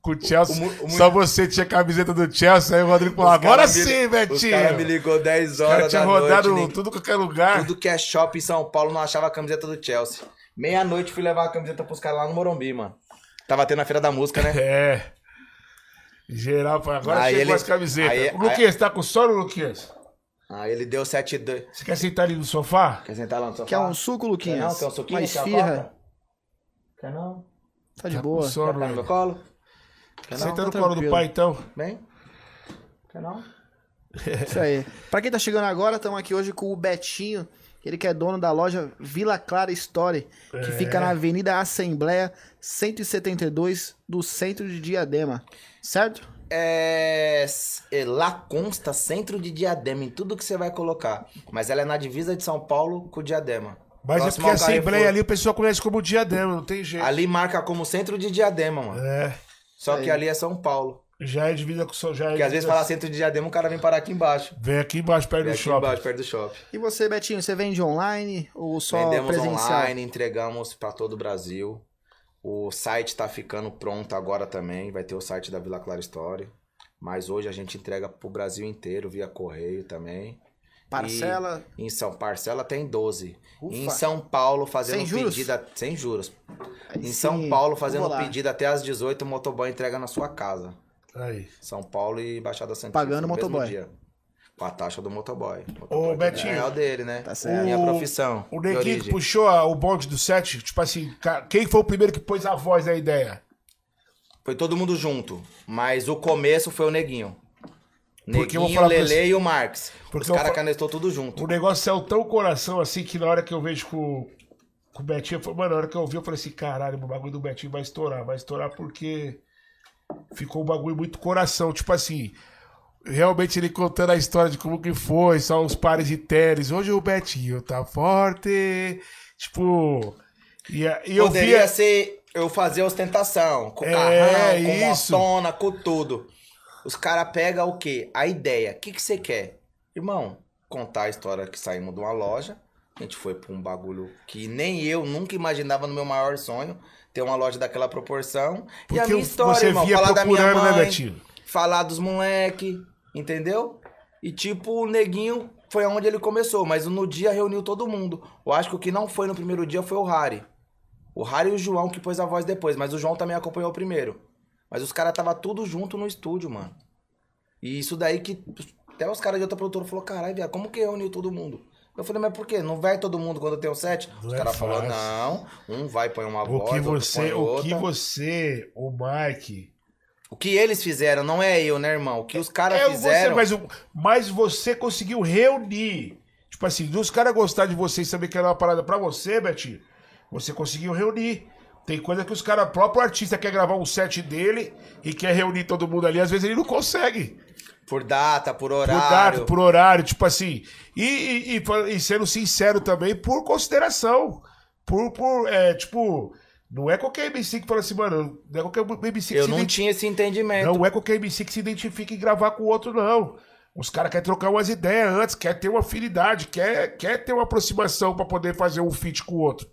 Speaker 1: Com o Chelsea,
Speaker 3: O mu- o mu-
Speaker 1: só você tinha a camiseta do Chelsea, aí o Rodrigo falou, "Ah,
Speaker 3: Os cara
Speaker 1: agora
Speaker 3: me-
Speaker 1: sim,
Speaker 3: Os
Speaker 1: Betinho.
Speaker 3: caras me ligou 10
Speaker 1: Os caras
Speaker 3: horas
Speaker 1: tinham
Speaker 3: da noite.
Speaker 1: rodado
Speaker 3: ninguém-
Speaker 1: tudo qualquer lugar.
Speaker 3: Tudo que é shopping em São Paulo não achava a camiseta do Chelsea. Meia-noite fui levar a camiseta pros caras lá no Morumbi, mano. Tava tendo a feira da música, né?
Speaker 1: É. Geral, foi, agora
Speaker 3: Aí
Speaker 1: chegou
Speaker 3: ele-
Speaker 1: as camisetas.
Speaker 3: aí-
Speaker 1: o Luquinhas, tá com sono, Luquinhas?
Speaker 3: Aí ele deu 7-2.
Speaker 1: Você quer sentar ali no sofá?
Speaker 3: Quer sentar lá no sofá?
Speaker 2: Quer um suco,
Speaker 3: Quer
Speaker 2: Luquinhas?
Speaker 3: não? Quer um suquinho?
Speaker 2: Uma
Speaker 3: Quer uma
Speaker 2: esfirra?
Speaker 3: coca? Quer não?
Speaker 2: Tá de
Speaker 1: Tá com
Speaker 2: boa.
Speaker 1: sono,
Speaker 3: Quer tá no
Speaker 1: velho.
Speaker 3: meu colo? Quer não?
Speaker 1: Senta no
Speaker 2: tá
Speaker 1: colo do
Speaker 2: tranquilo.
Speaker 1: pai, então.
Speaker 3: Vem. Quer não?
Speaker 2: Isso aí. Pra quem tá chegando agora, estamos aqui hoje com o Betinho, ele que é dono da loja Vila Clara Story, que
Speaker 1: É.
Speaker 2: fica na Avenida Assembleia 172 do centro de Diadema. Certo?
Speaker 3: É, s- é, lá consta centro de Diadema em tudo que você vai colocar. Mas ela é na divisa de São Paulo com Diadema.
Speaker 1: Mas é porque
Speaker 3: Próximo
Speaker 1: a
Speaker 3: ao Carrefour.
Speaker 1: Assembleia ali o pessoal conhece como Diadema, não tem jeito.
Speaker 3: Ali marca como centro de Diadema, mano.
Speaker 1: É.
Speaker 3: Só
Speaker 2: Aí.
Speaker 3: que ali é São Paulo.
Speaker 1: Já é divisa com São Jair.
Speaker 3: Porque às vezes fala centro de Diadema, o cara vem parar aqui embaixo.
Speaker 1: Vem aqui embaixo, perto
Speaker 3: Vem
Speaker 1: do
Speaker 3: aqui
Speaker 1: shopping.
Speaker 3: embaixo, perto do shopping.
Speaker 2: E você, Betinho, você vende online ou só
Speaker 3: Vendemos
Speaker 2: presencial?
Speaker 3: online, entregamos pra todo o Brasil. O site tá ficando pronto agora também. Vai ter o site da Vila Clara Story. Mas hoje a gente entrega pro Brasil inteiro via correio também.
Speaker 2: Parcela?
Speaker 3: Em São Parcela tem 12.
Speaker 2: Ufa.
Speaker 3: Em São Paulo fazendo
Speaker 2: Sem juros?
Speaker 3: pedido a- sem juros.
Speaker 2: Aí
Speaker 3: Em
Speaker 2: sim,
Speaker 3: São Paulo fazendo
Speaker 2: vamos lá.
Speaker 3: pedido até às 18, o motoboy entrega na sua casa.
Speaker 1: Aí.
Speaker 3: São Paulo e Baixada Santista.
Speaker 2: Pagando
Speaker 3: no
Speaker 2: o
Speaker 3: mesmo
Speaker 2: motoboy.
Speaker 3: dia. Com a taxa do motoboy.
Speaker 1: Ô,
Speaker 3: O
Speaker 1: Betinho.
Speaker 3: É o dele, né?
Speaker 2: Tá certo.
Speaker 3: Minha
Speaker 1: O-
Speaker 3: profissão.
Speaker 1: O
Speaker 3: de
Speaker 1: Neguinho que
Speaker 3: origem.
Speaker 1: puxou a- o bonde do set, tipo assim, ca- quem foi o primeiro que pôs a voz da ideia?
Speaker 3: Foi todo mundo junto. Mas o começo foi o Neguinho.
Speaker 1: Porque eu vou
Speaker 3: Neguinho,
Speaker 1: falar pra você-
Speaker 3: Lele e o Marx.
Speaker 1: Porque
Speaker 3: Os
Speaker 1: eu vou
Speaker 3: caras
Speaker 1: fa-
Speaker 3: canetou tudo junto.
Speaker 1: O negócio é tão coração assim que na hora que eu vejo com, com o Betinho, eu falei, mano, na hora que eu vi, eu falei assim, caralho, o bagulho do Betinho vai estourar, vai estourar porque ficou um bagulho muito coração, tipo assim. Realmente ele contando a história de como que foi, só uns pares de tênis. Hoje o Betinho tá forte. Tipo. E, a- e eu
Speaker 3: Poderia
Speaker 1: via.
Speaker 3: ser eu fazer ostentação. Com
Speaker 1: É,
Speaker 3: carrão, com
Speaker 1: isso.
Speaker 3: motona, com tudo. Os caras pegam o quê? A ideia. O que que você quer? Irmão, contar a história que saímos de uma loja. A gente foi pra um bagulho que nem eu nunca imaginava no meu maior sonho. Ter uma loja daquela proporção. e a
Speaker 1: Porque
Speaker 3: minha história,
Speaker 1: você
Speaker 3: irmão.
Speaker 1: via
Speaker 3: Falar da minha
Speaker 1: procurando, né,
Speaker 3: mãe,
Speaker 1: Betinho?
Speaker 3: falar dos moleque, entendeu? E tipo, o Neguinho foi onde ele começou, mas no dia reuniu todo mundo. Eu acho que o que não foi no primeiro dia foi o Harry. O Harry e o João que pôs a voz depois, mas o João também acompanhou o primeiro. Mas os caras tava tudo junto no estúdio, mano. E isso daí que até os caras de outra produtora falou, caralho, viado, como que reuniu todo mundo? Eu falei, mas por quê? Não vai todo mundo quando tem o set?
Speaker 1: Não
Speaker 3: os
Speaker 1: é
Speaker 3: caras falaram,
Speaker 1: fácil.
Speaker 3: não, um vai põe uma
Speaker 1: O
Speaker 3: voz,
Speaker 1: que
Speaker 3: outro põe
Speaker 1: você, o que
Speaker 3: então, outra.
Speaker 1: você, o Mike.
Speaker 3: O que eles fizeram, não é eu, né, irmão? O que os caras
Speaker 1: É o você,
Speaker 3: fizeram...
Speaker 1: mas, o- mas você conseguiu reunir. Tipo assim, dos caras gostar de você e saber que era uma parada pra você, Betinho, você conseguiu reunir. Tem coisa que os caras, próprio artista quer gravar um set dele e quer reunir todo mundo ali, às vezes ele não consegue.
Speaker 3: Por data, por
Speaker 1: Por
Speaker 3: horário.
Speaker 1: data, por horário, tipo assim. E, e- e fa- e sendo sincero também, por consideração. Por, por é, tipo, não é qualquer MC que fala assim, mano, não é qualquer MC que
Speaker 3: Eu
Speaker 1: se
Speaker 3: não
Speaker 1: identifica.
Speaker 3: tinha esse entendimento.
Speaker 1: Não é qualquer MC que se identifica em gravar com o outro, não. Os caras querem trocar umas ideias antes, quer ter uma afinidade, quer, quer ter uma aproximação pra poder fazer um feat com o outro.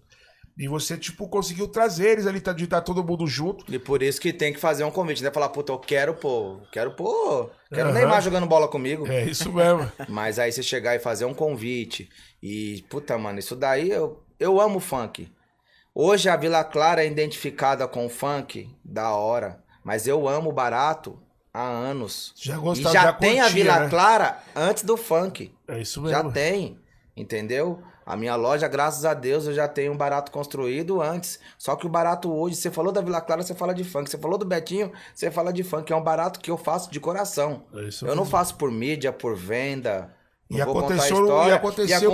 Speaker 1: E você, tipo, conseguiu trazer eles ali, tá, de estar todo mundo junto.
Speaker 3: E por isso que tem que fazer um convite, né? Falar, puta, eu quero, pô. Quero, pô. Quero
Speaker 1: Aham.
Speaker 3: Neymar jogando bola comigo.
Speaker 1: É isso mesmo.
Speaker 3: Mas aí você chegar e fazer um convite. E, puta, mano, isso daí eu, eu amo funk. Hoje a Vila Clara é identificada com o funk, da hora. Mas eu amo o barato há anos.
Speaker 1: Já
Speaker 3: E
Speaker 1: gostava
Speaker 3: já,
Speaker 1: já
Speaker 3: tem a
Speaker 1: curtia,
Speaker 3: Vila
Speaker 1: né?
Speaker 3: Clara antes do funk.
Speaker 1: É isso
Speaker 3: Já
Speaker 1: mesmo.
Speaker 3: tem, entendeu? A minha loja, graças a Deus, eu já tenho um barato construído antes. Só que o barato hoje, você falou da Vila Clara, você fala de funk. Você falou do Betinho, você fala de funk. É um barato que eu faço de coração.
Speaker 1: É isso
Speaker 3: eu não
Speaker 1: mesmo.
Speaker 3: faço por mídia, por venda. Não
Speaker 1: E
Speaker 3: vou contar
Speaker 1: aconteceu-
Speaker 3: história.
Speaker 1: e aconteceu porque
Speaker 3: E
Speaker 1: tinha que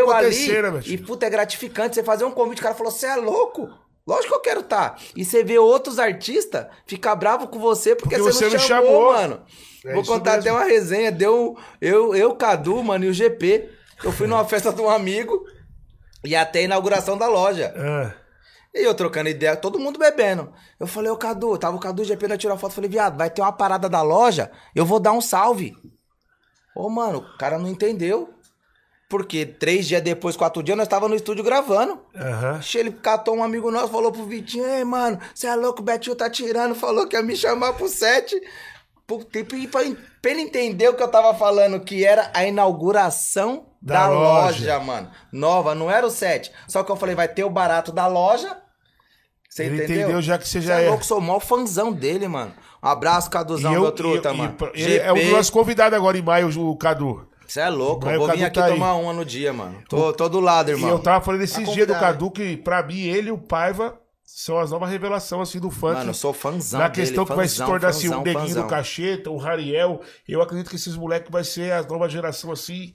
Speaker 3: aconteceu ali.
Speaker 1: acontecer, né, Betinho?
Speaker 3: e, puta, é gratificante você fazer um convite. O cara falou, você é louco? Lógico que eu quero estar. E você vê outros artistas ficar bravo com você porque,
Speaker 1: Porque
Speaker 3: você, não
Speaker 1: me
Speaker 3: chamou,
Speaker 1: chamou.
Speaker 3: mano.
Speaker 1: É
Speaker 3: Vou
Speaker 1: isso
Speaker 3: contar
Speaker 1: mesmo.
Speaker 3: até uma resenha. Deu eu, eu, Cadu, mano, e o GP. Eu fui numa festa de um amigo e até a inauguração da loja.
Speaker 1: Ah,
Speaker 3: E eu trocando ideia, todo mundo bebendo. Eu falei, ô Cadu, tava o Cadu, o GP, nós tirou a foto. Falei, viado, vai ter uma parada da loja, eu vou dar um salve. Ô, mano, o cara não entendeu. Porque três dias depois, quatro dias, nós tava no estúdio gravando.
Speaker 1: aham.
Speaker 3: Achei, Ele catou um amigo nosso, falou pro Vitinho, ei, mano, você é louco, o Betinho tá tirando, falou que ia me chamar pro set. Pro, tipo, e pra, pra ele entender o que eu tava falando, que era a inauguração
Speaker 1: Da
Speaker 3: da,
Speaker 1: loja.
Speaker 3: loja. mano. Nova, não era o set. Só que eu falei, vai ter o barato da loja. Você
Speaker 1: Ele
Speaker 3: entendeu?
Speaker 1: entendeu já que você
Speaker 3: Cê
Speaker 1: já
Speaker 3: é
Speaker 1: é.
Speaker 3: louco, sou o maior fãzão dele, mano. Um abraço, Caduzão, meu truta,
Speaker 1: e-
Speaker 3: mano.
Speaker 1: e- ele é o nosso convidado agora em maio, o Cadu.
Speaker 3: Você é louco,
Speaker 1: Mas
Speaker 3: eu
Speaker 1: o
Speaker 3: vou vir
Speaker 1: Cadu
Speaker 3: aqui
Speaker 1: tá aí.
Speaker 3: tomar uma no dia, mano. Tô, tô do lado,
Speaker 1: E
Speaker 3: irmão.
Speaker 1: eu tava falando esses
Speaker 2: Tá
Speaker 1: dias do
Speaker 2: convidado.
Speaker 1: Cadu que, pra mim, ele e o Paiva são as novas revelações assim, do funk.
Speaker 3: Mano, eu sou fãzão
Speaker 1: Na
Speaker 3: dele,
Speaker 1: questão que vai se
Speaker 3: fãzão,
Speaker 1: tornar assim, o
Speaker 3: fãzão,
Speaker 1: Neguinho
Speaker 3: fãzão.
Speaker 1: do Cacheta, o Rariel, eu acredito que esses moleques vai ser a nova geração assim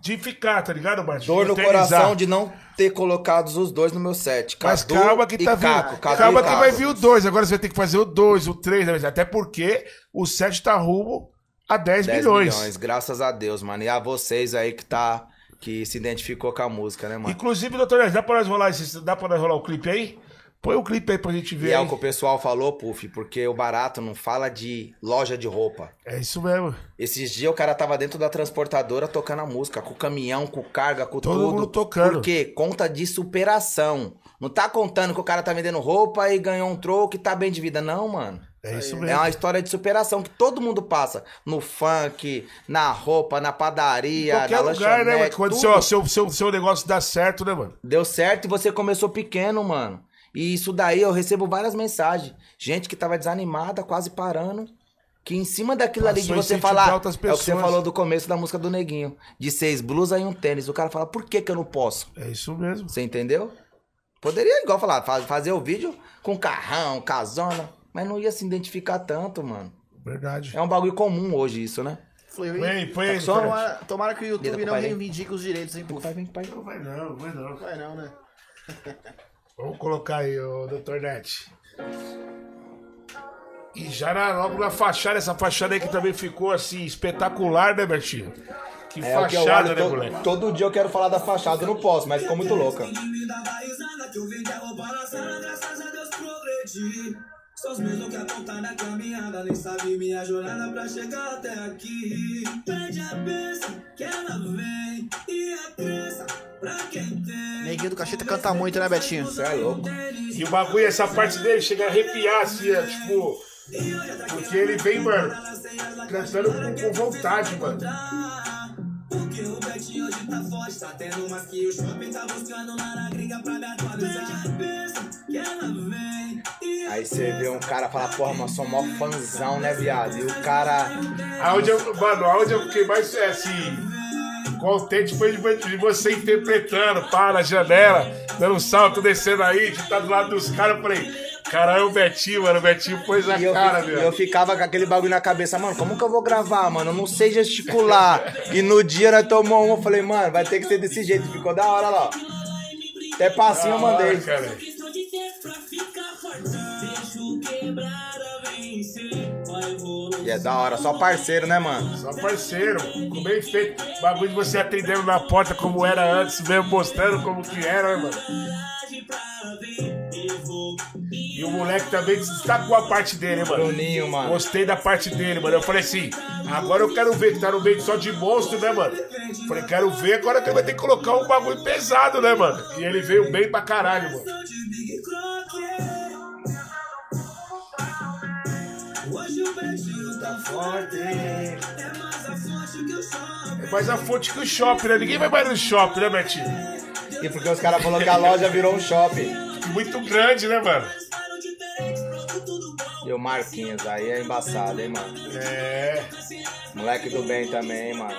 Speaker 1: de ficar, tá ligado, Martins?
Speaker 3: Dor no
Speaker 1: Eternizar.
Speaker 3: coração de não ter colocado os dois no meu set.
Speaker 1: Mas
Speaker 3: Cadu
Speaker 1: calma que
Speaker 3: e
Speaker 1: tá
Speaker 3: Caco,
Speaker 1: vindo.
Speaker 3: Cadu
Speaker 1: calma
Speaker 3: e
Speaker 1: que
Speaker 3: Caco.
Speaker 1: vai vir o 2. Agora você vai ter que fazer o 2, o 3, até porque o 7 tá rumo a 10,
Speaker 3: 10
Speaker 1: milhões.
Speaker 3: Graças a Deus, mano. E a vocês aí que tá. Que se identificou com a música, né, mano?
Speaker 1: Inclusive, doutor, Neves, dá pra nós rolar esse, dá pra nós rolar o clipe aí? Põe o clipe aí pra gente
Speaker 3: E
Speaker 1: ver.
Speaker 3: é
Speaker 1: aí.
Speaker 3: o que o pessoal falou, Puff, porque o barato não fala de loja de roupa.
Speaker 1: É isso mesmo.
Speaker 3: Esses dias o cara tava dentro da transportadora tocando a música, com o caminhão, com carga, com
Speaker 1: Todo
Speaker 3: tudo.
Speaker 1: mundo tocando.
Speaker 3: Porque conta de superação. Não tá contando que o cara tá vendendo roupa e ganhou um troco e tá bem de vida, não, mano.
Speaker 1: É isso
Speaker 3: É
Speaker 1: mesmo.
Speaker 3: uma história de superação que todo mundo passa. No funk, na roupa, na padaria,
Speaker 1: Qualquer
Speaker 3: na
Speaker 1: lugar, né,
Speaker 3: lanchonete,
Speaker 1: mano? Quando
Speaker 3: É tudo.
Speaker 1: seu, seu, seu, seu negócio dá certo, né, mano?
Speaker 3: Deu certo e você começou pequeno, mano. E isso daí eu recebo várias mensagens. Gente que tava desanimada, quase parando. Que em cima daquilo ali de
Speaker 1: Passou a
Speaker 3: você
Speaker 1: incentivar
Speaker 3: falar.
Speaker 1: outras
Speaker 3: É o que você
Speaker 1: pessoas.
Speaker 3: falou do começo da música do Neguinho. De seis blusas e um tênis. O cara fala, por que que eu não posso?
Speaker 1: É isso mesmo.
Speaker 3: Você entendeu? Poderia, igual falar, fa- fazer o vídeo com carrão, casona. Mas não ia se identificar tanto, mano.
Speaker 1: Verdade.
Speaker 3: É um bagulho comum hoje isso, né?
Speaker 2: Foi,
Speaker 1: Põe aí, põe aí.
Speaker 3: Só
Speaker 1: Fred.
Speaker 2: tomara, tomara que o
Speaker 3: Lida
Speaker 2: YouTube
Speaker 3: com o
Speaker 2: não
Speaker 3: pai, né?
Speaker 2: reivindique os direitos, hein, pô.
Speaker 3: Vai, vem, pai.
Speaker 1: Não vai não, não vai não.
Speaker 2: Vai não, né?
Speaker 1: Vamos colocar aí, ô, doutor Net. E já na- logo na fachada, essa fachada aí que também ficou assim, espetacular, né, Bertinho? Que
Speaker 3: É o que eu
Speaker 1: fachada,
Speaker 3: olho,
Speaker 1: né,
Speaker 3: to-
Speaker 1: moleque?
Speaker 3: todo dia eu quero falar da fachada, eu não posso, mas ficou muito louca.
Speaker 4: Me dá baizada que eu vim de roupa na sala, graças a Deus progredi. Só os mesmos que apontam na caminhada, nem sabe minha jornada pra chegar até aqui. Pede a bênção que ela vem e a crença pra quem tem.
Speaker 2: Neguinho do Cacheta canta muito, né, Betinho?
Speaker 3: Você é louco.
Speaker 1: E o bagulho, essa parte dele chega a arrepiar, assim, é, tipo. Porque ele vem, mano, cantando com, com vontade, mano.
Speaker 4: Porque o Bet hoje tá forte, tá tendo umas que o shopping tá buscando lá na gringa pra me atualizar. Pede a bênção que ela vem e a
Speaker 3: Aí você vê um cara falar, porra, mas sou mó fãzão, né, viado? E o cara.
Speaker 1: Aonde eu, mano, aonde eu fiquei mais é, assim. Contente foi de, de você interpretando, para a janela, dando um salto, descendo aí, de estar do lado dos caras. Eu falei, caralho, o Betinho, mano, o Betinho pôs a
Speaker 3: E eu,
Speaker 1: cara,
Speaker 3: fi-
Speaker 1: meu.
Speaker 3: eu ficava com aquele bagulho na cabeça, mano, como que eu vou gravar, mano? Eu não sei gesticular. E no dia nós tomamos um, eu falei, mano, vai ter que ser desse jeito. Ficou da hora lá. ó. Até passinho assim, eu mandei.
Speaker 1: Ah, cara.
Speaker 4: questão de ser pra ficar fortão. Deixo quebrada vencer, vai rolando.
Speaker 3: E é da hora, só parceiro, né, mano?
Speaker 1: Só parceiro, ficou bem feito. Bagulho de você atendendo na porta como era antes, mesmo mostrando como que era, né, mano.
Speaker 4: Coragem pra ver, eu vou.
Speaker 1: E o moleque também destacou a parte dele, mano.
Speaker 3: Bruninho, mano.
Speaker 1: Gostei da parte dele, mano. Eu falei assim, agora eu quero ver que tá no meio só de monstro, né, mano? Falei, quero ver, agora que ele vai ter que colocar um bagulho pesado, né, mano? E ele veio bem pra caralho, mano.
Speaker 4: Sou de Big é. Crocker. Hoje o Betinho tá forte. É mais a fonte que o shopping.
Speaker 1: É mais a fonte que o shopping, né? Ninguém vai mais no shopping, né, Betinho?
Speaker 3: E porque os caras falaram que a loja virou um shopping.
Speaker 1: Muito grande, né, mano?
Speaker 4: Eles falam diferente, pronto, tudo bom.
Speaker 3: E o Marquinhos, aí é embaçado, hein, mano?
Speaker 1: É.
Speaker 3: Moleque do bem também, hein, mano?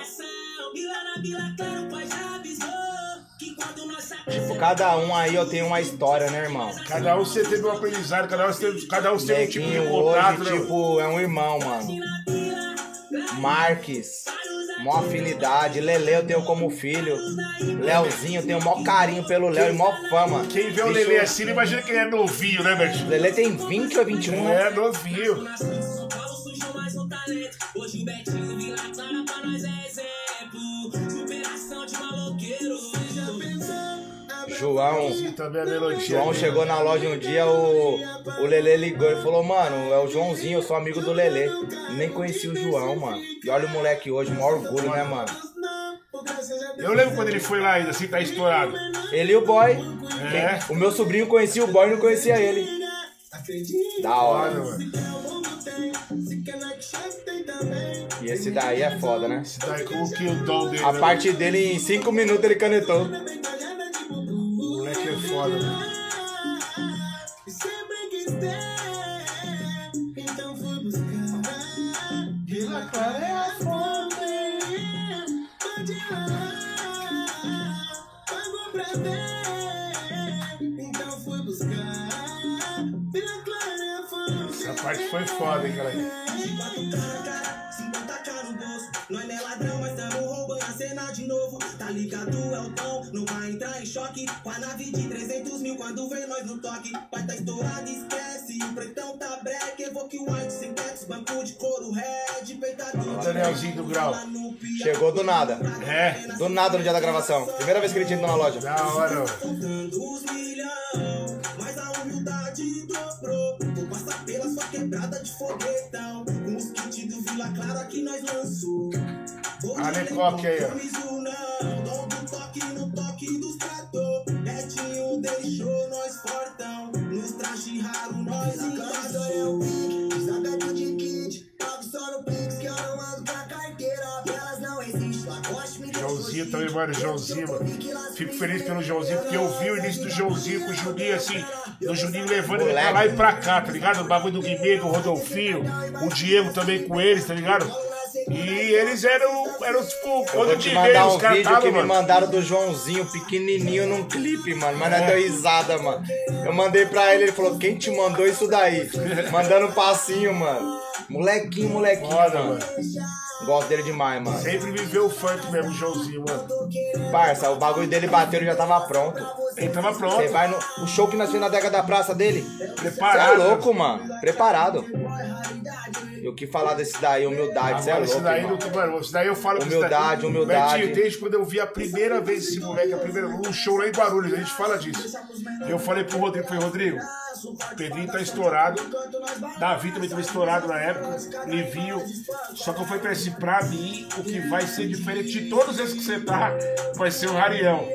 Speaker 4: E lá na Vila Clara, o pai já avisou. Que quando nós sacamos.
Speaker 3: Tipo, cada um aí eu tenho uma história, né, irmão?
Speaker 1: Cada um você teve um aprendizado, cada um você teve, cada um teve um tipo de
Speaker 3: Neguinho
Speaker 1: contato,
Speaker 3: hoje,
Speaker 1: né? mano?
Speaker 3: tipo, é um irmão, mano. Marques, mó afinidade. Lele eu tenho como filho. Leozinho, eu tenho mó carinho pelo Léo e mó fama.
Speaker 1: Quem vê o
Speaker 3: Bicho,
Speaker 1: Lelê assim, não imagina que ele é novinho, né, Betinho?
Speaker 3: Lele tem 20 ou 21, né?
Speaker 1: É, novinho.
Speaker 4: São Paulo surgiu mais um talento. Hoje o Betinho Vila Clara pra nós é exemplo. Superação de maloqueiro. Já pensou?
Speaker 3: João.
Speaker 1: Sim, também a melodia.
Speaker 3: João
Speaker 1: dele.
Speaker 3: chegou na loja um dia, o, o Lelê ligou e falou, mano, é o Joãozinho, eu sou amigo do Lelê. Nem conheci o João, mano. E olha o moleque hoje, maior orgulho, né, mano?
Speaker 1: Eu lembro quando ele foi lá ainda, assim, tá estourado.
Speaker 3: Ele e o boy.
Speaker 1: É.
Speaker 3: O meu sobrinho conhecia o boy e não conhecia ele. Da hora.
Speaker 1: Olha, mano.
Speaker 4: É
Speaker 3: E esse daí é foda, né?
Speaker 1: Daí como que o dom dele.
Speaker 3: A
Speaker 1: né?
Speaker 3: parte dele em 5 minutos ele canetou.
Speaker 4: tá
Speaker 1: O moleque é foda, mano.
Speaker 4: Sempre quis ter. Então fui buscar. Vila Clara é a fonte. Pode ralar. Pagou pra ver. Então fui buscar.
Speaker 1: foi foda, hein, galera.
Speaker 4: Se batucar na cara, se tacar no bolso. Nós não é ladrão, mas estamos roubando a cena de novo. Tá ligado, é o tom, não vai entrar em choque. Com a nave de 300 mil, quando vem nós no toque. Vai tá estourado, esquece. O pretão tá breque, evoque o white sem teto, banco de couro, red, peitador. de
Speaker 1: Danielzinho do Grau.
Speaker 4: lá no piá.
Speaker 3: Chegou do nada.
Speaker 1: É,
Speaker 3: Do nada no dia da gravação. Primeira vez que ele tinha ido na loja.
Speaker 1: da hora, mano.
Speaker 4: Tá Contando os milhão, mas a humildade dobrou. Vou passar pela sua quebrada de foguetão. Com os kits do Vila Clara que nós lançou. Vou
Speaker 1: Ah,
Speaker 4: te
Speaker 1: nem coque aí, ó.
Speaker 4: compromisso, não. Dom do toque no toque dos trator. Netinho deixou nós fortão. Nos traje raro, nós invasou. Desagata de kit, pago só no Pix que eu não mando pra carteira. E elas não existem. Lacoste me deixou
Speaker 1: Joãozinho
Speaker 4: chique.
Speaker 1: também, mano, Joãozinho, mano. Fico feliz pelo Joãozinho, porque eu vi o início do Joãozinho com o Juninho assim, do Juninho levando ele pra lá e pra cá, tá ligado? O bagulho do Guimê, do Rodolfinho, o Diego também com eles, tá ligado? E eles eram, eram tipo,
Speaker 3: Eu
Speaker 1: quando
Speaker 3: vou
Speaker 1: eu
Speaker 3: te
Speaker 1: te veio,
Speaker 3: mandar
Speaker 1: os
Speaker 3: um
Speaker 1: caras
Speaker 3: vídeo que
Speaker 1: estavam,
Speaker 3: me
Speaker 1: mano.
Speaker 3: mandaram do Joãozinho pequenininho num clipe, mano. Mas nós deu risada, mano. Eu mandei pra ele, ele falou, quem te mandou isso daí? Mandando um passinho, mano. Molequinho, molequinho.
Speaker 1: Foda,
Speaker 3: mano.
Speaker 1: mano.
Speaker 3: Gosto dele demais, mano.
Speaker 1: Sempre viveu o funk mesmo, o Joãozinho, mano.
Speaker 3: Parça, o bagulho dele bateu, ele já tava pronto.
Speaker 1: Ele tava
Speaker 3: Você
Speaker 1: pronto,
Speaker 3: vai no. O show que nós fizemos na década da praça dele. Você é
Speaker 1: preparado.
Speaker 3: louco, mano. Preparado. E o que falar desse daí? Humildade, você é
Speaker 1: Agora, isso
Speaker 3: louco.
Speaker 1: daí,
Speaker 3: Mano.
Speaker 1: não- Ah, mano, isso daí eu falo que isso
Speaker 3: Humildade,
Speaker 1: daí-
Speaker 3: humildade.
Speaker 1: Betinho, desde quando eu vi a primeira vez esse moleque, a primeira, um show lá em Barulhos, a gente fala disso. Eu falei pro Rodrigo, falei, Rodrigo, o Pedrinho tá estourado, Davi também tava estourado na época, Livinho. Só que eu falei pra esse, pra mim, o que vai ser diferente de todos esses que você tá, vai ser o Rarião.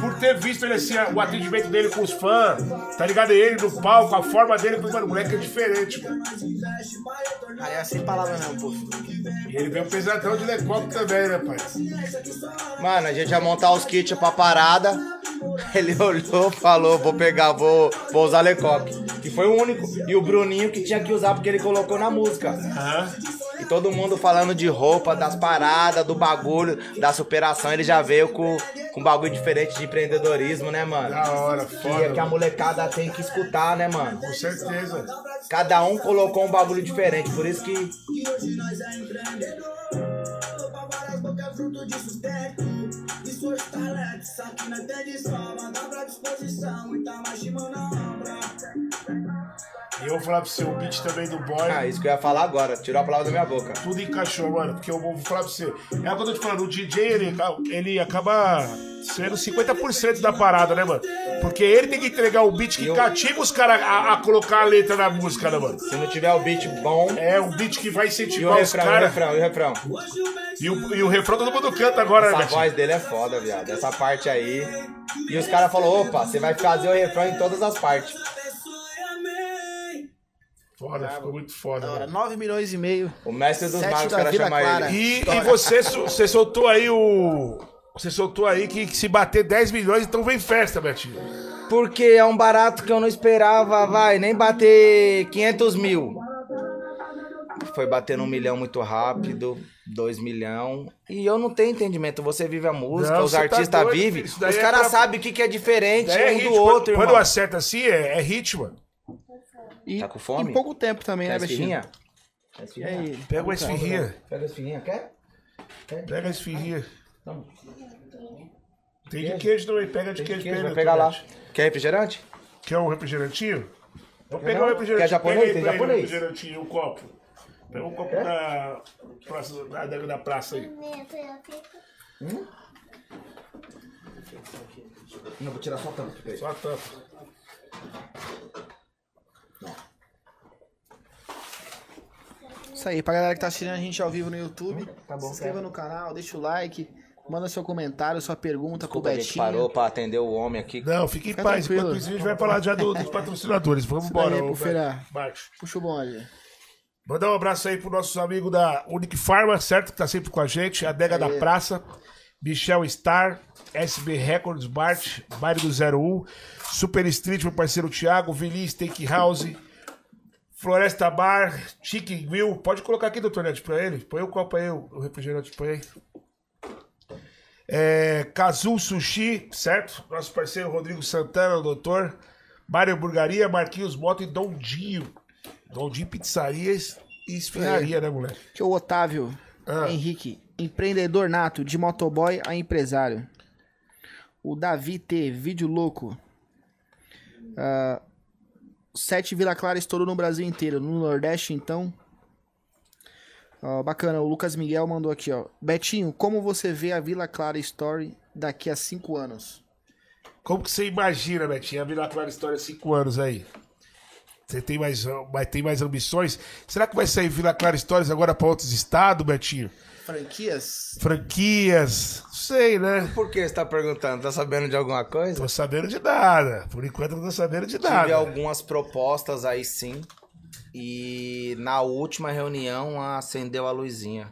Speaker 1: Por ter visto ele assim, o atendimento dele com os fãs, tá ligado? Ele no palco, a forma dele, eu falei, mano, o moleque é diferente, mano.
Speaker 2: Aí é sem palavras mesmo, pô.
Speaker 1: E ele veio um pesadão de helicóptero também, né, pai?
Speaker 3: Mano, a gente ia montar os kits pra parada. Ele olhou, falou, vou pegar, vou, vou usar Lecoque. Que foi o único. E o Bruninho que tinha que usar porque ele colocou na música.
Speaker 1: Aham.
Speaker 3: E todo mundo falando de roupa, das paradas, do bagulho, da superação. Ele já veio com, com um bagulho diferente de empreendedorismo, né, mano?
Speaker 1: Da hora,
Speaker 3: Que é
Speaker 1: foda.
Speaker 3: que a molecada tem que escutar, né, mano?
Speaker 1: Com certeza.
Speaker 3: Cada um colocou um bagulho diferente, por isso que
Speaker 4: E hoje nós é empreendedor Pra várias bocas, fruto de sustento E suas talentos, aqui na terra de sobra Dá pra disposição, muita mais de mão na obra
Speaker 1: E eu vou falar pra você, o beat também do boy.
Speaker 3: Ah, isso que eu ia falar agora. Tirou a palavra da minha boca.
Speaker 1: Tudo encaixou, mano. Porque eu vou falar pra você. É o que eu tô te falando, o DJ, ele, ele acaba sendo 50% da parada, né, mano? Porque ele tem que entregar o beat que
Speaker 3: Eu-
Speaker 1: cativa os caras a, a colocar a letra na música, né, mano?
Speaker 3: Se não tiver o beat bom.
Speaker 1: É um beat que vai
Speaker 3: E o
Speaker 1: incentivar os
Speaker 3: refrão, e o
Speaker 1: caras.
Speaker 3: refrão, e o refrão.
Speaker 4: Hoje o Betinho
Speaker 1: E o, e o refrão todo mundo canta agora, né,
Speaker 3: Essa
Speaker 1: Betinho?
Speaker 3: voz dele é foda, viado. Essa parte aí. E os caras falaram, opa, você vai fazer o refrão em todas as partes.
Speaker 4: abençoe, amém
Speaker 3: tá
Speaker 1: Foda, ficou muito foda. né?
Speaker 2: Da hora,
Speaker 1: mano.
Speaker 2: 9 milhões e meio.
Speaker 3: O mestre dos
Speaker 2: Sete
Speaker 3: magos, os
Speaker 2: da
Speaker 3: caras
Speaker 2: Vila
Speaker 3: chamam
Speaker 2: Clara.
Speaker 3: ele.
Speaker 1: E, e você, su- você soltou aí o. Você soltou aí que, que se bater 10 milhões, então vem festa, Betinho.
Speaker 3: Porque é um barato que eu não esperava, vai, nem bater 500 mil. Foi batendo um milhão muito rápido, dois milhão. E eu não tenho entendimento. Você vive a música,
Speaker 1: Não,
Speaker 3: os
Speaker 1: você tá
Speaker 3: artistas
Speaker 1: doido,
Speaker 3: vivem.
Speaker 1: filho. Isso daí
Speaker 3: Os
Speaker 1: é
Speaker 3: caras
Speaker 1: pra-
Speaker 3: sabem o que, que é diferente
Speaker 1: É
Speaker 3: um
Speaker 1: hit,
Speaker 3: do outro,
Speaker 1: quando, quando
Speaker 3: irmão.
Speaker 1: acerta assim, é, é hit, mano.
Speaker 2: E
Speaker 3: Tá com fome?
Speaker 2: Em pouco tempo também,
Speaker 3: Quer
Speaker 2: né,
Speaker 3: a
Speaker 2: Betinho?
Speaker 3: esfirrinha? Quer a
Speaker 2: E
Speaker 3: esfirrinha?
Speaker 2: aí?
Speaker 1: Pega uma esfirrinha.
Speaker 3: Pega a esfirrinha, quer?
Speaker 1: Pega a esfirrinha.
Speaker 3: Toma.
Speaker 1: Tem de queijo também, pega de queijo.
Speaker 3: Vai
Speaker 1: pega,
Speaker 3: pegar lá.
Speaker 1: Tomate.
Speaker 3: Quer refrigerante?
Speaker 1: Quer um refrigerantinho? Vou
Speaker 3: Quer
Speaker 1: pegar
Speaker 3: não?
Speaker 1: um refrigerantinho.
Speaker 3: Quer japonês?
Speaker 1: Pega aí
Speaker 3: Tem
Speaker 1: pra ele,
Speaker 3: japonês? É?
Speaker 1: Um refrigerantinho, um copo. Pega um copo da, praça, da adega da praça aí.
Speaker 3: Não, vou tirar só a tampa.
Speaker 1: Só a tampa.
Speaker 2: Isso aí, pra galera que tá assistindo a gente ao vivo no YouTube,
Speaker 3: Tá bom,
Speaker 2: se inscreva
Speaker 3: cara.
Speaker 2: no canal, deixa o like, manda seu comentário, sua pergunta pro
Speaker 3: Desculpa, a gente
Speaker 2: Betinho.
Speaker 3: parou pra atender o homem aqui.
Speaker 1: Não, fique em paz.
Speaker 2: tranquilo.
Speaker 1: Enquanto isso, a gente vai falar já do- dos patrocinadores. Vamos embora,
Speaker 2: daí é
Speaker 1: ô,
Speaker 2: pro Feira.
Speaker 1: Márcio.
Speaker 2: Puxa o bonde.
Speaker 1: Mandar um abraço aí pros nossos amigos da Unic Pharma, certo? Que tá sempre com a gente. Adega da Praça, Michel Star, SB Records, Bart, Bairro do 01, Super Street, meu parceiro Thiago, Vili Steakhouse, Floresta Bar, Chicken Grill. Pode colocar aqui, doutor Neto, pra ele. Põe o copo aí, o o refrigerante, põe aí. É, Kazu Sushi, certo? Nosso parceiro Rodrigo Santana, o doutor. Mário Burgaria, Marquinhos Moto e Dondinho. Gondim Pizzaria e Esfinaria, né, moleque?
Speaker 2: Aqui é o Otávio
Speaker 1: Ah.
Speaker 2: Henrique, empreendedor nato, de motoboy a empresário. O Davi T, vídeo louco. Ah, Sete Vila Clara estourou no Brasil inteiro, no Nordeste então. Ó, bacana, o Lucas Miguel mandou aqui, ó. Betinho, como você vê a Vila Clara Story daqui a cinco anos?
Speaker 1: Como que você imagina, Betinho, a Vila Clara História há cinco anos aí? Você tem mais, am- vai- tem mais ambições? Será que vai sair Vila Clara Histórias agora para outros estados, Betinho?
Speaker 2: Franquias?
Speaker 1: Franquias? Não Sei, né?
Speaker 3: Por que você tá perguntando? Tá sabendo de alguma coisa?
Speaker 1: Tô sabendo de nada. Por enquanto, não tô sabendo de
Speaker 3: Tive
Speaker 1: nada.
Speaker 3: algumas propostas aí sim. E na última reunião acendeu a luzinha.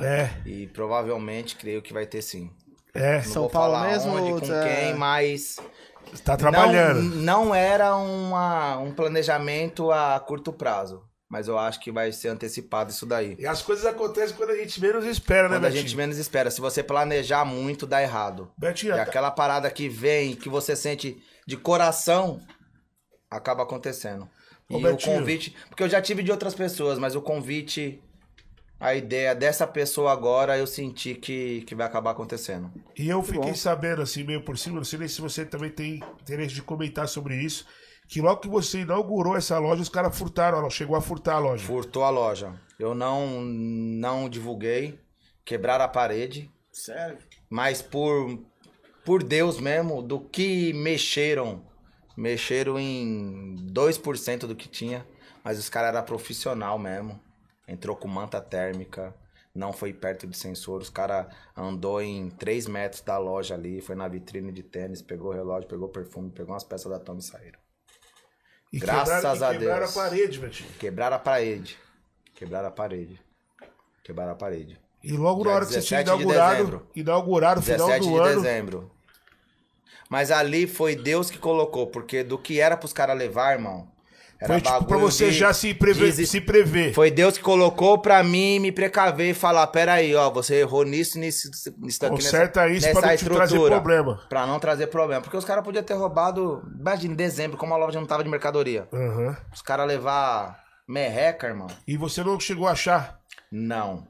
Speaker 1: É,
Speaker 3: E provavelmente creio que vai ter sim.
Speaker 1: é.
Speaker 3: Não
Speaker 2: São
Speaker 3: vou
Speaker 2: Paulo
Speaker 3: falar
Speaker 2: mesmo,
Speaker 3: onde, com
Speaker 2: tá-
Speaker 3: quem, mas
Speaker 1: Tá trabalhando.
Speaker 3: Não, não era uma, um planejamento a curto prazo. Mas eu acho que vai ser antecipado isso daí.
Speaker 1: E as coisas acontecem quando a gente menos espera, né,
Speaker 3: Quando a
Speaker 1: Betinho?
Speaker 3: gente menos espera. Se você planejar muito, dá errado. E
Speaker 1: Betinho,
Speaker 3: aquela parada que vem, que você sente de coração, acaba acontecendo. E
Speaker 1: Ô,
Speaker 3: o
Speaker 1: Betinho.
Speaker 3: convite. Porque eu já tive de outras pessoas, mas o convite, a ideia dessa pessoa agora, eu senti que, que vai acabar acontecendo.
Speaker 1: E eu fiquei
Speaker 2: bom.
Speaker 1: sabendo, assim, meio por cima, não sei nem se você também tem interesse de comentar sobre isso, que logo que você inaugurou essa loja, os caras furtaram, ela chegou a furtar a loja.
Speaker 3: Furtou a loja. Eu não, não divulguei. Quebraram a parede.
Speaker 2: Sério?
Speaker 3: Mas por, por Deus mesmo, do que mexeram. Mexeram em 2% do que tinha. Mas os caras eram profissional mesmo. Entrou com manta térmica. Não foi perto de sensor. Os caras andou em 3 metros da loja ali. Foi na vitrine de tênis. Pegou relógio, pegou perfume, pegou umas peças da Tommy e saíram.
Speaker 1: E
Speaker 3: Graças
Speaker 1: quebraram,
Speaker 3: a
Speaker 1: e quebraram
Speaker 3: Deus.
Speaker 1: a parede, Betinho.
Speaker 3: Quebraram a parede. Quebraram a parede. Quebraram a parede.
Speaker 1: E logo na
Speaker 3: Dia
Speaker 1: hora que você tinha
Speaker 3: 17 de
Speaker 1: inaugurado,
Speaker 3: dezembro.
Speaker 1: inauguraram no final
Speaker 3: 17 de
Speaker 1: do ano.
Speaker 3: dezembro. Mas ali foi Deus que colocou, porque do que era pros caras levar, irmão. Era
Speaker 1: Foi tipo pra
Speaker 3: bagulho
Speaker 1: você
Speaker 3: de-
Speaker 1: já se prever.
Speaker 3: de-
Speaker 1: Se prever.
Speaker 3: Foi Deus que colocou pra mim me precaver e falar: peraí, ó, você errou nisso, nisso, nisso daqui.
Speaker 1: Conserta isso pra não te trazer problema.
Speaker 3: Pra não trazer problema. Porque os caras podiam ter roubado, imagina, em dezembro, como a loja não tava de mercadoria.
Speaker 1: Aham.
Speaker 3: Os caras levar merreca, irmão.
Speaker 1: E você não chegou a achar.
Speaker 3: Não.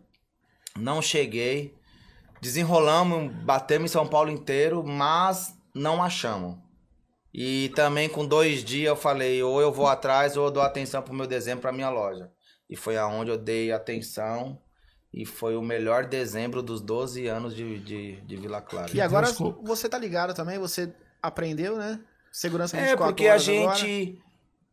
Speaker 3: Não cheguei. Desenrolamos, batemos em São Paulo inteiro, mas não achamos. E também com dois dias eu falei, ou eu vou atrás ou eu dou atenção pro meu desenho, pra minha loja. E foi aonde eu dei atenção e foi o melhor dezembro dos 12 anos de, de, de Vila Clara.
Speaker 2: E agora
Speaker 1: desculpa.
Speaker 2: você tá ligado também, você aprendeu, né? Segurança 24
Speaker 3: É, porque a
Speaker 2: horas agora.
Speaker 3: gente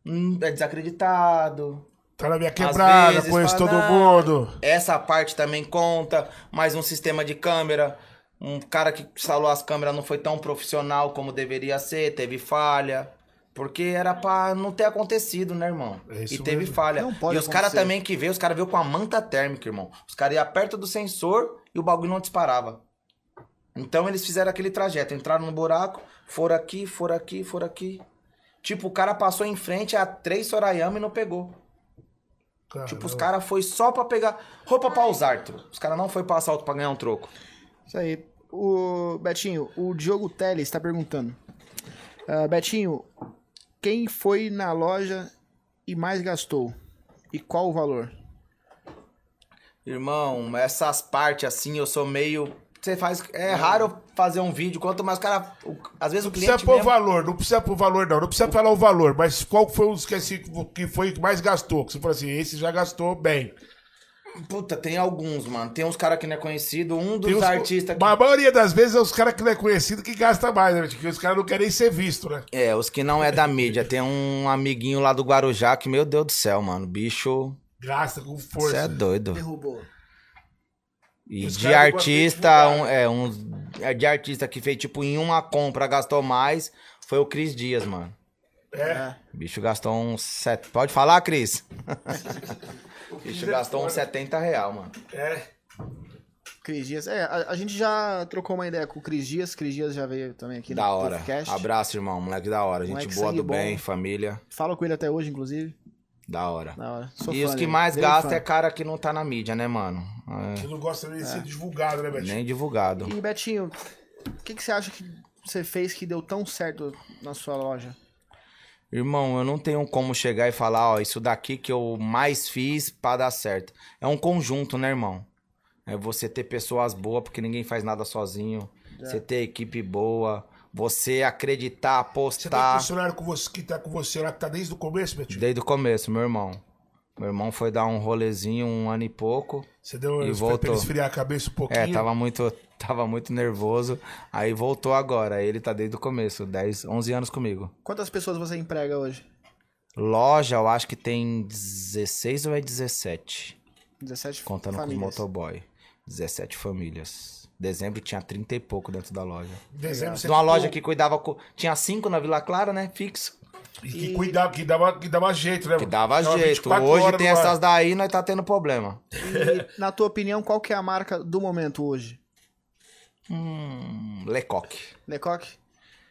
Speaker 3: hum, é desacreditado,
Speaker 1: Tá na minha
Speaker 3: Às
Speaker 1: quebrada,
Speaker 3: vezes
Speaker 1: conheço
Speaker 3: fala, tipo,
Speaker 1: todo
Speaker 3: "Não,
Speaker 1: mundo.
Speaker 3: Essa parte também conta, mais um sistema de câmera. Um cara que instalou as câmeras não foi tão profissional como deveria ser, teve falha. Porque era pra não ter acontecido, né, irmão?
Speaker 1: É isso
Speaker 3: e teve
Speaker 1: mesmo.
Speaker 3: falha.
Speaker 2: Não pode
Speaker 3: e os caras
Speaker 2: acontecer.
Speaker 3: também que veio, os caras veio com a manta térmica, irmão. Os caras iam perto do sensor e o bagulho não disparava. Então eles fizeram aquele trajeto, entraram no buraco, foram aqui, foram aqui, foram aqui. Tipo, o cara passou em frente a três Sorayama e não pegou. Tipo, os
Speaker 1: Caramba.
Speaker 3: caras foi só pra pegar roupa pra usar, tro. Os caras não foi pra assalto pra ganhar um troco.
Speaker 2: Isso aí. O Betinho, o Diogo Teles tá perguntando. Ah, Betinho, quem foi na loja e mais gastou? E qual o valor?
Speaker 3: Irmão, essas partes assim, eu sou meio. Você faz. É raro eu fazer um vídeo, quanto mais o cara. o- Às vezes
Speaker 1: Não
Speaker 3: o
Speaker 1: precisa
Speaker 3: cliente.
Speaker 1: pôr
Speaker 3: Mesmo...
Speaker 1: valor, não precisa pôr valor, não. Não precisa falar o valor, mas qual foi o que, esse- que foi que mais gastou? Que você falou assim, esse já gastou bem.
Speaker 3: Puta, tem alguns, mano. Tem uns caras que não é conhecido, um
Speaker 1: Tem
Speaker 3: dos
Speaker 1: uns-
Speaker 3: artistas. Que...
Speaker 1: Mas a maioria das vezes é os caras que não é conhecido que gasta mais, né? Porque os caras não querem ser visto, né?
Speaker 3: É, os que não é da mídia. Tem um amiguinho lá do Guarujá que, meu Deus do céu, mano. Bicho.
Speaker 1: Gasta com
Speaker 3: Você
Speaker 1: força.
Speaker 3: é doido.
Speaker 2: Derrubou.
Speaker 3: E
Speaker 1: Os caras
Speaker 3: de
Speaker 1: igual a
Speaker 3: artista,
Speaker 1: Felipe
Speaker 3: um, é, um é de artista que fez tipo em uma compra gastou mais, foi o Cris Dias, mano.
Speaker 1: É.
Speaker 3: O bicho gastou uns set... Pode falar, Cris? o bicho
Speaker 1: é
Speaker 3: gastou uns
Speaker 1: foda.
Speaker 3: 70 real, mano.
Speaker 1: é.
Speaker 2: Cris Dias. É, a, a gente já trocou uma ideia com o Cris Dias. Cris Dias já veio também aqui
Speaker 3: Da hora.
Speaker 2: podcast.
Speaker 3: Abraço, irmão. Moleque da hora. Gente
Speaker 2: Moleque
Speaker 3: boa
Speaker 2: sangue
Speaker 3: do bem,
Speaker 2: bom.
Speaker 3: família.
Speaker 2: Falo com ele até hoje, inclusive.
Speaker 3: Da hora.
Speaker 2: Da hora. Sou
Speaker 3: e
Speaker 2: fã
Speaker 3: os que
Speaker 2: dele.
Speaker 3: mais
Speaker 2: Dele
Speaker 3: gastam
Speaker 2: fã.
Speaker 3: é cara que não tá na mídia, né, mano? É,
Speaker 1: Que não gosta nem de ser divulgado, né, Betinho?
Speaker 3: nem divulgado.
Speaker 2: E Betinho, o que, que você acha que você fez que deu tão certo na sua loja?
Speaker 3: Irmão, eu não tenho como chegar e falar, ó, isso daqui que eu mais fiz pra dar certo. É um conjunto, né, irmão? É você ter pessoas boas, porque ninguém faz nada sozinho.
Speaker 2: É.
Speaker 3: Você ter equipe boa, você
Speaker 1: Você
Speaker 3: acreditar,
Speaker 1: tem um
Speaker 3: apostar.
Speaker 1: funcionário com você, que tá com você lá, que tá desde o começo, meu tio?
Speaker 3: Desde o começo, meu irmão. Meu irmão foi dar um rolezinho um ano e pouco.
Speaker 1: Você deu
Speaker 3: E
Speaker 1: ele
Speaker 3: voltou.
Speaker 1: pra esfriar a cabeça um pouquinho.
Speaker 3: É, tava muito, tava muito nervoso. Aí voltou agora. Ele tá desde o começo, 10, 11 anos comigo.
Speaker 2: Quantas pessoas você emprega hoje?
Speaker 3: Loja, eu acho que tem 16 ou é 17?
Speaker 2: 17
Speaker 3: Contando com
Speaker 2: famílias.
Speaker 3: os motoboy. 17 famílias. Dezembro tinha 30 e pouco dentro da loja.
Speaker 1: Em Dezembro, você
Speaker 3: É. Numa
Speaker 1: ficou-
Speaker 3: loja que cuidava. co- Tinha cinco na Vila Clara, né? Fixo.
Speaker 1: E que cuidava, que dava, que dava jeito, né?
Speaker 3: Que dava
Speaker 1: Ficava
Speaker 3: jeito.
Speaker 1: 24
Speaker 3: Hoje
Speaker 1: horas
Speaker 3: tem
Speaker 1: no ar.
Speaker 3: essas daí, nós tá tendo problema.
Speaker 2: E, na tua opinião, qual que é a marca do momento hoje?
Speaker 3: Hum, Lecoque.
Speaker 2: Lecoque?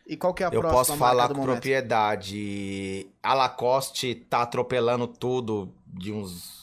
Speaker 2: E qual que é a
Speaker 3: Eu
Speaker 2: próxima
Speaker 3: posso
Speaker 2: marca
Speaker 3: falar
Speaker 2: do
Speaker 3: com
Speaker 2: momento?
Speaker 3: propriedade. A Lacoste tá atropelando tudo de uns.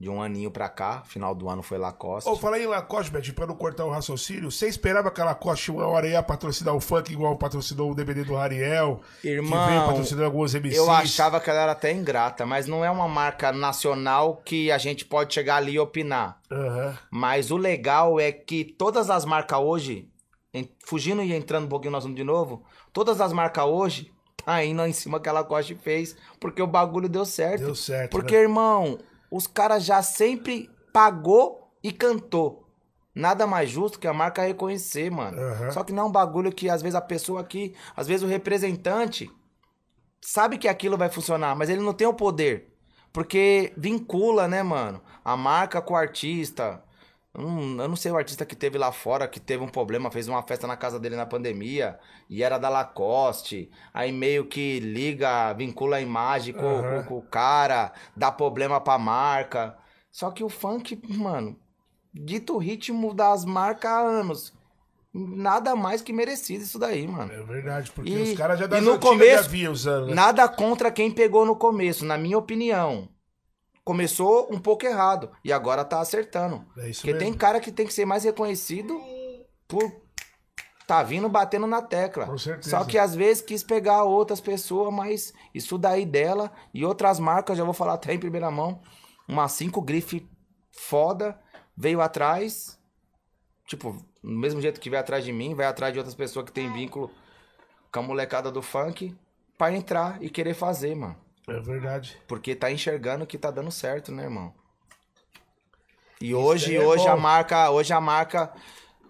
Speaker 3: De um aninho pra cá. Final do ano foi Lacoste.
Speaker 1: Ô, fala em Lacoste, Betinho, pra não cortar o raciocínio, você esperava que a Lacoste uma hora ia patrocinar o funk igual patrocinou o DVD do Rariel? Que veio
Speaker 3: Irmão,
Speaker 1: patrocinando alguns MCs?
Speaker 3: Eu achava que ela era até ingrata, mas não é uma marca nacional que a gente pode chegar ali e opinar.
Speaker 1: Aham.
Speaker 3: Mas o legal é que todas as marcas hoje, em- fugindo e entrando um pouquinho nós vamos de novo, todas as marcas hoje tá indo em cima que a Lacoste fez, porque o bagulho deu certo.
Speaker 1: Deu certo,
Speaker 3: Porque,
Speaker 1: né?
Speaker 3: irmão, os caras já sempre pagou e cantou. Nada mais justo que a marca reconhecer, mano.
Speaker 1: Aham.
Speaker 3: Só que não é um bagulho que às vezes a pessoa aqui, às vezes o representante sabe que aquilo vai funcionar, mas ele não tem o poder. Porque vincula, né, mano? A marca com o artista. Hum, eu não sei o artista que teve lá fora, que teve um problema, fez uma festa na casa dele na pandemia e era da Lacoste. Aí meio que liga, vincula a imagem com,
Speaker 1: Aham.
Speaker 3: com- com o cara, dá problema pra marca. Só que o funk, mano, dito o ritmo das marcas há anos. Nada mais que merecido isso daí, mano.
Speaker 1: É verdade, porque
Speaker 3: E-
Speaker 1: os caras já
Speaker 3: e
Speaker 1: das
Speaker 3: no
Speaker 1: antigas
Speaker 3: começo-
Speaker 1: já vinham usando, né?
Speaker 3: Nada contra quem pegou no começo, na minha opinião. Começou um pouco errado e agora tá acertando.
Speaker 1: É isso
Speaker 3: Porque
Speaker 1: mesmo.
Speaker 3: tem cara que tem que ser mais reconhecido por tá vindo batendo na tecla.
Speaker 1: Com certeza.
Speaker 3: Só que às vezes quis pegar outras pessoas, mas isso daí dela e outras marcas, já vou falar até em primeira mão, uma cinco grife foda veio atrás. Tipo, do mesmo jeito que veio atrás de mim, vai atrás de outras pessoas que tem vínculo com a molecada do funk pra entrar e querer fazer, mano.
Speaker 1: É verdade.
Speaker 3: Porque tá enxergando que tá dando certo, né, irmão? E hoje,
Speaker 1: aí é
Speaker 3: hoje a
Speaker 1: bom.
Speaker 3: marca, hoje a marca,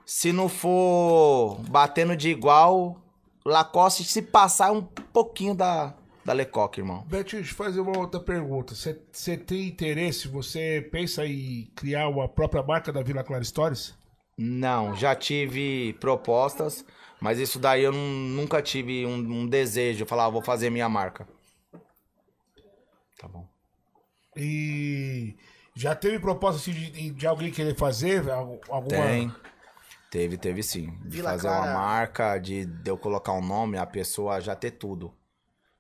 Speaker 3: se não for batendo de igual, Lacoste se passar um pouquinho da, da Lecoque, irmão.
Speaker 1: Betinho, deixa eu fazer uma outra pergunta. Você você tem interesse, você pensa em criar uma própria marca da Vila Clara Stories?
Speaker 3: Não, já tive propostas, mas isso daí eu nun- nunca tive um, um desejo, falar, "Ah, vou fazer minha marca. Tá bom.
Speaker 1: E já teve proposta assim, de, de alguém querer fazer? Al- Alguma...
Speaker 3: Tem. Teve, teve sim. De
Speaker 2: Vila
Speaker 3: fazer
Speaker 2: Clara.
Speaker 3: uma marca, de, de eu colocar um nome, a pessoa já ter tudo.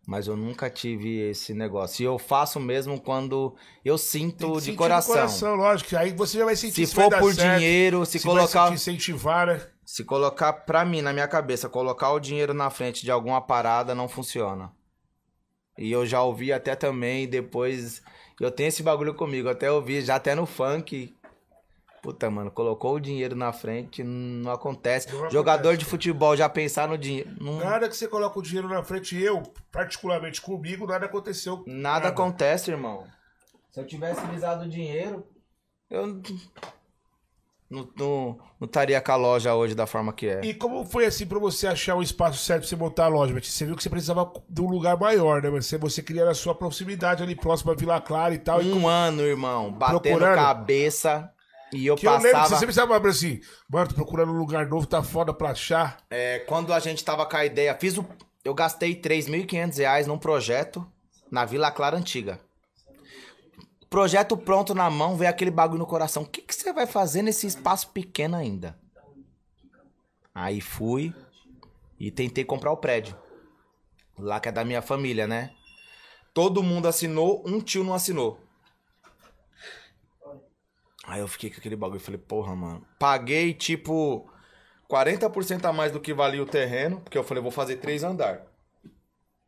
Speaker 3: Mas eu nunca tive esse negócio. E eu faço mesmo quando eu
Speaker 1: Tem que
Speaker 3: sinto de
Speaker 1: sentir no
Speaker 3: coração.
Speaker 1: coração, lógico. Aí você já vai sentir
Speaker 3: Se
Speaker 1: vai
Speaker 3: for
Speaker 1: dar
Speaker 3: por
Speaker 1: certo,
Speaker 3: dinheiro, se,
Speaker 1: se
Speaker 3: colocar.
Speaker 1: vai se incentivar, né?
Speaker 3: Se colocar pra mim, na minha cabeça, colocar o dinheiro na frente de alguma parada não funciona. E eu já ouvi até também, depois. Eu tenho esse bagulho comigo, até ouvi, já até no funk. Puta, mano, colocou o dinheiro na frente, não acontece.
Speaker 1: Não
Speaker 3: Jogador
Speaker 1: acontece.
Speaker 3: de futebol já pensar no dinheiro. não- nada,
Speaker 1: Nada que você coloca o dinheiro na frente, eu, particularmente comigo, nada aconteceu.
Speaker 3: acontece, irmão. Se eu tivesse visado o dinheiro, eu não- não- não não estaria com a loja hoje da forma que é.
Speaker 1: E como foi assim pra você achar o espaço certo pra você montar a loja, Betinho? Você viu que você precisava de um lugar maior, né? Mas você, você queria na sua proximidade ali próximo à Vila Clara e tal. E
Speaker 3: Um ano, irmão, batendo
Speaker 1: Hum. Procurando?
Speaker 3: cabeça. E eu
Speaker 1: que eu lembro que
Speaker 3: passava.
Speaker 1: você sempre estava falando assim, mano, tô procurando um lugar novo, tá foda pra achar.
Speaker 3: É, quando a gente tava com a ideia, fiz o. Eu gastei 3.500 reais num projeto na Vila Clara Antiga. Projeto pronto na mão, veio aquele bagulho no coração. O que que você vai fazer nesse espaço pequeno ainda? Aí fui e tentei comprar o prédio. Lá que é da minha família, né? Todo mundo assinou, um tio não assinou. Aí eu fiquei com aquele bagulho e falei, porra, mano. Paguei tipo 40% a mais do que valia o terreno, porque eu falei, vou fazer três andar.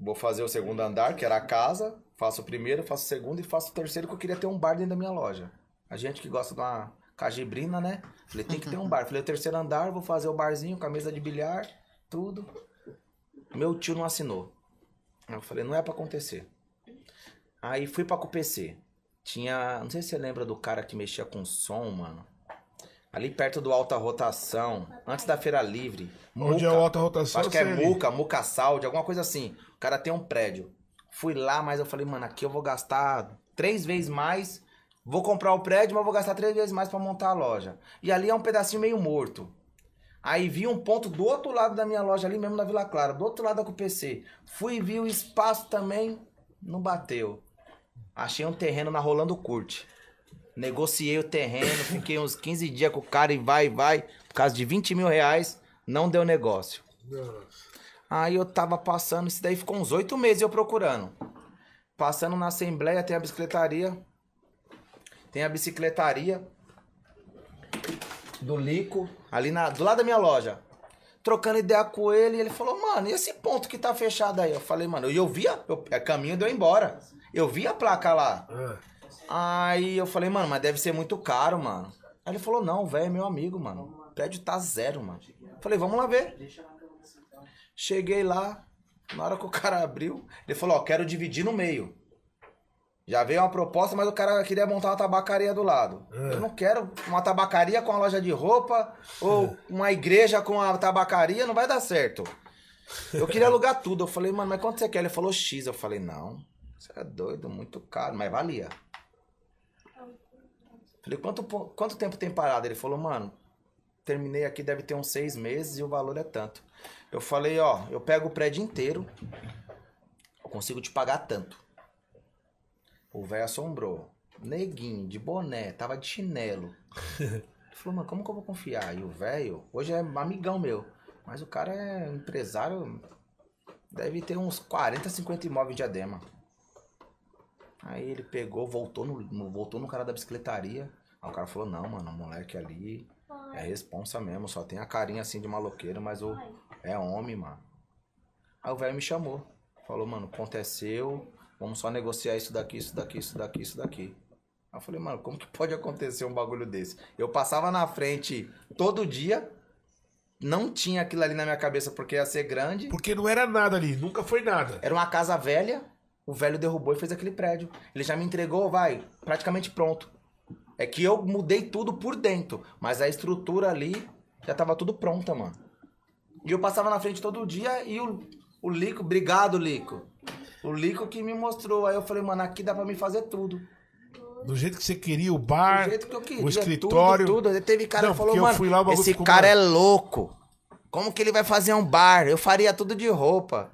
Speaker 3: Vou fazer o segundo andar, que era a casa. Faço o primeiro, faço o segundo e faço o terceiro, que eu queria ter um bar dentro da minha loja. A gente que gosta de uma cajibrina, né? Falei, tem que ter um bar. Falei, o terceiro andar, vou fazer o barzinho, com a mesa de bilhar, tudo. Meu tio não assinou. Eu falei, não é pra acontecer. Aí fui pra CUPC. Tinha. Não sei se você lembra do cara que mexia com som, mano. Ali perto do Alta Rotação, antes da Feira Livre.
Speaker 1: Onde é
Speaker 3: Muca.
Speaker 1: o alta rotação?
Speaker 3: Acho que é
Speaker 1: sei ali.
Speaker 3: Muca, Muca Saúde, alguma coisa assim. O cara tem um prédio. Fui lá, mas eu falei, mano, aqui eu vou gastar três vezes mais. Vou comprar o prédio, mas vou gastar três vezes mais pra montar a loja. E ali é um pedacinho meio morto. Aí vi um ponto do outro lado da minha loja, ali mesmo na Vila Clara, do outro lado da CUPC. Fui vi o espaço também, não bateu. Achei um terreno na Rolando Curte. Negociei o terreno, fiquei uns 15 dias com o cara e vai, vai. Por causa de 20 mil reais, não deu negócio. Aí eu tava passando, isso daí ficou uns oito meses eu procurando. Passando na Assembleia, tem a bicicletaria. Tem a bicicletaria do Lico, ali na, do lado da minha loja. Trocando ideia com ele, ele falou, mano, e esse ponto que tá fechado aí? Eu falei, mano, e eu via, eu, é caminho deu embora. Eu vi a placa lá.
Speaker 1: Ah,
Speaker 3: Aí eu falei, mano, mas deve ser muito caro, mano. Aí ele falou, não, velho, é meu amigo, mano. O prédio tá zero, mano. Falei, vamos lá ver. Cheguei lá, na hora que o cara abriu, ele falou, ó, quero dividir no meio. Já veio uma proposta, mas o cara queria montar uma tabacaria do lado. Eu não quero uma tabacaria com a loja de roupa ou uma igreja com a tabacaria, não vai dar certo. Eu queria alugar tudo. Eu falei, mano, mas quanto você quer? Ele falou X. Eu falei, não, você é doido, muito caro, mas valia. Falei, quanto, po- quanto tempo tem parado? Ele falou, mano, terminei aqui, deve ter uns seis meses e o valor é tanto. Eu falei, ó, eu pego o prédio inteiro, eu consigo te pagar tanto. O velho assombrou. Neguinho, de boné, tava de chinelo. Ele falou, mano, como que eu vou confiar? E o velho, hoje é amigão meu, mas o cara é empresário, deve ter uns 40, 50 imóveis em diadema. Aí ele pegou, voltou no, no- voltou no cara da bicicletaria. Aí o cara falou, não, mano, o moleque ali é responsa mesmo, só tem a carinha assim de maloqueiro, mas o é homem, mano. Aí o velho me chamou. Falou, mano, aconteceu, vamos só negociar isso daqui, isso daqui, isso daqui, isso daqui. Aí eu falei, mano, como que pode acontecer um bagulho desse? Eu passava na frente todo dia, não tinha aquilo ali na minha cabeça porque ia ser grande.
Speaker 1: Porque não era nada ali, nunca foi nada.
Speaker 3: Era uma casa velha, o velho derrubou e fez aquele prédio. Ele já me entregou, vai, praticamente pronto. É que eu mudei tudo por dentro, mas a estrutura ali já tava tudo pronta, mano. E eu passava na frente todo dia e o, o Lico, obrigado, Lico. O Lico que me mostrou. Aí eu falei, mano, aqui dá pra me fazer tudo.
Speaker 1: Do jeito que você queria, o
Speaker 3: Do
Speaker 1: bar,
Speaker 3: jeito que eu queria.
Speaker 1: o escritório.
Speaker 3: Tudo, tudo. Aí Teve cara
Speaker 1: Não,
Speaker 3: que falou,
Speaker 1: porque eu
Speaker 3: mano,
Speaker 1: fui lá, o bagulho
Speaker 3: esse
Speaker 1: ficou
Speaker 3: cara é
Speaker 1: maluco."
Speaker 3: louco. Como que ele vai fazer um bar? Eu faria tudo de roupa.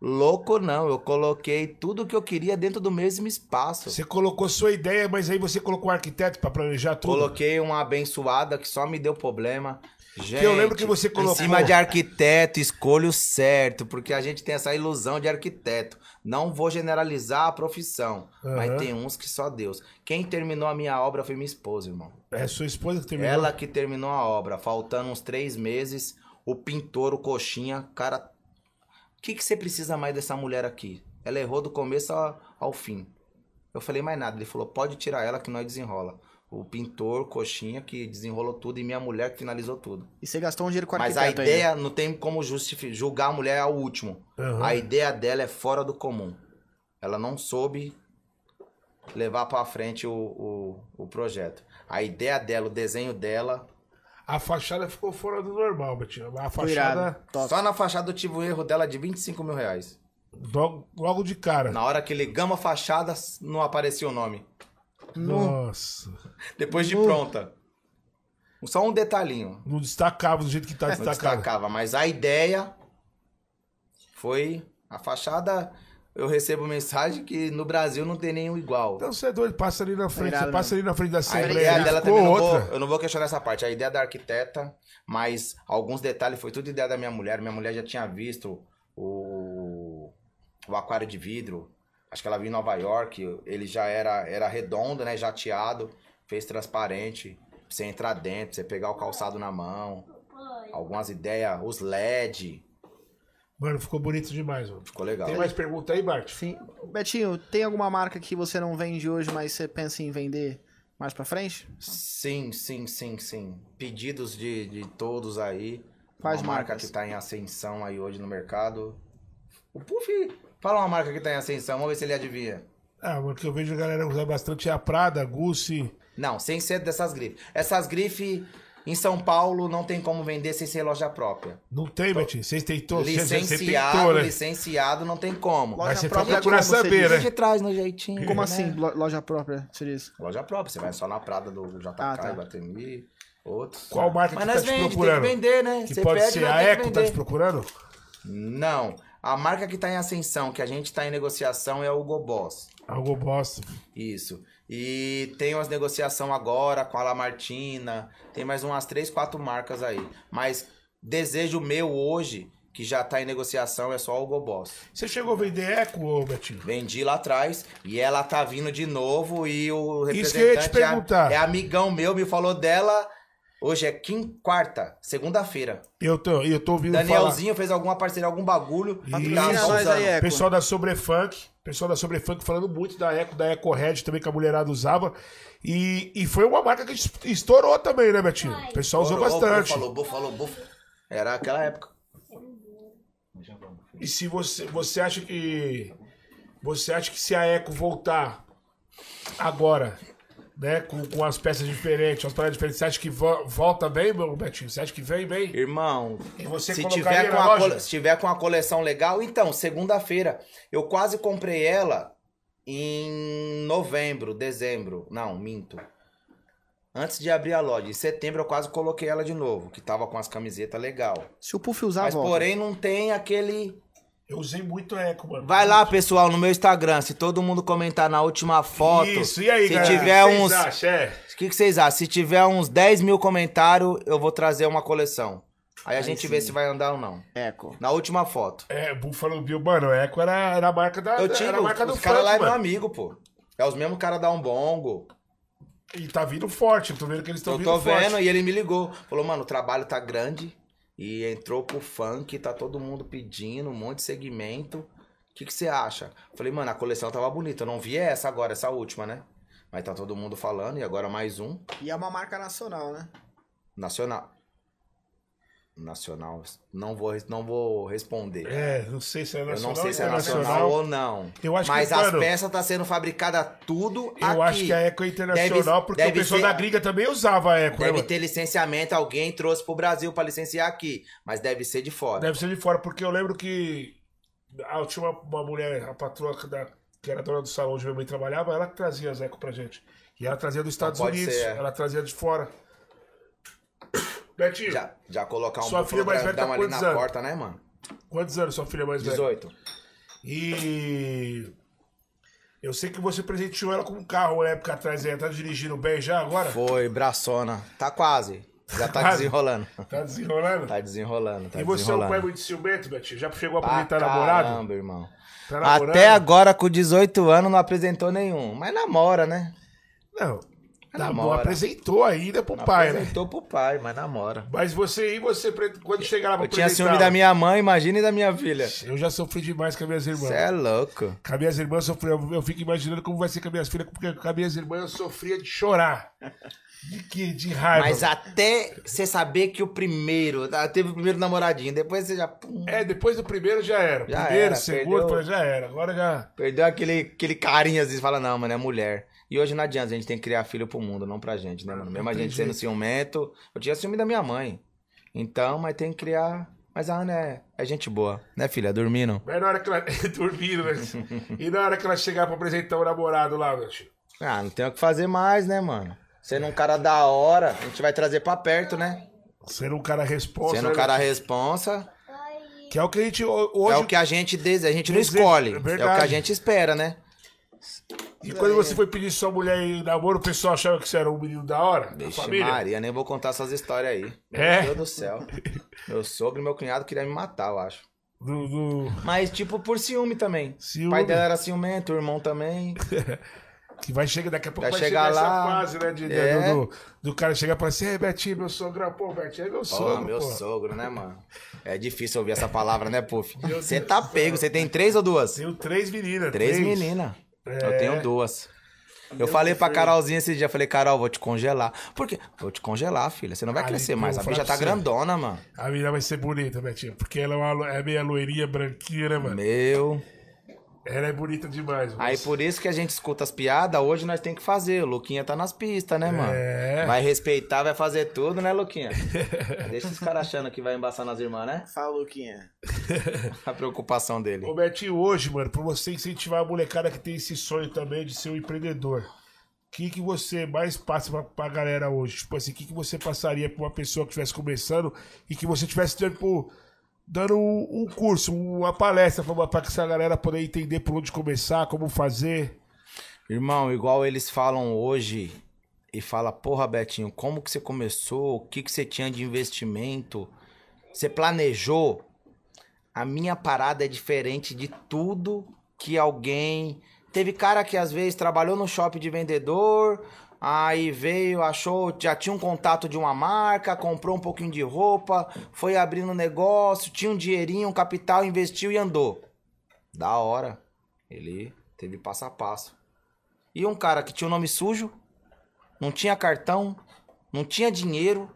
Speaker 3: Louco não, eu coloquei tudo que eu queria dentro do mesmo espaço.
Speaker 1: Você colocou sua ideia, mas aí você colocou o arquiteto pra planejar tudo.
Speaker 3: Coloquei uma abençoada que só me deu problema. Gente,
Speaker 1: eu lembro que você colocou-
Speaker 3: Em cima de arquiteto, escolho certo, porque a gente tem essa ilusão de arquiteto. Não vou generalizar a profissão,
Speaker 1: Aham.
Speaker 3: mas tem uns que só Deus. Quem terminou a minha obra foi minha esposa, irmão.
Speaker 1: É sua esposa que terminou.
Speaker 3: Ela que terminou a obra, faltando uns três meses. O pintor, o coxinha, cara. O que, que você precisa mais dessa mulher aqui? Ela errou do começo ao, ao fim. Eu falei mais nada. Ele falou: pode tirar ela que nós desenrola. O pintor, coxinha, que desenrolou tudo, e minha mulher que finalizou tudo.
Speaker 2: E você gastou um dinheiro com
Speaker 3: Mas
Speaker 2: arquiteto
Speaker 3: a
Speaker 2: ainda.
Speaker 3: ideia não tem como justificar, julgar a mulher ao último.
Speaker 1: Aham.
Speaker 3: A ideia dela é fora do comum. Ela não soube levar pra frente o, o, o projeto. A ideia dela, o desenho dela.
Speaker 1: A fachada ficou fora do normal, Betinho. A
Speaker 2: Foi
Speaker 1: fachada
Speaker 2: irado. Top.
Speaker 3: é Só na fachada eu tive um erro dela de 25 mil reais.
Speaker 1: logo, logo de cara.
Speaker 3: Na hora que ligamos a fachada, não aparecia o nome.
Speaker 1: Nossa.
Speaker 3: Depois de pronta. Só um detalhinho.
Speaker 1: Não destacava do jeito que tá
Speaker 3: Não
Speaker 1: destacado.
Speaker 3: destacava, mas a ideia foi a fachada. Eu recebo mensagem que no Brasil não tem nenhum igual.
Speaker 1: Então você é doido, passa ali na frente,
Speaker 2: irado,
Speaker 1: você passa ali na frente da
Speaker 3: A
Speaker 1: Assembleia.
Speaker 3: ideia
Speaker 1: ali,
Speaker 3: dela
Speaker 1: ficou
Speaker 3: também não vou,
Speaker 1: outra.
Speaker 3: eu não vou questionar essa parte. A ideia da arquiteta, mas alguns detalhes foi tudo ideia da minha mulher. Minha mulher já tinha visto o, o aquário de vidro. Acho que ela viu em Nova York. Ele já era, era redondo, né? Jateado, fez transparente. Pra você entrar dentro, pra você pegar o calçado na mão. Algumas ideias, os LED.
Speaker 1: Mano, ficou bonito demais, mano.
Speaker 3: Ficou legal.
Speaker 1: Tem mais pergunta aí, Bart?
Speaker 2: Sim. Betinho, tem alguma marca que você não vende hoje, mas você pensa em vender mais pra frente?
Speaker 3: Sim, sim, sim, sim. Pedidos de, de todos aí.
Speaker 2: Quais
Speaker 3: uma marca
Speaker 2: marcas?
Speaker 3: que tá em ascensão aí hoje no mercado. O Puff, fala uma marca que tá em ascensão, vamos ver se ele adivinha.
Speaker 1: Ah, mano, que eu vejo a galera usar bastante é a Prada, a Gucci.
Speaker 3: Não, sem ser dessas grifes. Essas grifes em São Paulo não tem como vender sem ser loja própria.
Speaker 1: Não tem, Betinho. Vocês tentou, vocês- vocês
Speaker 3: Então, licenciado,
Speaker 1: tentou, né?
Speaker 3: licenciado não tem como.
Speaker 2: Loja
Speaker 1: Mas você foi
Speaker 2: própria
Speaker 1: procurar
Speaker 2: como você
Speaker 1: saber,
Speaker 2: diz.
Speaker 1: né?
Speaker 3: A gente traz no jeitinho.
Speaker 2: Como
Speaker 3: né?
Speaker 2: assim, lo- loja própria, você diz?
Speaker 3: Loja própria, você vai só na Prada do JK,
Speaker 2: Ah, tá.
Speaker 3: Guatemi, outros.
Speaker 1: Qual marca
Speaker 3: Mas
Speaker 1: que tá
Speaker 3: nós
Speaker 1: te
Speaker 3: vende,
Speaker 1: procurando?
Speaker 3: tem que vender, né?
Speaker 1: Que
Speaker 3: Você
Speaker 1: pode
Speaker 3: pede,
Speaker 1: ser
Speaker 3: mas
Speaker 1: a
Speaker 3: tem que
Speaker 1: Eco, tá te
Speaker 3: vender.
Speaker 1: procurando?
Speaker 3: Não. A marca que tá em ascensão, que a gente tá em negociação, é o Goboss.
Speaker 1: Algo bosta.
Speaker 3: Isso. E tem umas negociações agora com a Lamartina. Tem mais umas três, quatro marcas aí. Mas desejo meu hoje, que já tá em negociação, é só o Goboss.
Speaker 1: Você chegou a vender Eco, ô, Betinho?
Speaker 3: Vendi lá atrás e ela tá vindo de novo. E o
Speaker 1: Isso que eu ia te
Speaker 3: representante é-
Speaker 1: perguntar.
Speaker 3: é, amigão meu, me falou dela. Hoje é quinta, quarta, segunda-feira.
Speaker 1: Eu tô, eu tô ouvindo
Speaker 3: Danielzinho né? fez alguma parceria, algum bagulho. e tá
Speaker 1: Patrocina
Speaker 2: nós aí,
Speaker 3: usando.
Speaker 1: falar.
Speaker 2: Eco.
Speaker 1: Pessoal da Sobrefunk, pessoal da Sobrefunk falando muito da Eco, da Eco Red também, que a mulherada usava. E, e foi uma marca que es- estourou também, né, Betinho? O pessoal usou
Speaker 3: Falou,
Speaker 1: bastante.
Speaker 3: Falou, bufo, falou, bufo. Era aquela época.
Speaker 1: E se você, você acha que. Você acha que se a Eco voltar agora, né? Com, com as peças diferentes, as paradas diferentes, você acha que vo- volta bem, meu Betinho? Você acha que vem bem?
Speaker 3: Irmão,
Speaker 1: E você
Speaker 3: se
Speaker 1: colocaria
Speaker 3: tiver, com
Speaker 1: na
Speaker 3: a
Speaker 1: loja?
Speaker 3: cole- se tiver com a coleção legal, então, segunda-feira. Eu quase comprei ela em novembro, dezembro. Não, minto. Antes de abrir a loja. Em setembro eu quase coloquei ela de novo, que tava com as camisetas legal.
Speaker 2: Se o Puff usar,
Speaker 3: Mas
Speaker 2: volta.
Speaker 3: porém não tem aquele.
Speaker 1: Eu usei muito a Eco, mano.
Speaker 3: Vai lá, pessoal, no meu Instagram. Se todo mundo comentar na última foto.
Speaker 1: Isso, e aí,
Speaker 3: se
Speaker 1: galera?
Speaker 3: tiver
Speaker 1: O que vocês
Speaker 3: uns.
Speaker 1: acham? É.
Speaker 3: O que, que vocês acham? Se tiver uns 10 mil comentários, eu vou trazer uma coleção. Aí a gente vê se vai andar ou não.
Speaker 2: Eco.
Speaker 3: Na última foto.
Speaker 1: É, Buffalo Bill, mano, a Eco era, era a marca da.
Speaker 3: Eu
Speaker 1: era a
Speaker 3: tiro,
Speaker 1: marca do
Speaker 3: os caras lá é
Speaker 1: funk,
Speaker 3: meu
Speaker 1: mano.
Speaker 3: amigo, pô. É os mesmos caras da Umbongo.
Speaker 1: E tá vindo forte, eu tô vendo que eles estão
Speaker 3: Eu
Speaker 1: vindo
Speaker 3: tô
Speaker 1: forte.
Speaker 3: vendo e ele me ligou. Falou, mano, o trabalho tá grande e entrou pro funk, tá todo mundo pedindo, um monte de segmento. O que que você acha? Falei, mano, a coleção tava bonita. Eu não vi essa agora, essa última, né? Mas tá todo mundo falando e agora mais um.
Speaker 2: E é uma marca nacional, né?
Speaker 3: Nacional. Nacional. Não vou, res- não vou responder.
Speaker 1: É, não sei se é
Speaker 3: Eu
Speaker 1: nacional
Speaker 3: não sei se é
Speaker 1: internacional.
Speaker 3: nacional ou não.
Speaker 1: Eu acho que,
Speaker 3: Mas as
Speaker 1: mano,
Speaker 3: peças tá sendo fabricadas tudo aqui.
Speaker 1: Eu acho que a Eco é internacional,
Speaker 3: Deve-
Speaker 1: porque
Speaker 3: deve
Speaker 1: o pessoal
Speaker 3: ser-
Speaker 1: da gringa também usava a Eco, né,
Speaker 3: Deve
Speaker 1: mano?
Speaker 3: ter licenciamento, alguém trouxe pro Brasil pra licenciar aqui, mas deve ser de fora.
Speaker 1: Deve ser de fora, porque eu lembro que ah, tinha uma, uma mulher, a patroa que da- que era dona do salão onde minha mãe trabalhava, ela que trazia as Eco pra gente. E ela trazia dos Estados
Speaker 3: pode
Speaker 1: Unidos,
Speaker 3: ser, é.
Speaker 1: ela trazia de fora. Betinho,
Speaker 3: Já, já colocar um
Speaker 1: Sua filha mais velha tá
Speaker 3: grandão ali
Speaker 1: quantos
Speaker 3: na
Speaker 1: anos?
Speaker 3: porta, né, mano?
Speaker 1: quantos anos sua filha mais velha?
Speaker 3: 18.
Speaker 1: E eu sei que você presenteou ela com um carro uma época atrás, ela tá dirigindo bem já agora?
Speaker 3: Foi, braçona. Tá quase. Já tá
Speaker 1: Quase.
Speaker 3: desenrolando.
Speaker 1: Tá desenrolando?
Speaker 3: Tá desenrolando, tá
Speaker 1: e você é um
Speaker 3: desenrolando. Ah,
Speaker 1: pai muito ciumento, Betinho? Já chegou a
Speaker 3: Pra
Speaker 1: apresentar namorado?
Speaker 3: Caramba, irmão.
Speaker 1: Tá namorando?
Speaker 3: Até agora, com 18 anos, não apresentou nenhum. Mas namora, né?
Speaker 1: Não. Não
Speaker 3: Namora.
Speaker 1: apresentou ainda pro
Speaker 3: É né? Não
Speaker 1: pai, né?
Speaker 3: apresentou pro pai, mas namora.
Speaker 1: Mas você e você, pre- quando chegar lá pra
Speaker 3: Eu tinha
Speaker 1: apresentar-
Speaker 3: ciúme da minha mãe, imagina e da minha filha.
Speaker 1: Eu já sofri demais com as minhas irmãs.
Speaker 3: Você é louco.
Speaker 1: Com as minhas irmãs eu sofri. Eu eu fico imaginando como vai ser com as minhas filhas, porque com as minhas irmãs eu sofria de chorar. De que? De raiva.
Speaker 3: Mas até você saber que o primeiro. ah, Teve o primeiro namoradinho, depois você já. pum,
Speaker 1: É, depois do primeiro já era.
Speaker 3: Já
Speaker 1: primeiro,
Speaker 3: era,
Speaker 1: segundo,
Speaker 3: perdeu.
Speaker 1: já era. Agora já.
Speaker 3: Perdeu aquele, aquele carinho, às vezes fala, não, mano, é mulher. E hoje não adianta, a gente tem que criar filho pro mundo, não pra gente, né, mano? Mesmo a
Speaker 1: tem
Speaker 3: gente sendo
Speaker 1: jeito.
Speaker 3: ciumento. Eu tinha ciúme da minha mãe. Então, mas tem que criar. Mas a Ana é, é gente boa, né, filha? Dormindo.
Speaker 1: Mas na hora que ela. dormindo, né? E na hora que ela chegar pra apresentar o namorado lá, meu tio.
Speaker 3: Ah, não tem o que fazer mais, né, mano? Sendo um cara da hora, a gente vai trazer pra perto, né?
Speaker 1: Sendo um cara responsa.
Speaker 3: Sendo
Speaker 1: né,
Speaker 3: um cara
Speaker 1: meu
Speaker 3: responsa.
Speaker 1: tio? Que é o que a gente. ho- Hoje,
Speaker 3: É o que a gente deseja, a gente não
Speaker 1: Deseja-
Speaker 3: escolhe.
Speaker 1: é
Speaker 3: É o que a
Speaker 1: verdade.
Speaker 3: gente espera, né?
Speaker 1: E quando
Speaker 3: É.
Speaker 1: você foi pedir sua mulher em namoro, o pessoal achava que você era um menino da hora? da
Speaker 3: Vixe,
Speaker 1: família?
Speaker 3: Maria, nem vou contar essas histórias aí.
Speaker 1: É?
Speaker 3: Meu Deus do céu. Meu sogro e meu cunhado queriam me matar, eu acho.
Speaker 1: Do, do-
Speaker 3: Mas, tipo, por ciúme também.
Speaker 1: Ciúme.
Speaker 3: O pai dela era ciumento, o irmão também.
Speaker 1: Que vai chegar daqui a pouco
Speaker 3: Vai
Speaker 1: vai
Speaker 3: chegar
Speaker 1: chegar,
Speaker 3: lá.
Speaker 1: essa fase, né? de- de-
Speaker 3: É.
Speaker 1: do, do cara chegar e falar assim, ei, Betinho, meu sogro, pô, Betinho é meu
Speaker 3: Pô,
Speaker 1: sogro,
Speaker 3: meu
Speaker 1: pô.
Speaker 3: sogro, né, mano? É difícil ouvir essa palavra, né, Puff? Você tá pego, você tem três ou duas?
Speaker 1: Tenho três meninas.
Speaker 3: Três meninas. Eu
Speaker 1: É.
Speaker 3: tenho duas. Eu falei pra Carolzinha esse dia, falei, Carol, vou te congelar. Por quê? Vou te congelar, filha. Você não vai
Speaker 1: Ah,
Speaker 3: crescer
Speaker 1: então,
Speaker 3: mais. A
Speaker 1: vou falar
Speaker 3: bicha tá
Speaker 1: pra você.
Speaker 3: grandona, mano.
Speaker 1: A menina vai ser bonita, Betinho, porque ela é, uma, lo- é meio loirinha, branquinha, né, mano?
Speaker 3: Meu.
Speaker 1: Ela é bonita demais, mano.
Speaker 3: Aí por isso que a gente escuta as piadas, hoje nós tem que fazer. O Luquinha tá nas pistas, né, mano?
Speaker 1: É.
Speaker 3: Vai respeitar, vai fazer tudo, né, Luquinha? Deixa os caras achando que vai embaçar nas irmãs, né?
Speaker 2: Fala, Luquinha.
Speaker 3: A preocupação dele.
Speaker 1: Ô, Betinho, hoje, mano, pra você incentivar a molecada que tem esse sonho também de ser um empreendedor, o que, que você mais passa pra, pra galera hoje? Tipo assim, o que, que você passaria pra uma pessoa que estivesse começando e que você tivesse, tipo, dando um, um curso, uma palestra pra, pra que essa galera poder entender por onde começar, como fazer?
Speaker 3: Irmão, igual eles falam hoje e fala, porra, Betinho, como que você começou? O que que você tinha de investimento? Você planejou? A minha parada é diferente de tudo que alguém. Teve cara que às vezes trabalhou no shopping de vendedor, aí veio, achou, já tinha um contato de uma marca, comprou um pouquinho de roupa, foi abrindo um negócio, tinha um dinheirinho, um capital, investiu e andou. Da hora. Ele teve passo a passo. E um cara que tinha o nome sujo, não tinha cartão, não tinha dinheiro,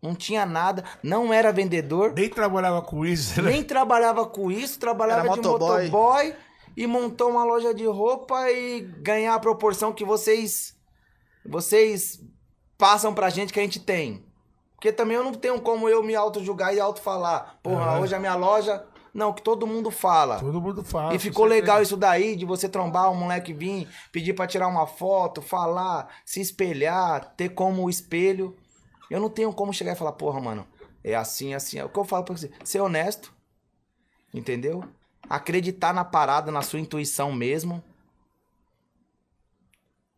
Speaker 3: não tinha nada, não era vendedor,
Speaker 1: Nem trabalhava com isso, né?
Speaker 3: nem trabalhava com isso, trabalhava
Speaker 2: Era
Speaker 3: de
Speaker 2: motoboy.
Speaker 3: motoboy e montou uma loja de roupa e ganhar a proporção que vocês vocês passam pra gente que a gente tem. Porque também eu não tenho como eu me auto-julgar e auto-falar. Porra,
Speaker 1: Aham.
Speaker 3: hoje a minha loja. Não, que todo mundo fala.
Speaker 1: Todo mundo fala.
Speaker 3: E ficou legal isso daí, de você trombar o moleque vir, pedir pra tirar uma foto, falar, se espelhar, ter como espelho. Eu não tenho como chegar e falar, porra, mano, é assim, assim. É o que eu falo pra você, ser honesto, entendeu? Acreditar na parada, na sua intuição mesmo.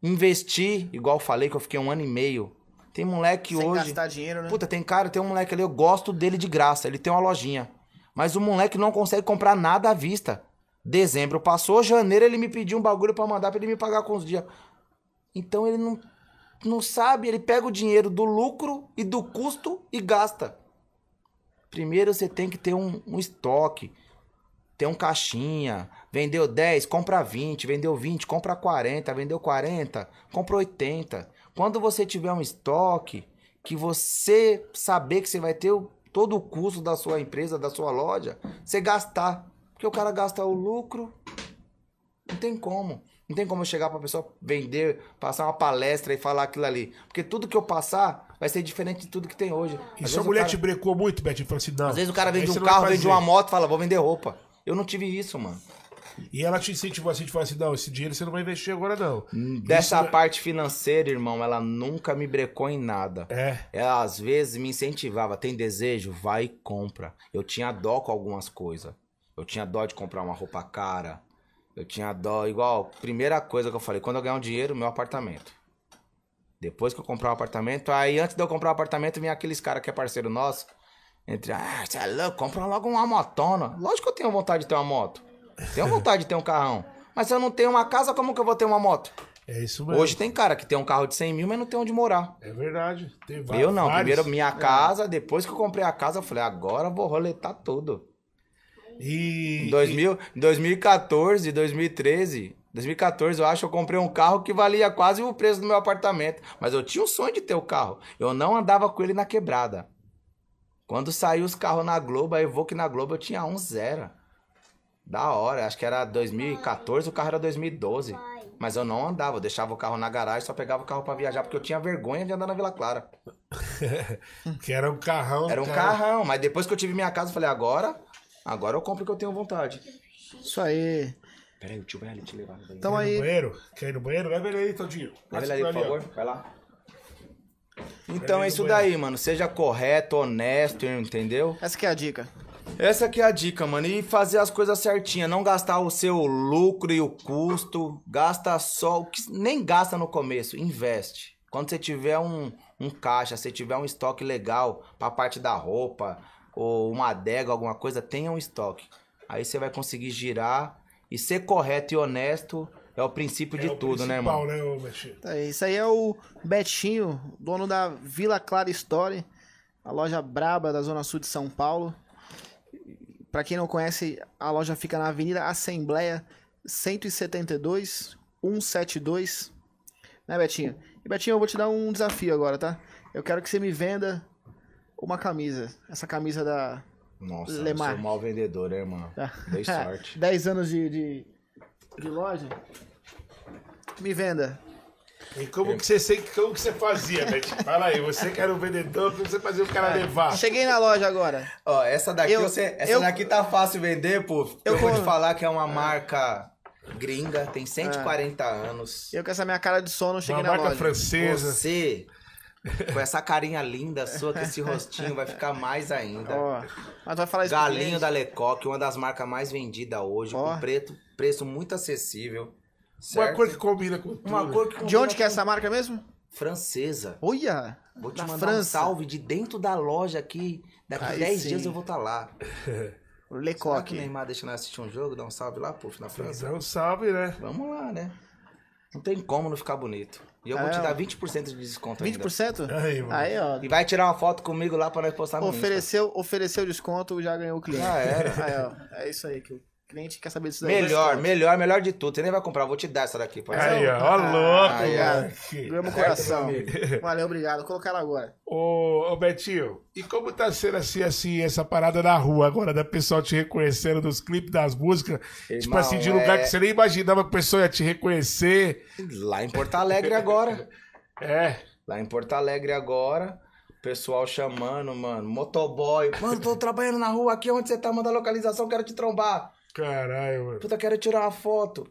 Speaker 3: Investir, igual eu falei que eu fiquei um ano e meio. Tem moleque
Speaker 2: Sem
Speaker 3: hoje.
Speaker 2: gastar dinheiro, né?
Speaker 3: Puta, tem cara, tem um moleque ali, eu gosto dele de graça, ele tem uma lojinha. Mas o moleque não consegue comprar nada à vista. Dezembro passou, janeiro ele me pediu um bagulho pra mandar pra ele me pagar com os dias. Então ele não, não sabe, ele pega o dinheiro do lucro e do custo e gasta. Primeiro você tem que ter um, um estoque, ter um caixinha. Vendeu 10, compra 20. Vendeu 20, compra 40. Vendeu 40, compra 80. Quando você tiver um estoque, que você saber que você vai ter o- todo o custo da sua empresa, da sua loja, você gastar. Porque o cara gasta o lucro, não tem como. Não tem como eu chegar pra pessoa vender, passar uma palestra e falar aquilo ali. Porque tudo que eu passar vai ser diferente de tudo que tem hoje. Às
Speaker 1: E
Speaker 3: vezes
Speaker 1: sua
Speaker 3: o
Speaker 1: mulher
Speaker 3: cara-
Speaker 1: te brecou muito, Betinho? Falou assim, não.
Speaker 3: às vezes o cara vende
Speaker 1: esse
Speaker 3: um
Speaker 1: não vai
Speaker 3: carro, vende
Speaker 1: fazer.
Speaker 3: uma moto, fala, vou vender roupa. Eu não tive isso, mano.
Speaker 1: E ela te incentivou assim, te falou assim, não, esse dinheiro você não vai investir agora, não.
Speaker 3: Dessa
Speaker 1: Hum, Isso- é
Speaker 3: parte financeira, irmão, ela nunca me brecou em nada.
Speaker 1: É,
Speaker 3: Ela às vezes me incentivava, tem desejo? Vai e compra. Eu tinha dó com algumas coisas. Eu tinha dó de comprar uma roupa cara. Eu tinha dó, igual, primeira coisa que eu falei, quando eu ganhar um dinheiro, meu apartamento. Depois que eu comprar o apartamento, aí antes de eu comprar o apartamento, vinha aqueles caras que é parceiro nosso. Entre, ah, você é louco, compra logo uma motona. Lógico que eu tenho vontade de ter uma moto. Tenho vontade de ter um carrão. Mas se eu não tenho uma casa, como que eu vou ter uma moto?
Speaker 1: é isso mesmo.
Speaker 3: Hoje tem cara que tem um carro de 100 mil, mas não tem onde morar.
Speaker 1: É verdade. Tem va-
Speaker 3: Eu não,
Speaker 1: vários.
Speaker 3: primeiro minha casa, depois que eu comprei a casa, eu falei, agora eu vou roletar tudo.
Speaker 1: E.
Speaker 3: Em 2000, em 2014, 2013, 2014 eu acho, eu comprei um carro que valia quase o preço do meu apartamento. Mas eu tinha um sonho de ter o carro. Eu não andava com ele na quebrada. Quando saiu os carros na Globo, a Evoque na Globo, eu tinha um zero. Da hora, acho que era 2014, o carro era 2012. Mas eu não andava, eu deixava o carro na garagem, só pegava o carro pra viajar, porque eu tinha vergonha de andar na Vila Clara.
Speaker 1: Que era um carrão.
Speaker 3: Era um
Speaker 1: cara.
Speaker 3: carrão, mas depois que eu tive minha casa, eu falei, agora, agora eu compro o que eu tenho vontade.
Speaker 2: Isso aí.
Speaker 3: Peraí, o tio vai ali te levar. no banheiro.
Speaker 2: Então
Speaker 1: Quer ir no
Speaker 2: aí,
Speaker 1: banheiro? Quer ir no banheiro? Leva ele aí, Todinho.
Speaker 3: Leva
Speaker 1: Passa
Speaker 3: ele ali, por
Speaker 1: pra ó.
Speaker 3: favor. Vai lá. Então
Speaker 1: Vai
Speaker 3: é
Speaker 1: ali no
Speaker 3: isso
Speaker 1: banheiro.
Speaker 3: daí, mano. Seja correto, honesto, entendeu?
Speaker 2: essa que é a dica.
Speaker 3: Essa que é a dica, mano. E fazer as coisas certinhas. Não gastar o seu lucro e o custo. Gasta só o que. Nem gasta no começo. Investe. Quando você tiver um, um caixa, se tiver um estoque legal pra parte da roupa, ou uma adega, alguma coisa, tenha um estoque. Aí você vai conseguir girar e ser correto e honesto é o princípio de
Speaker 1: É o
Speaker 3: tudo, né,
Speaker 1: principal,
Speaker 3: irmão?
Speaker 1: né, ô, Betinho?
Speaker 2: Tá aí, Isso aí é o Betinho, dono da Vila Clara Story, a loja braba da Zona Sul de São Paulo. Pra quem não conhece, a loja fica na Avenida Assembleia 172, 172. Né, Betinho? E Betinho, eu vou te dar um desafio agora, tá? Eu quero que você me venda uma camisa. Essa camisa da.
Speaker 3: Nossa,
Speaker 2: Lemar. Ah.
Speaker 3: eu sou mau vendedor, né, irmão?
Speaker 2: da
Speaker 3: Dei sorte.
Speaker 2: 10 anos de, de, de loja. Me venda.
Speaker 1: E como que você sei como que você fazia, Betinho? Fala aí, você que era o vendedor, como você fazia o cara
Speaker 3: Ah.
Speaker 1: levar?
Speaker 2: Cheguei na loja agora.
Speaker 3: Ó, essa daqui,
Speaker 2: Eu-
Speaker 3: você, essa
Speaker 2: eu-
Speaker 3: daqui tá fácil vender, pô. porque
Speaker 2: Eu
Speaker 3: Eu, vou
Speaker 2: vou- Ah.
Speaker 3: te falar que é uma marca gringa, tem 140 anos.
Speaker 2: Eu com essa minha cara de sono cheguei
Speaker 1: Uma
Speaker 2: na
Speaker 1: marca
Speaker 2: loja.
Speaker 1: francesa.
Speaker 3: Você, com essa carinha linda sua, com esse rostinho, vai ficar mais ainda.
Speaker 2: Ó, mas tu vai falar isso pro
Speaker 3: Galinho
Speaker 2: cliente?
Speaker 3: da Lecoque, uma das marcas mais vendidas hoje,
Speaker 2: Ó.
Speaker 3: com preto, preço muito acessível. Certo?
Speaker 1: Uma cor que combina com tudo.
Speaker 3: Uma cor que
Speaker 2: De onde que é essa marca mesmo?
Speaker 3: Francesa.
Speaker 2: Olha!
Speaker 3: Vou te
Speaker 2: da
Speaker 3: mandar um
Speaker 2: França.
Speaker 3: salve de dentro da loja aqui. Daqui
Speaker 2: Aí
Speaker 3: 10
Speaker 2: sim.
Speaker 3: dias eu vou estar lá. Será que o
Speaker 2: Lecoque.
Speaker 3: Neymar deixa nós assistir um jogo, dar um salve lá, puf, na França?
Speaker 1: Franzão sabe, né?
Speaker 3: Vamos lá, né? Não tem como não ficar bonito. E eu vou
Speaker 2: É,
Speaker 3: te
Speaker 2: ó.
Speaker 3: dar 20% de desconto ainda.
Speaker 2: 20%?
Speaker 1: Aí, mano.
Speaker 2: Aí, ó.
Speaker 3: E vai tirar uma foto comigo lá pra nós postar no Insta.
Speaker 2: Ofereceu, ofereceu desconto, já ganhou o cliente.
Speaker 3: Já era.
Speaker 2: Aí, ó. É isso aí que o cliente quer saber disso daí.
Speaker 3: Melhor, melhor, melhor de tudo. Você nem vai comprar, vou te dar essa daqui, parceiro.
Speaker 1: Aí, ó, ó louco,
Speaker 3: Ah, Aí, ó.
Speaker 1: moleque.
Speaker 2: Ganhamos o coração. Valeu, obrigado. Vou colocar ela agora.
Speaker 1: Ô, ô, Betinho, e como tá sendo assim, assim, essa parada na rua agora, da pessoa te reconhecendo nos clipes das músicas?
Speaker 3: Irmão,
Speaker 1: tipo assim, de lugar
Speaker 3: é-
Speaker 1: que você nem imaginava que a pessoa ia te reconhecer.
Speaker 3: Lá em Porto Alegre agora.
Speaker 1: É.
Speaker 3: Lá em Porto Alegre agora. Pessoal chamando, mano. Motoboy. Mano, tô trabalhando na rua aqui. Onde você tá? Manda a localização, quero te trombar.
Speaker 1: Caralho, mano.
Speaker 3: Puta, quero tirar uma foto.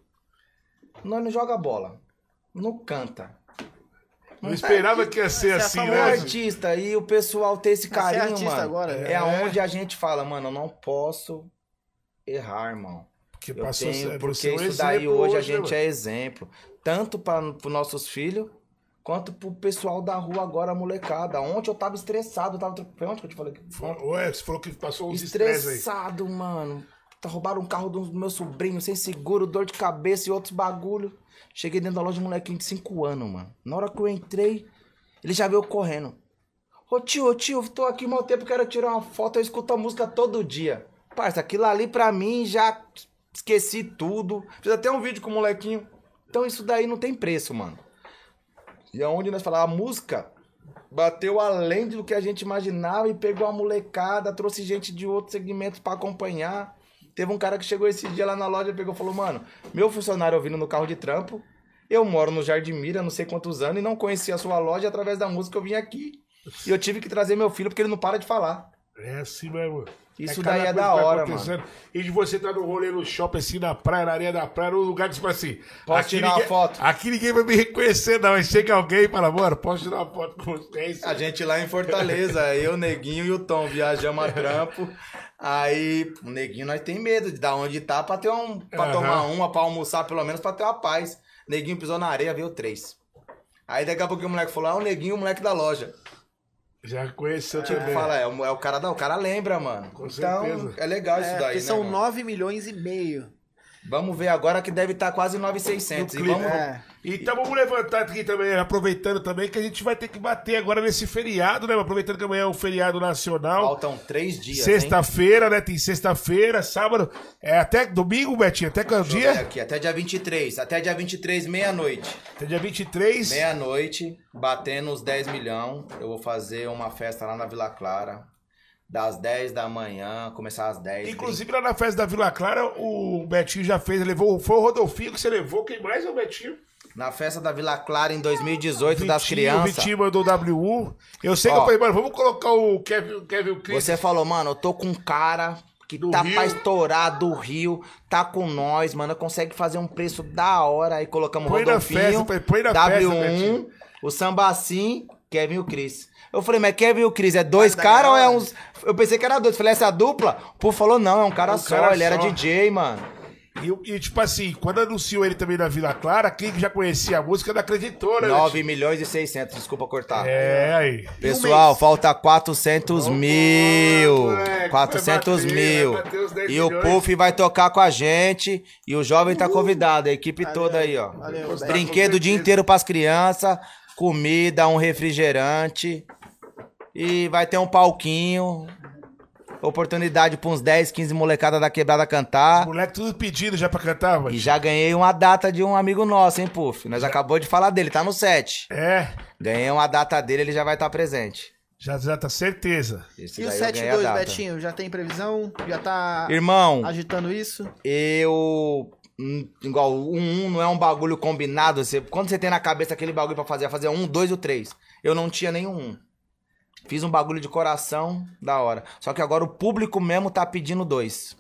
Speaker 3: Nós não joga bola. Não canta.
Speaker 1: Não esperava que ia ser
Speaker 2: É, Você é
Speaker 1: assim,
Speaker 3: É um
Speaker 1: né?
Speaker 3: artista e o pessoal ter esse
Speaker 2: Você é
Speaker 3: carinho,
Speaker 2: artista
Speaker 3: mano.
Speaker 2: agora, né?
Speaker 3: é
Speaker 1: é.
Speaker 3: aonde a gente fala, mano, eu não posso errar, irmão.
Speaker 1: Porque
Speaker 3: Eu
Speaker 1: passou
Speaker 3: tenho,
Speaker 1: você
Speaker 3: porque
Speaker 1: é um
Speaker 3: isso daí
Speaker 1: exemplo
Speaker 3: hoje a
Speaker 1: né,
Speaker 3: gente é exemplo. Tanto para os nossos filhos, quanto pro pessoal da rua agora, a molecada. Ontem eu tava estressado, eu tava. Foi ontem que eu te falei? que-
Speaker 1: mano? Ué, você falou que passou uns estresses aí.
Speaker 3: Estressado, mano. Tá- Roubaram um carro do meu sobrinho, sem seguro, dor de cabeça e outros bagulho. Cheguei dentro da loja de um molequinho de 5 anos, mano. Na hora que eu entrei, ele já veio correndo. Ô tio, ô tio, tô aqui mal tempo, quero tirar uma foto, eu escuto a música todo dia. Parça, aquilo ali pra mim já esqueci tudo. Fiz até um vídeo com o molequinho. Então isso daí não tem preço, mano. E aonde nós falamos, a música bateu além do que a gente imaginava e pegou a molecada, trouxe gente de outros segmentos pra acompanhar. Teve um cara que chegou esse dia lá na loja e pegou e falou: Mano, meu funcionário ouvindo no carro de trampo, eu moro no Jardim Mira, não sei quantos anos, e não conhecia a sua loja através da música, eu vim aqui. E eu tive que trazer meu filho porque ele não para de falar.
Speaker 1: É assim mesmo.
Speaker 3: Isso
Speaker 1: cada
Speaker 3: daí
Speaker 1: coisa
Speaker 3: é da
Speaker 1: que vai
Speaker 3: hora,
Speaker 1: acontecendo. E de você estar no rolê no shopping, assim, na praia, na areia da praia, num lugar que, tipo assim...
Speaker 3: Posso
Speaker 1: aqui
Speaker 3: tirar uma
Speaker 1: ninguém-
Speaker 3: foto?
Speaker 1: Aqui ninguém vai me reconhecer, não. Aí chega alguém e fala, mano, posso tirar uma foto com você? É isso.
Speaker 3: A gente lá em Fortaleza, eu, Neguinho e o Tom viajamos a trampo. Aí, o Neguinho, nós tem medo de dar onde tá pra, ter um, pra
Speaker 1: Aham.
Speaker 3: tomar uma, pra almoçar pelo menos, pra ter uma paz. Neguinho pisou na areia, veio três. Aí daqui a pouco o moleque falou, ah, o Neguinho, o moleque da loja.
Speaker 1: Já conheceu
Speaker 3: Tipo,
Speaker 1: também.
Speaker 3: fala, é, o- é o cara da, o cara lembra, mano.
Speaker 1: Com
Speaker 3: então,
Speaker 1: certeza.
Speaker 3: é legal isso
Speaker 2: É,
Speaker 3: daí,
Speaker 2: porque
Speaker 3: né,
Speaker 2: são
Speaker 3: mano?
Speaker 2: 9 milhões e meio.
Speaker 3: Vamos ver agora que deve estar quase 9,600.
Speaker 1: No
Speaker 3: E
Speaker 1: clipe,
Speaker 3: vamos...
Speaker 2: É.
Speaker 1: Então vamos levantar aqui também, aproveitando também que a gente vai ter que bater agora nesse feriado, né? Aproveitando que amanhã é um feriado nacional.
Speaker 3: Faltam três dias, hein?
Speaker 1: Sexta-feira, né? Tem sexta-feira, sábado. É até domingo, Betinho? Até que é o
Speaker 3: Deixa eu ver
Speaker 1: dia?
Speaker 3: Aqui, até dia 23. Até dia 23, meia-noite.
Speaker 1: Até dia 23.
Speaker 3: Meia-noite, batendo os 10 milhão, eu vou fazer uma festa lá na Vila Clara. Das 10 da manhã, começar às 10.
Speaker 1: Inclusive lá na festa da Vila Clara, o Betinho já fez, levou, foi o Rodolfinho que você levou, quem mais é o Betinho?
Speaker 3: Na festa da Vila Clara em 2018 das
Speaker 1: Vitinho,
Speaker 3: crianças.
Speaker 1: Vitinho mandou WU. Eu sei que
Speaker 3: Ó.
Speaker 1: eu falei, mano, vamos colocar o Kevin, o Kevin Chris.
Speaker 3: Você falou, mano, eu tô com um cara que
Speaker 1: Do
Speaker 3: tá
Speaker 1: Rio.
Speaker 3: pra estourar do Rio, tá com nós, mano, consegue fazer um preço da hora. Aí colocamos
Speaker 1: Põe na
Speaker 3: é um Rodolfinho,
Speaker 1: festa, põe- põe na festa,
Speaker 3: W1,
Speaker 1: Betinho.
Speaker 3: o Sambacim, Kevin e o Cris. Eu falei, mas Kevin e o Cris, é dois
Speaker 2: Mas
Speaker 3: caras ou
Speaker 2: daí,
Speaker 3: é
Speaker 2: ó.
Speaker 3: uns... Eu pensei que era dois. Falei, essa dupla? O Pô falou, não, é um cara
Speaker 1: um
Speaker 3: só,
Speaker 1: cara
Speaker 3: ele era
Speaker 1: só.
Speaker 3: DJ, mano. E
Speaker 1: E, eu- e, tipo assim, quando anunciou ele também na Vila Clara, quem já conhecia a música não acreditou, né?
Speaker 3: 9 milhões e 600, desculpa cortar.
Speaker 1: É, aí.
Speaker 3: um Pessoal, falta 400 mil.
Speaker 1: moleque,
Speaker 3: 400
Speaker 1: vai bater,
Speaker 3: mil.
Speaker 1: vai bater os 10
Speaker 3: E o
Speaker 1: milhões.
Speaker 3: Puff vai tocar com a gente. E o jovem tá convidado, a equipe toda aí, ó.
Speaker 2: valeu.
Speaker 3: Os Brinquedo o dia inteiro pras crianças. Comida, um refrigerante. E vai ter um palquinho. Oportunidade pra uns 10, 15 molecada da quebrada cantar.
Speaker 1: Moleque tudo pedindo já pra cantar, mano.
Speaker 3: E já ganhei uma data de um amigo nosso, hein, Puff? Nós acabou de falar dele, tá no set.
Speaker 1: É,
Speaker 3: Ganhei uma data dele, ele já vai estar presente.
Speaker 1: já, já tá certeza.
Speaker 3: Esse
Speaker 2: E o
Speaker 3: daí eu ganhei a
Speaker 2: 7-2,
Speaker 3: data.
Speaker 2: Betinho, já tem previsão? Já tá
Speaker 3: Irmão,
Speaker 2: agitando isso?
Speaker 3: eu. hum, Igual, o 1 não é um bagulho combinado. Você, quando você tem na cabeça aquele bagulho pra fazer, é fazer um, dois ou três. Eu não tinha nenhum. um. Fiz um bagulho de coração, da hora. Só que agora o público mesmo tá pedindo dois.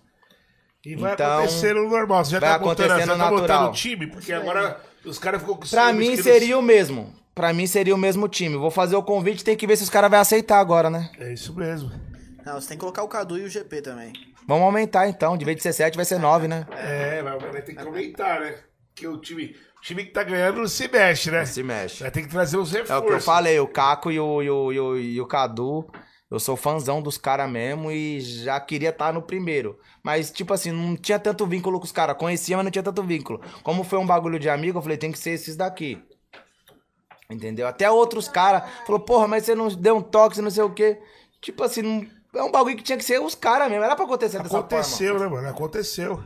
Speaker 1: E vai
Speaker 3: Então,
Speaker 1: acontecendo no normal. Você já
Speaker 3: vai
Speaker 1: tá montando, já
Speaker 3: acontecendo
Speaker 1: tá montando
Speaker 3: natural.
Speaker 1: o time, porque agora os caras ficam com
Speaker 3: Pra
Speaker 1: ciúmes
Speaker 3: mim
Speaker 1: que não-
Speaker 3: seria o mesmo. Pra mim seria o mesmo time. Vou fazer o convite, tem que ver se os caras vão aceitar agora, né?
Speaker 1: É isso mesmo.
Speaker 2: Não, você tem que colocar o Cadu e o GP também.
Speaker 3: Vamos aumentar então. De vez de ser sete, vai ser nove, né?
Speaker 1: É, mas vai ter que aumentar, né? Porque o time, o time que tá ganhando não se mexe, né?
Speaker 3: Se mexe.
Speaker 1: Vai ter que trazer os reforços.
Speaker 3: É o que eu falei, o Caco e o, e o, e o, e o Cadu. Eu sou fãzão dos caras mesmo e já queria estar no primeiro. Mas, tipo assim, não tinha tanto vínculo com os caras. Conhecia, mas não tinha tanto vínculo. Como foi um bagulho de amigo, eu falei, tem que ser esses daqui. Entendeu? Até outros caras falou, porra, mas você não deu um toque, você não sei o quê. Tipo assim, não- é um bagulho que tinha que ser os caras mesmo. Era pra acontecer é dessa forma.
Speaker 1: Aconteceu, né, mano? Aconteceu.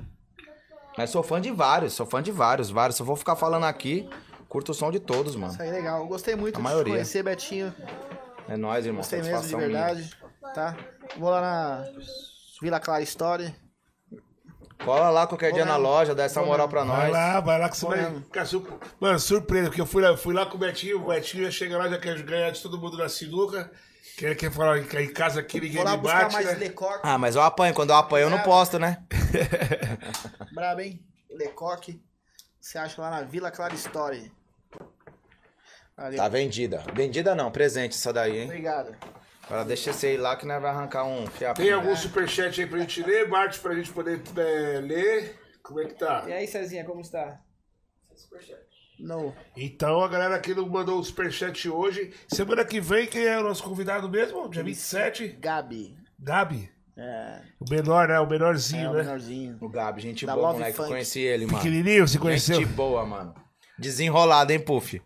Speaker 3: Mas sou fã de vários, sou fã de vários, vários. Se eu vou ficar falando aqui, curto o som de todos, mano.
Speaker 2: Isso aí é legal. Eu Gostei muito
Speaker 3: A
Speaker 2: de te
Speaker 3: maioria.
Speaker 2: conhecer, Betinho.
Speaker 3: É nóis, irmão.
Speaker 2: Gostei mesmo, de
Speaker 3: Satisfação minha.
Speaker 2: verdade. Tá? Vou lá na Vila Clara Story.
Speaker 3: Cola lá qualquer dia na
Speaker 2: mesmo.
Speaker 3: loja, dá essa moral pra
Speaker 1: Vai
Speaker 3: nós.
Speaker 1: lá, vai lá que você vai
Speaker 2: Olha.
Speaker 1: ficar sur- Mano, surpresa, porque eu fui lá, fui lá com o Betinho, o Betinho já chega lá, já quer ganhar de todo mundo na sinuca. Quer, quer falar que é em casa aqui ninguém
Speaker 2: Vou lá
Speaker 1: me
Speaker 2: buscar
Speaker 1: bate.
Speaker 2: mais
Speaker 1: né?
Speaker 2: Lecoque.
Speaker 3: Ah, mas eu apanho. Quando eu apanho,
Speaker 1: É.
Speaker 3: eu não posto, né?
Speaker 2: Brabo, hein? Lecoque. Você acha lá na Vila Clara Story. Valeu.
Speaker 3: Tá vendida. Vendida não, presente essa daí, hein?
Speaker 2: Obrigado.
Speaker 3: Agora deixa esse aí lá que nós vai arrancar um fiapo.
Speaker 1: Tem algum superchat aí pra gente ler, Marte, pra gente poder é, ler. Como é que tá?
Speaker 2: aí, Cezinha, como está? Não.
Speaker 1: Então, a galera que não mandou o superchat hoje. Semana que vem, quem é o nosso convidado mesmo? Dia 27?
Speaker 2: Gabi.
Speaker 1: Gabi.
Speaker 2: É,
Speaker 1: O menor, né? O menorzinho,
Speaker 2: é o
Speaker 1: né?
Speaker 2: menorzinho.
Speaker 3: O Gabi, gente
Speaker 2: Da
Speaker 3: boa,
Speaker 2: Love
Speaker 3: moleque. Eu
Speaker 2: Funk.
Speaker 3: conheci ele, mano.
Speaker 1: Pequenininho, se conheceu.
Speaker 3: Gente boa, mano. Desenrolado, hein, Puff?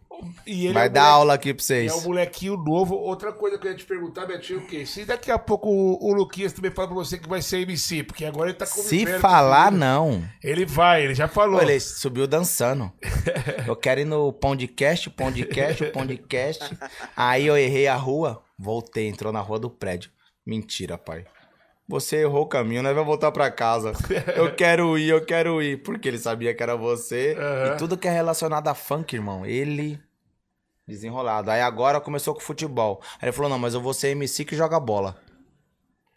Speaker 1: E ele
Speaker 3: Vai
Speaker 1: é um
Speaker 3: dar
Speaker 1: moleque-
Speaker 3: aula aqui pra vocês.
Speaker 1: É um molequinho novo. Outra coisa que eu ia te perguntar, Betinho, é o quê? Se daqui a pouco o, o Luquinhas também fala pra você que vai ser MC, porque agora ele tá
Speaker 3: Se
Speaker 1: convivendo com
Speaker 3: falar,
Speaker 1: ele.
Speaker 3: não.
Speaker 1: Ele vai, ele já falou.
Speaker 3: Pô, ele subiu dançando. Eu quero ir no pão de cast, pão de cast, pão de cast. Aí eu errei a rua, voltei, entrou na rua do prédio. Mentira, pai. Você errou o caminho, nós vamos voltar pra casa. Eu quero ir, eu quero ir. Porque ele sabia que era você.
Speaker 1: Aham.
Speaker 3: E tudo que é relacionado a funk, irmão, ele desenrolado. Aí agora começou com futebol. Aí ele falou: não, mas eu vou ser MC que joga bola.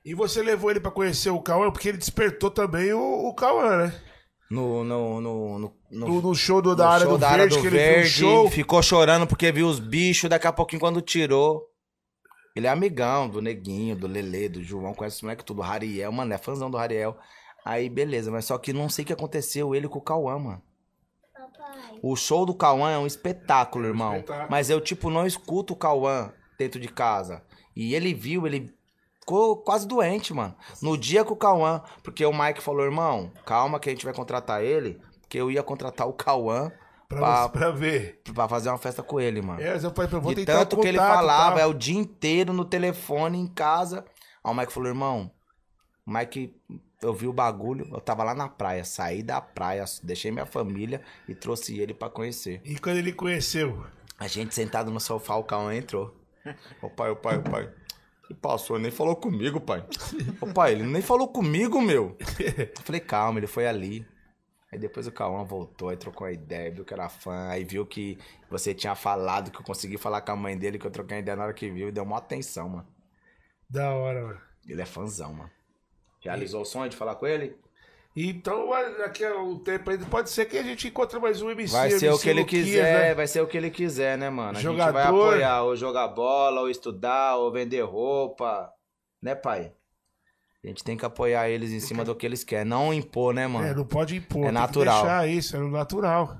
Speaker 1: E você levou ele pra conhecer o Cauã, porque ele despertou também o, o Cauã, né?
Speaker 3: No. no, no, no, no-
Speaker 1: No, no show do- da
Speaker 3: No
Speaker 1: área
Speaker 3: show
Speaker 1: do
Speaker 3: da
Speaker 1: Verde,
Speaker 3: área do
Speaker 1: que ele
Speaker 3: Verde,
Speaker 1: fez o show.
Speaker 3: ficou chorando porque viu os bichos, daqui a pouquinho quando tirou. Ele é amigão do Neguinho, do Lele, do João, conhece esse moleque tudo, Rariel, mano, é fãzão do Rariel. Aí, beleza, mas só que não sei o que aconteceu ele com o Cauã, mano. O show do Cauã é um espetáculo, irmão.
Speaker 1: espetáculo.
Speaker 3: Mas eu, tipo, não escuto o Cauã dentro de casa. E ele viu, ele ficou quase doente, mano. No dia com o Cauã. Porque o Mike falou, irmão, calma que a gente vai contratar ele. Porque eu ia contratar o Cauã
Speaker 1: Pra,
Speaker 3: Pra-
Speaker 1: você- pra ver.
Speaker 3: pra fazer uma festa com ele, mano.
Speaker 1: É, mas eu falei pra ele, vou
Speaker 3: e
Speaker 1: tentar
Speaker 3: tanto que ele
Speaker 1: contato tá?" e
Speaker 3: falava, é
Speaker 1: tal.
Speaker 3: o dia inteiro no telefone, em casa. Aí o Mike falou, irmão, Mike, eu vi o bagulho, eu tava lá na praia, saí da praia, deixei minha família e trouxe ele pra conhecer.
Speaker 1: E quando ele conheceu?
Speaker 3: A gente sentado no sofá, o Cauã entrou. Ô pai, ô pai, ô pai. Ele passou, nem falou comigo, pai. Ô pai, ele nem falou comigo, meu. Eu falei, calma, ele foi ali. Aí depois o Cauã voltou, aí trocou a ideia, viu que era fã, aí viu que você tinha falado, que eu consegui falar com a mãe dele, que eu troquei a ideia na hora que viu, e deu maior atenção, mano.
Speaker 1: Da hora, mano.
Speaker 3: Ele é fãzão, mano. Realizou o sonho de falar com ele?
Speaker 1: Então, daqui a um tempo ainda pode ser que a gente encontre mais um MC.
Speaker 3: Vai ser o
Speaker 1: MC
Speaker 3: que ele
Speaker 1: Luquinhas,
Speaker 3: quiser,
Speaker 1: né?
Speaker 3: vai ser o que ele quiser, né, mano? A gente vai
Speaker 1: Jogador.
Speaker 3: apoiar, ou jogar bola, ou estudar, ou vender roupa, né, pai? A gente tem que apoiar eles em cima do que eles querem. Não impor, né, mano?
Speaker 1: É, não pode impor.
Speaker 3: É
Speaker 1: tem que
Speaker 3: natural.
Speaker 1: deixar isso, é natural.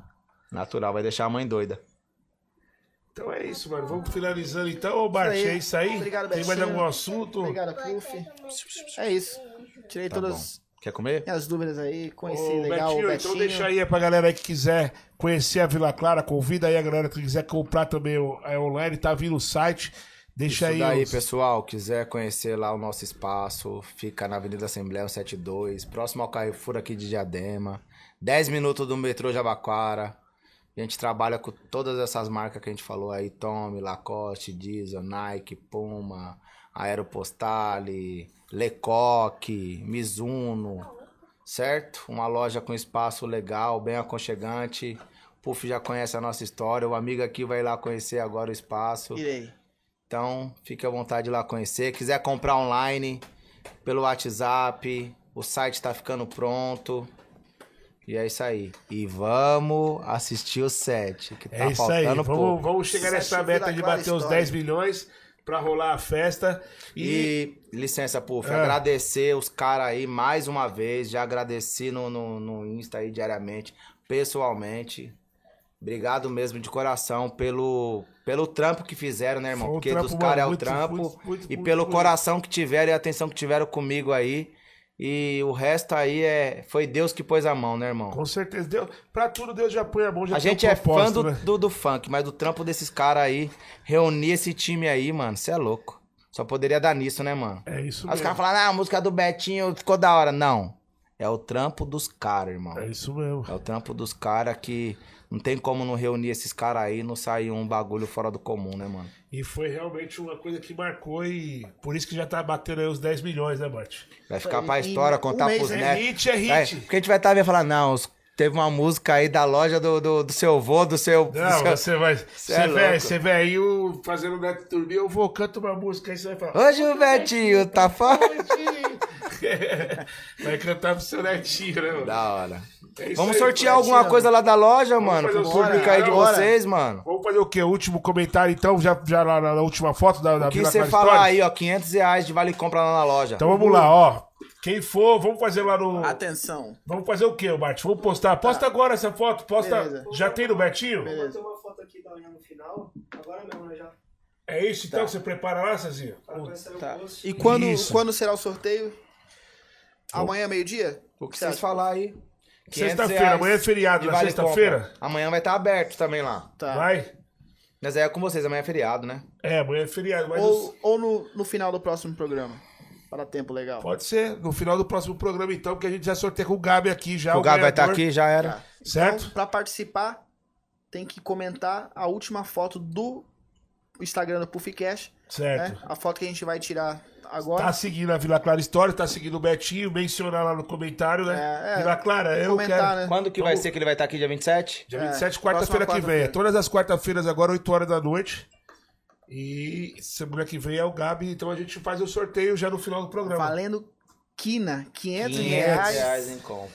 Speaker 3: Natural, vai deixar a mãe doida.
Speaker 1: Então é isso, mano. Vamos finalizando então. Ô, Bart,
Speaker 2: Isso aí.
Speaker 1: é isso aí?
Speaker 2: Obrigado,
Speaker 1: Tem mais
Speaker 2: Betinho.
Speaker 1: algum assunto?
Speaker 2: Obrigado, Puff. É isso. Tirei
Speaker 3: Tá
Speaker 2: todas
Speaker 3: bom. Quer comer?
Speaker 2: minhas dúvidas aí. Conheci
Speaker 1: Ô,
Speaker 2: legal
Speaker 1: Betinho,
Speaker 2: o Betinho.
Speaker 1: então deixa aí pra galera aí que quiser conhecer a Vila Clara, convida aí a galera que quiser comprar também o- é online, tá vindo o site. Deixa
Speaker 3: Isso
Speaker 1: aí.
Speaker 3: daí,
Speaker 1: os-
Speaker 3: pessoal, quiser conhecer lá o nosso espaço, fica na Avenida Assembleia 172, próximo ao Carrefour aqui de Diadema, 10 minutos do metrô Jabaquara. A gente trabalha com todas essas marcas que a gente falou aí, Tommy, Lacoste, Diesel, Nike, Puma, Aeropostale, Lecoque, Mizuno, certo? Uma loja com espaço legal, bem aconchegante. Puff já conhece a nossa história, o amigo aqui vai lá conhecer agora o espaço.
Speaker 2: Irei.
Speaker 3: Então, fique à vontade de ir lá conhecer. Quiser comprar online, pelo WhatsApp, o site tá ficando pronto. E é isso aí. E vamos assistir o set, que tá
Speaker 1: É isso aí.
Speaker 3: faltando
Speaker 1: Vamos,
Speaker 3: pouco.
Speaker 1: vamos chegar
Speaker 2: Sete
Speaker 1: nessa
Speaker 2: Vila
Speaker 1: meta de
Speaker 2: Clara
Speaker 1: bater os
Speaker 2: História.
Speaker 1: 10 milhões pra rolar a festa. E,
Speaker 3: E, licença, Puff,
Speaker 1: Ah.
Speaker 3: agradecer os caras aí mais uma vez. Já agradeci no, no, no Insta aí diariamente, pessoalmente. Obrigado mesmo de coração pelo, pelo trampo que fizeram, né, irmão?
Speaker 1: Foi um
Speaker 3: Porque
Speaker 1: trampo,
Speaker 3: dos caras é o
Speaker 1: mano, muito,
Speaker 3: trampo.
Speaker 1: muito, muito,
Speaker 3: e
Speaker 1: muito,
Speaker 3: pelo
Speaker 1: muito.
Speaker 3: coração que tiveram e a atenção que tiveram comigo aí. E o resto aí é foi Deus que pôs a mão, né, irmão?
Speaker 1: com certeza, Deus, pra tudo Deus já põe a mão, já
Speaker 3: A
Speaker 1: tem
Speaker 3: gente
Speaker 1: um
Speaker 3: é fã
Speaker 1: propósito,
Speaker 3: do,
Speaker 1: né?
Speaker 3: do, do funk, mas do trampo desses caras aí, reunir esse time aí, mano, você é louco. Só poderia dar nisso, né, mano?
Speaker 1: É isso
Speaker 3: Aí os caras
Speaker 1: mesmo.
Speaker 3: falaram, ah, a música do Betinho ficou da hora. Não. É o trampo dos caras, irmão.
Speaker 1: É isso mesmo.
Speaker 3: É o trampo dos caras que não tem como não reunir esses caras aí e não sair um bagulho fora do comum, né, mano?
Speaker 1: E foi realmente uma coisa que marcou e por isso que já tá batendo aí os 10 milhões, né, Bart?
Speaker 3: Vai ficar
Speaker 2: Em-
Speaker 3: pra história,
Speaker 2: um
Speaker 3: contar
Speaker 2: mês
Speaker 3: pros
Speaker 1: é
Speaker 3: netos.
Speaker 1: hit, é hit.
Speaker 3: porque a gente vai estar tá vendo e falar, não, os- teve uma música aí da loja do, do, do seu avô, do seu. do
Speaker 1: Não,
Speaker 3: seu-
Speaker 1: você vai. Você
Speaker 3: é
Speaker 1: vê,
Speaker 3: louco.
Speaker 1: você vê aí o fazendo o neto dormir, eu vou, canto uma música, aí você vai falar.
Speaker 3: Hoje o Betinho tá fora.
Speaker 1: vai cantar pro seu netinho, né, mano?
Speaker 3: Da hora.
Speaker 1: É isso
Speaker 3: Vamos
Speaker 1: aí,
Speaker 3: sortear
Speaker 1: Betinho.
Speaker 3: alguma coisa lá da loja, mano.
Speaker 1: fazer
Speaker 3: Pro
Speaker 1: um
Speaker 3: público
Speaker 1: sorteio
Speaker 3: aí de
Speaker 1: agora.
Speaker 3: vocês, mano.
Speaker 1: Vamos fazer o quê? O último comentário, então, já, já lá na, na última foto da, da
Speaker 3: O que
Speaker 1: Vila
Speaker 3: você
Speaker 1: Clara
Speaker 3: falar
Speaker 1: Stories?
Speaker 3: aí, ó, 500 reais de vale compra lá na loja.
Speaker 1: Então vamos lá, ó. Quem for, vamos fazer lá no.
Speaker 2: Ah, tá. Atenção.
Speaker 1: Vamos fazer o quê, Bart? Vamos postar. Posta agora essa foto. Posta.
Speaker 2: Beleza.
Speaker 1: Já tem no Betinho?
Speaker 2: Beleza.
Speaker 5: uma foto aqui da unha no final, agora mesmo, né? Já
Speaker 1: É isso então? que Você prepara lá, Cezinha?
Speaker 5: conhecer
Speaker 2: Tá.
Speaker 5: o post.
Speaker 2: E quando,
Speaker 1: Isso.
Speaker 2: quando será o sorteio? Amanhã, meio-dia?
Speaker 3: O que
Speaker 2: Você
Speaker 3: vocês
Speaker 2: acha?
Speaker 3: falar aí? 500
Speaker 1: Sexta-feira,
Speaker 3: reais
Speaker 1: amanhã é feriado,
Speaker 3: de
Speaker 1: na
Speaker 3: vale
Speaker 1: sexta-feira?
Speaker 3: compra. Amanhã vai estar aberto também lá.
Speaker 2: Tá.
Speaker 1: Vai?
Speaker 3: Mas é com vocês, amanhã é feriado, né?
Speaker 1: É, amanhã é feriado, mas. os-
Speaker 2: Ou, ou no, no final do próximo programa. Para tempo legal.
Speaker 1: Pode ser, no final do próximo programa, então, porque a gente já sorteia com o Gabi aqui já.
Speaker 3: o Gabi vai estar
Speaker 1: ganhador,
Speaker 3: aqui, já era.
Speaker 1: Certo?
Speaker 2: Para Então, participar, tem que comentar a última foto do Instagram do Puffcast.
Speaker 1: Certo.
Speaker 2: Né? A foto que a gente vai tirar agora.
Speaker 1: Tá seguindo a Vila Clara História, tá seguindo o Betinho, mencionar lá no comentário, né?
Speaker 2: É, é.
Speaker 1: Vila Clara, eu
Speaker 2: Comentar,
Speaker 1: quero.
Speaker 2: né?
Speaker 3: Quando que vai ser que ele vai estar aqui, dia 27?
Speaker 1: Dia
Speaker 2: É,
Speaker 1: 27,
Speaker 2: próxima
Speaker 1: quarta-feira que vem. É
Speaker 2: quarta-feira.
Speaker 1: todas as quarta-feiras, agora, 8 horas da noite. E semana que vem é o Gabi, então a gente faz o sorteio já no final do programa.
Speaker 2: Valendo quina, 500,
Speaker 3: 500
Speaker 2: reais,
Speaker 3: reais em compra.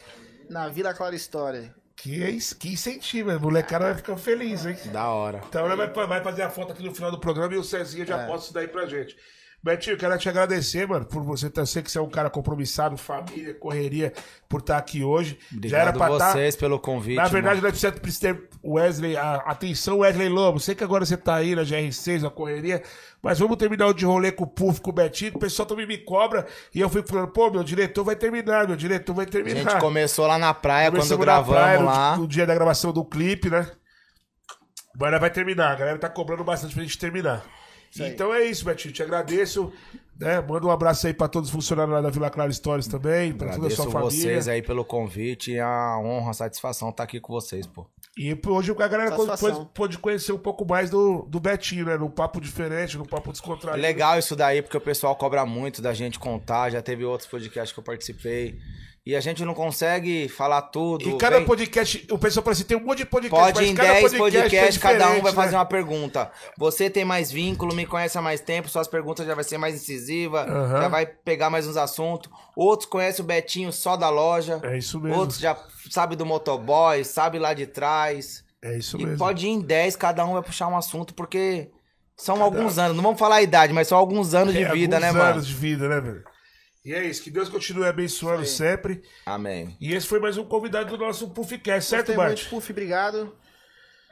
Speaker 2: na Vila Clara História.
Speaker 1: Que, é isso, que incentivo, a molecada vai ficar feliz, hein?
Speaker 3: Da hora.
Speaker 1: Então ela vai, vai fazer a foto aqui no final do programa e o Cezinha
Speaker 2: É.
Speaker 1: já posta isso daí pra gente. Betinho, quero te agradecer, mano, por você ter, eu sei que você é um cara compromissado, família, correria, por estar aqui hoje. já era
Speaker 3: Obrigado
Speaker 1: pra tá estar.
Speaker 3: vocês pelo convite.
Speaker 1: Na verdade, é nós precisamos precisamos ter Wesley, a, atenção, Wesley Lobo. Sei que agora você tá aí na GR6, na correria, mas vamos terminar o de rolê com o Puff, com o Betinho. que O pessoal também me cobra e eu fico falando, pô, meu diretor vai terminar, meu diretor vai
Speaker 3: mano.
Speaker 1: terminar.
Speaker 3: A gente começou lá na praia
Speaker 1: Começamos
Speaker 3: quando
Speaker 1: na
Speaker 3: gravamos
Speaker 1: praia, tipo, no-
Speaker 3: lá.
Speaker 1: No, dia da gravação do clipe, né? Agora vai terminar, a galera tá cobrando bastante pra gente terminar.
Speaker 2: aí.
Speaker 1: Então é isso, Betinho, te agradeço. Né? Manda um abraço aí pra todos os funcionários lá da Vila Clara Stories também, pra toda a
Speaker 3: Agradeço
Speaker 1: sua família.
Speaker 3: vocês aí pelo convite. É a honra, a satisfação estar aqui com vocês, pô.
Speaker 1: E hoje a galera co-
Speaker 2: Satisfação.
Speaker 1: pôde, pôde conhecer um pouco mais do, do Betinho, né? Num papo diferente, num papo descontraído.
Speaker 3: Legal isso daí, porque o pessoal cobra muito da gente contar. Já teve outros podcasts que eu participei. E a gente não consegue falar tudo.
Speaker 1: E cada
Speaker 3: Vem-
Speaker 1: podcast, o pessoal parece que tem um monte de podcast,
Speaker 3: Pode
Speaker 1: mas
Speaker 3: em
Speaker 1: cada
Speaker 3: 10
Speaker 1: podcast, é
Speaker 3: podcasts, cada um
Speaker 1: diferente,
Speaker 3: vai
Speaker 1: né?
Speaker 3: fazer uma pergunta. Você tem mais vínculo, me conhece há mais tempo, suas perguntas já vai ser mais incisiva,
Speaker 1: Aham.
Speaker 3: já vai pegar mais uns assuntos. Outros conhecem o Betinho só da loja.
Speaker 1: É isso mesmo.
Speaker 3: Outros já sabe do motoboy, sabe lá de trás.
Speaker 1: É isso
Speaker 3: e
Speaker 1: mesmo.
Speaker 3: pode ir em 10, cada um vai puxar um assunto, porque são alguns anos, não vamos falar a idade, mas são alguns anos
Speaker 1: um. É,
Speaker 3: de vida, né,
Speaker 1: alguns
Speaker 3: mano?
Speaker 1: anos de vida, né, velho? E é isso. Que Deus continue abençoando sempre.
Speaker 3: Amém.
Speaker 1: E esse foi mais um convidado do nosso Puffcast, certo,
Speaker 2: Gostei
Speaker 1: Bart?
Speaker 2: muito, Puff, obrigado.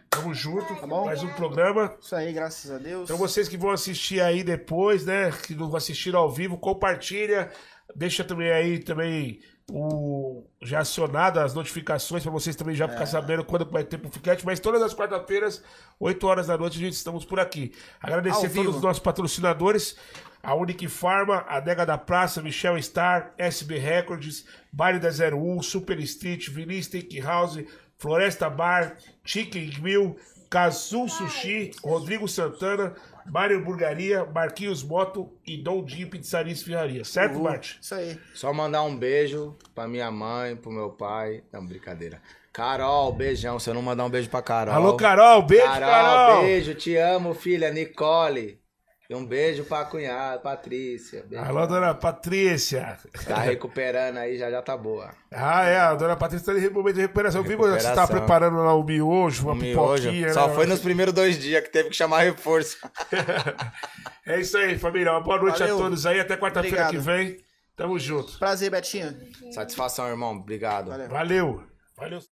Speaker 1: Tamo junto. Tá
Speaker 2: bom?
Speaker 1: Mais um programa.
Speaker 2: Isso aí, graças a Deus.
Speaker 1: Então vocês que vão assistir aí depois, né? Que não assistiram ao vivo, compartilha, deixa também aí também o já acionado as notificações para vocês também já ficar
Speaker 2: É.
Speaker 1: sabendo quando vai ter Puffcast, mas todas as quarta-feiras, 8 horas da noite, gente, estamos por aqui.
Speaker 2: Ao
Speaker 1: Agradecer a todos
Speaker 2: vivo.
Speaker 1: os nossos patrocinadores, a Unique Pharma, a Dega da Praça, Michel Star, SB Records, Baile da 01, Super Street, Vinícius Steakhouse, Floresta Bar, Chicken Grill, Kazu Sushi, Rodrigo Santana, Mário Burgaria, Marquinhos Moto e Dom Dinho Pizzaria e Esfirraria.
Speaker 3: Uh.
Speaker 1: Certo, Marte?
Speaker 2: Isso aí.
Speaker 3: Só mandar um beijo pra minha mãe, pro meu pai. Não, brincadeira. Carol, beijão. Se eu não mandar um beijo pra Carol.
Speaker 1: Alô, Carol, beijo, Carol.
Speaker 3: beijo. Te amo, filha. Nicole. E um beijo pra cunhada, Patrícia. Beijo.
Speaker 1: Alô, dona Patrícia.
Speaker 3: Tá recuperando aí, já já tá boa.
Speaker 1: Ah, é, a dona Patrícia tá em momento de recuperação. Eu vi quando você tava
Speaker 3: Recuperação.
Speaker 1: preparando lá o miojo, uma
Speaker 3: Miojo.
Speaker 1: pipoquinha.
Speaker 3: Só
Speaker 1: né?
Speaker 3: foi nos primeiros dois dias que teve que chamar reforço.
Speaker 1: É isso aí, família. Uma boa noite
Speaker 2: Valeu.
Speaker 1: a todos aí. Até quarta-feira que
Speaker 2: Obrigado.
Speaker 1: vem. Tamo junto.
Speaker 2: Prazer, Betinho.
Speaker 3: Satisfação, irmão. Obrigado.
Speaker 2: Valeu.
Speaker 1: Valeu. Valeu.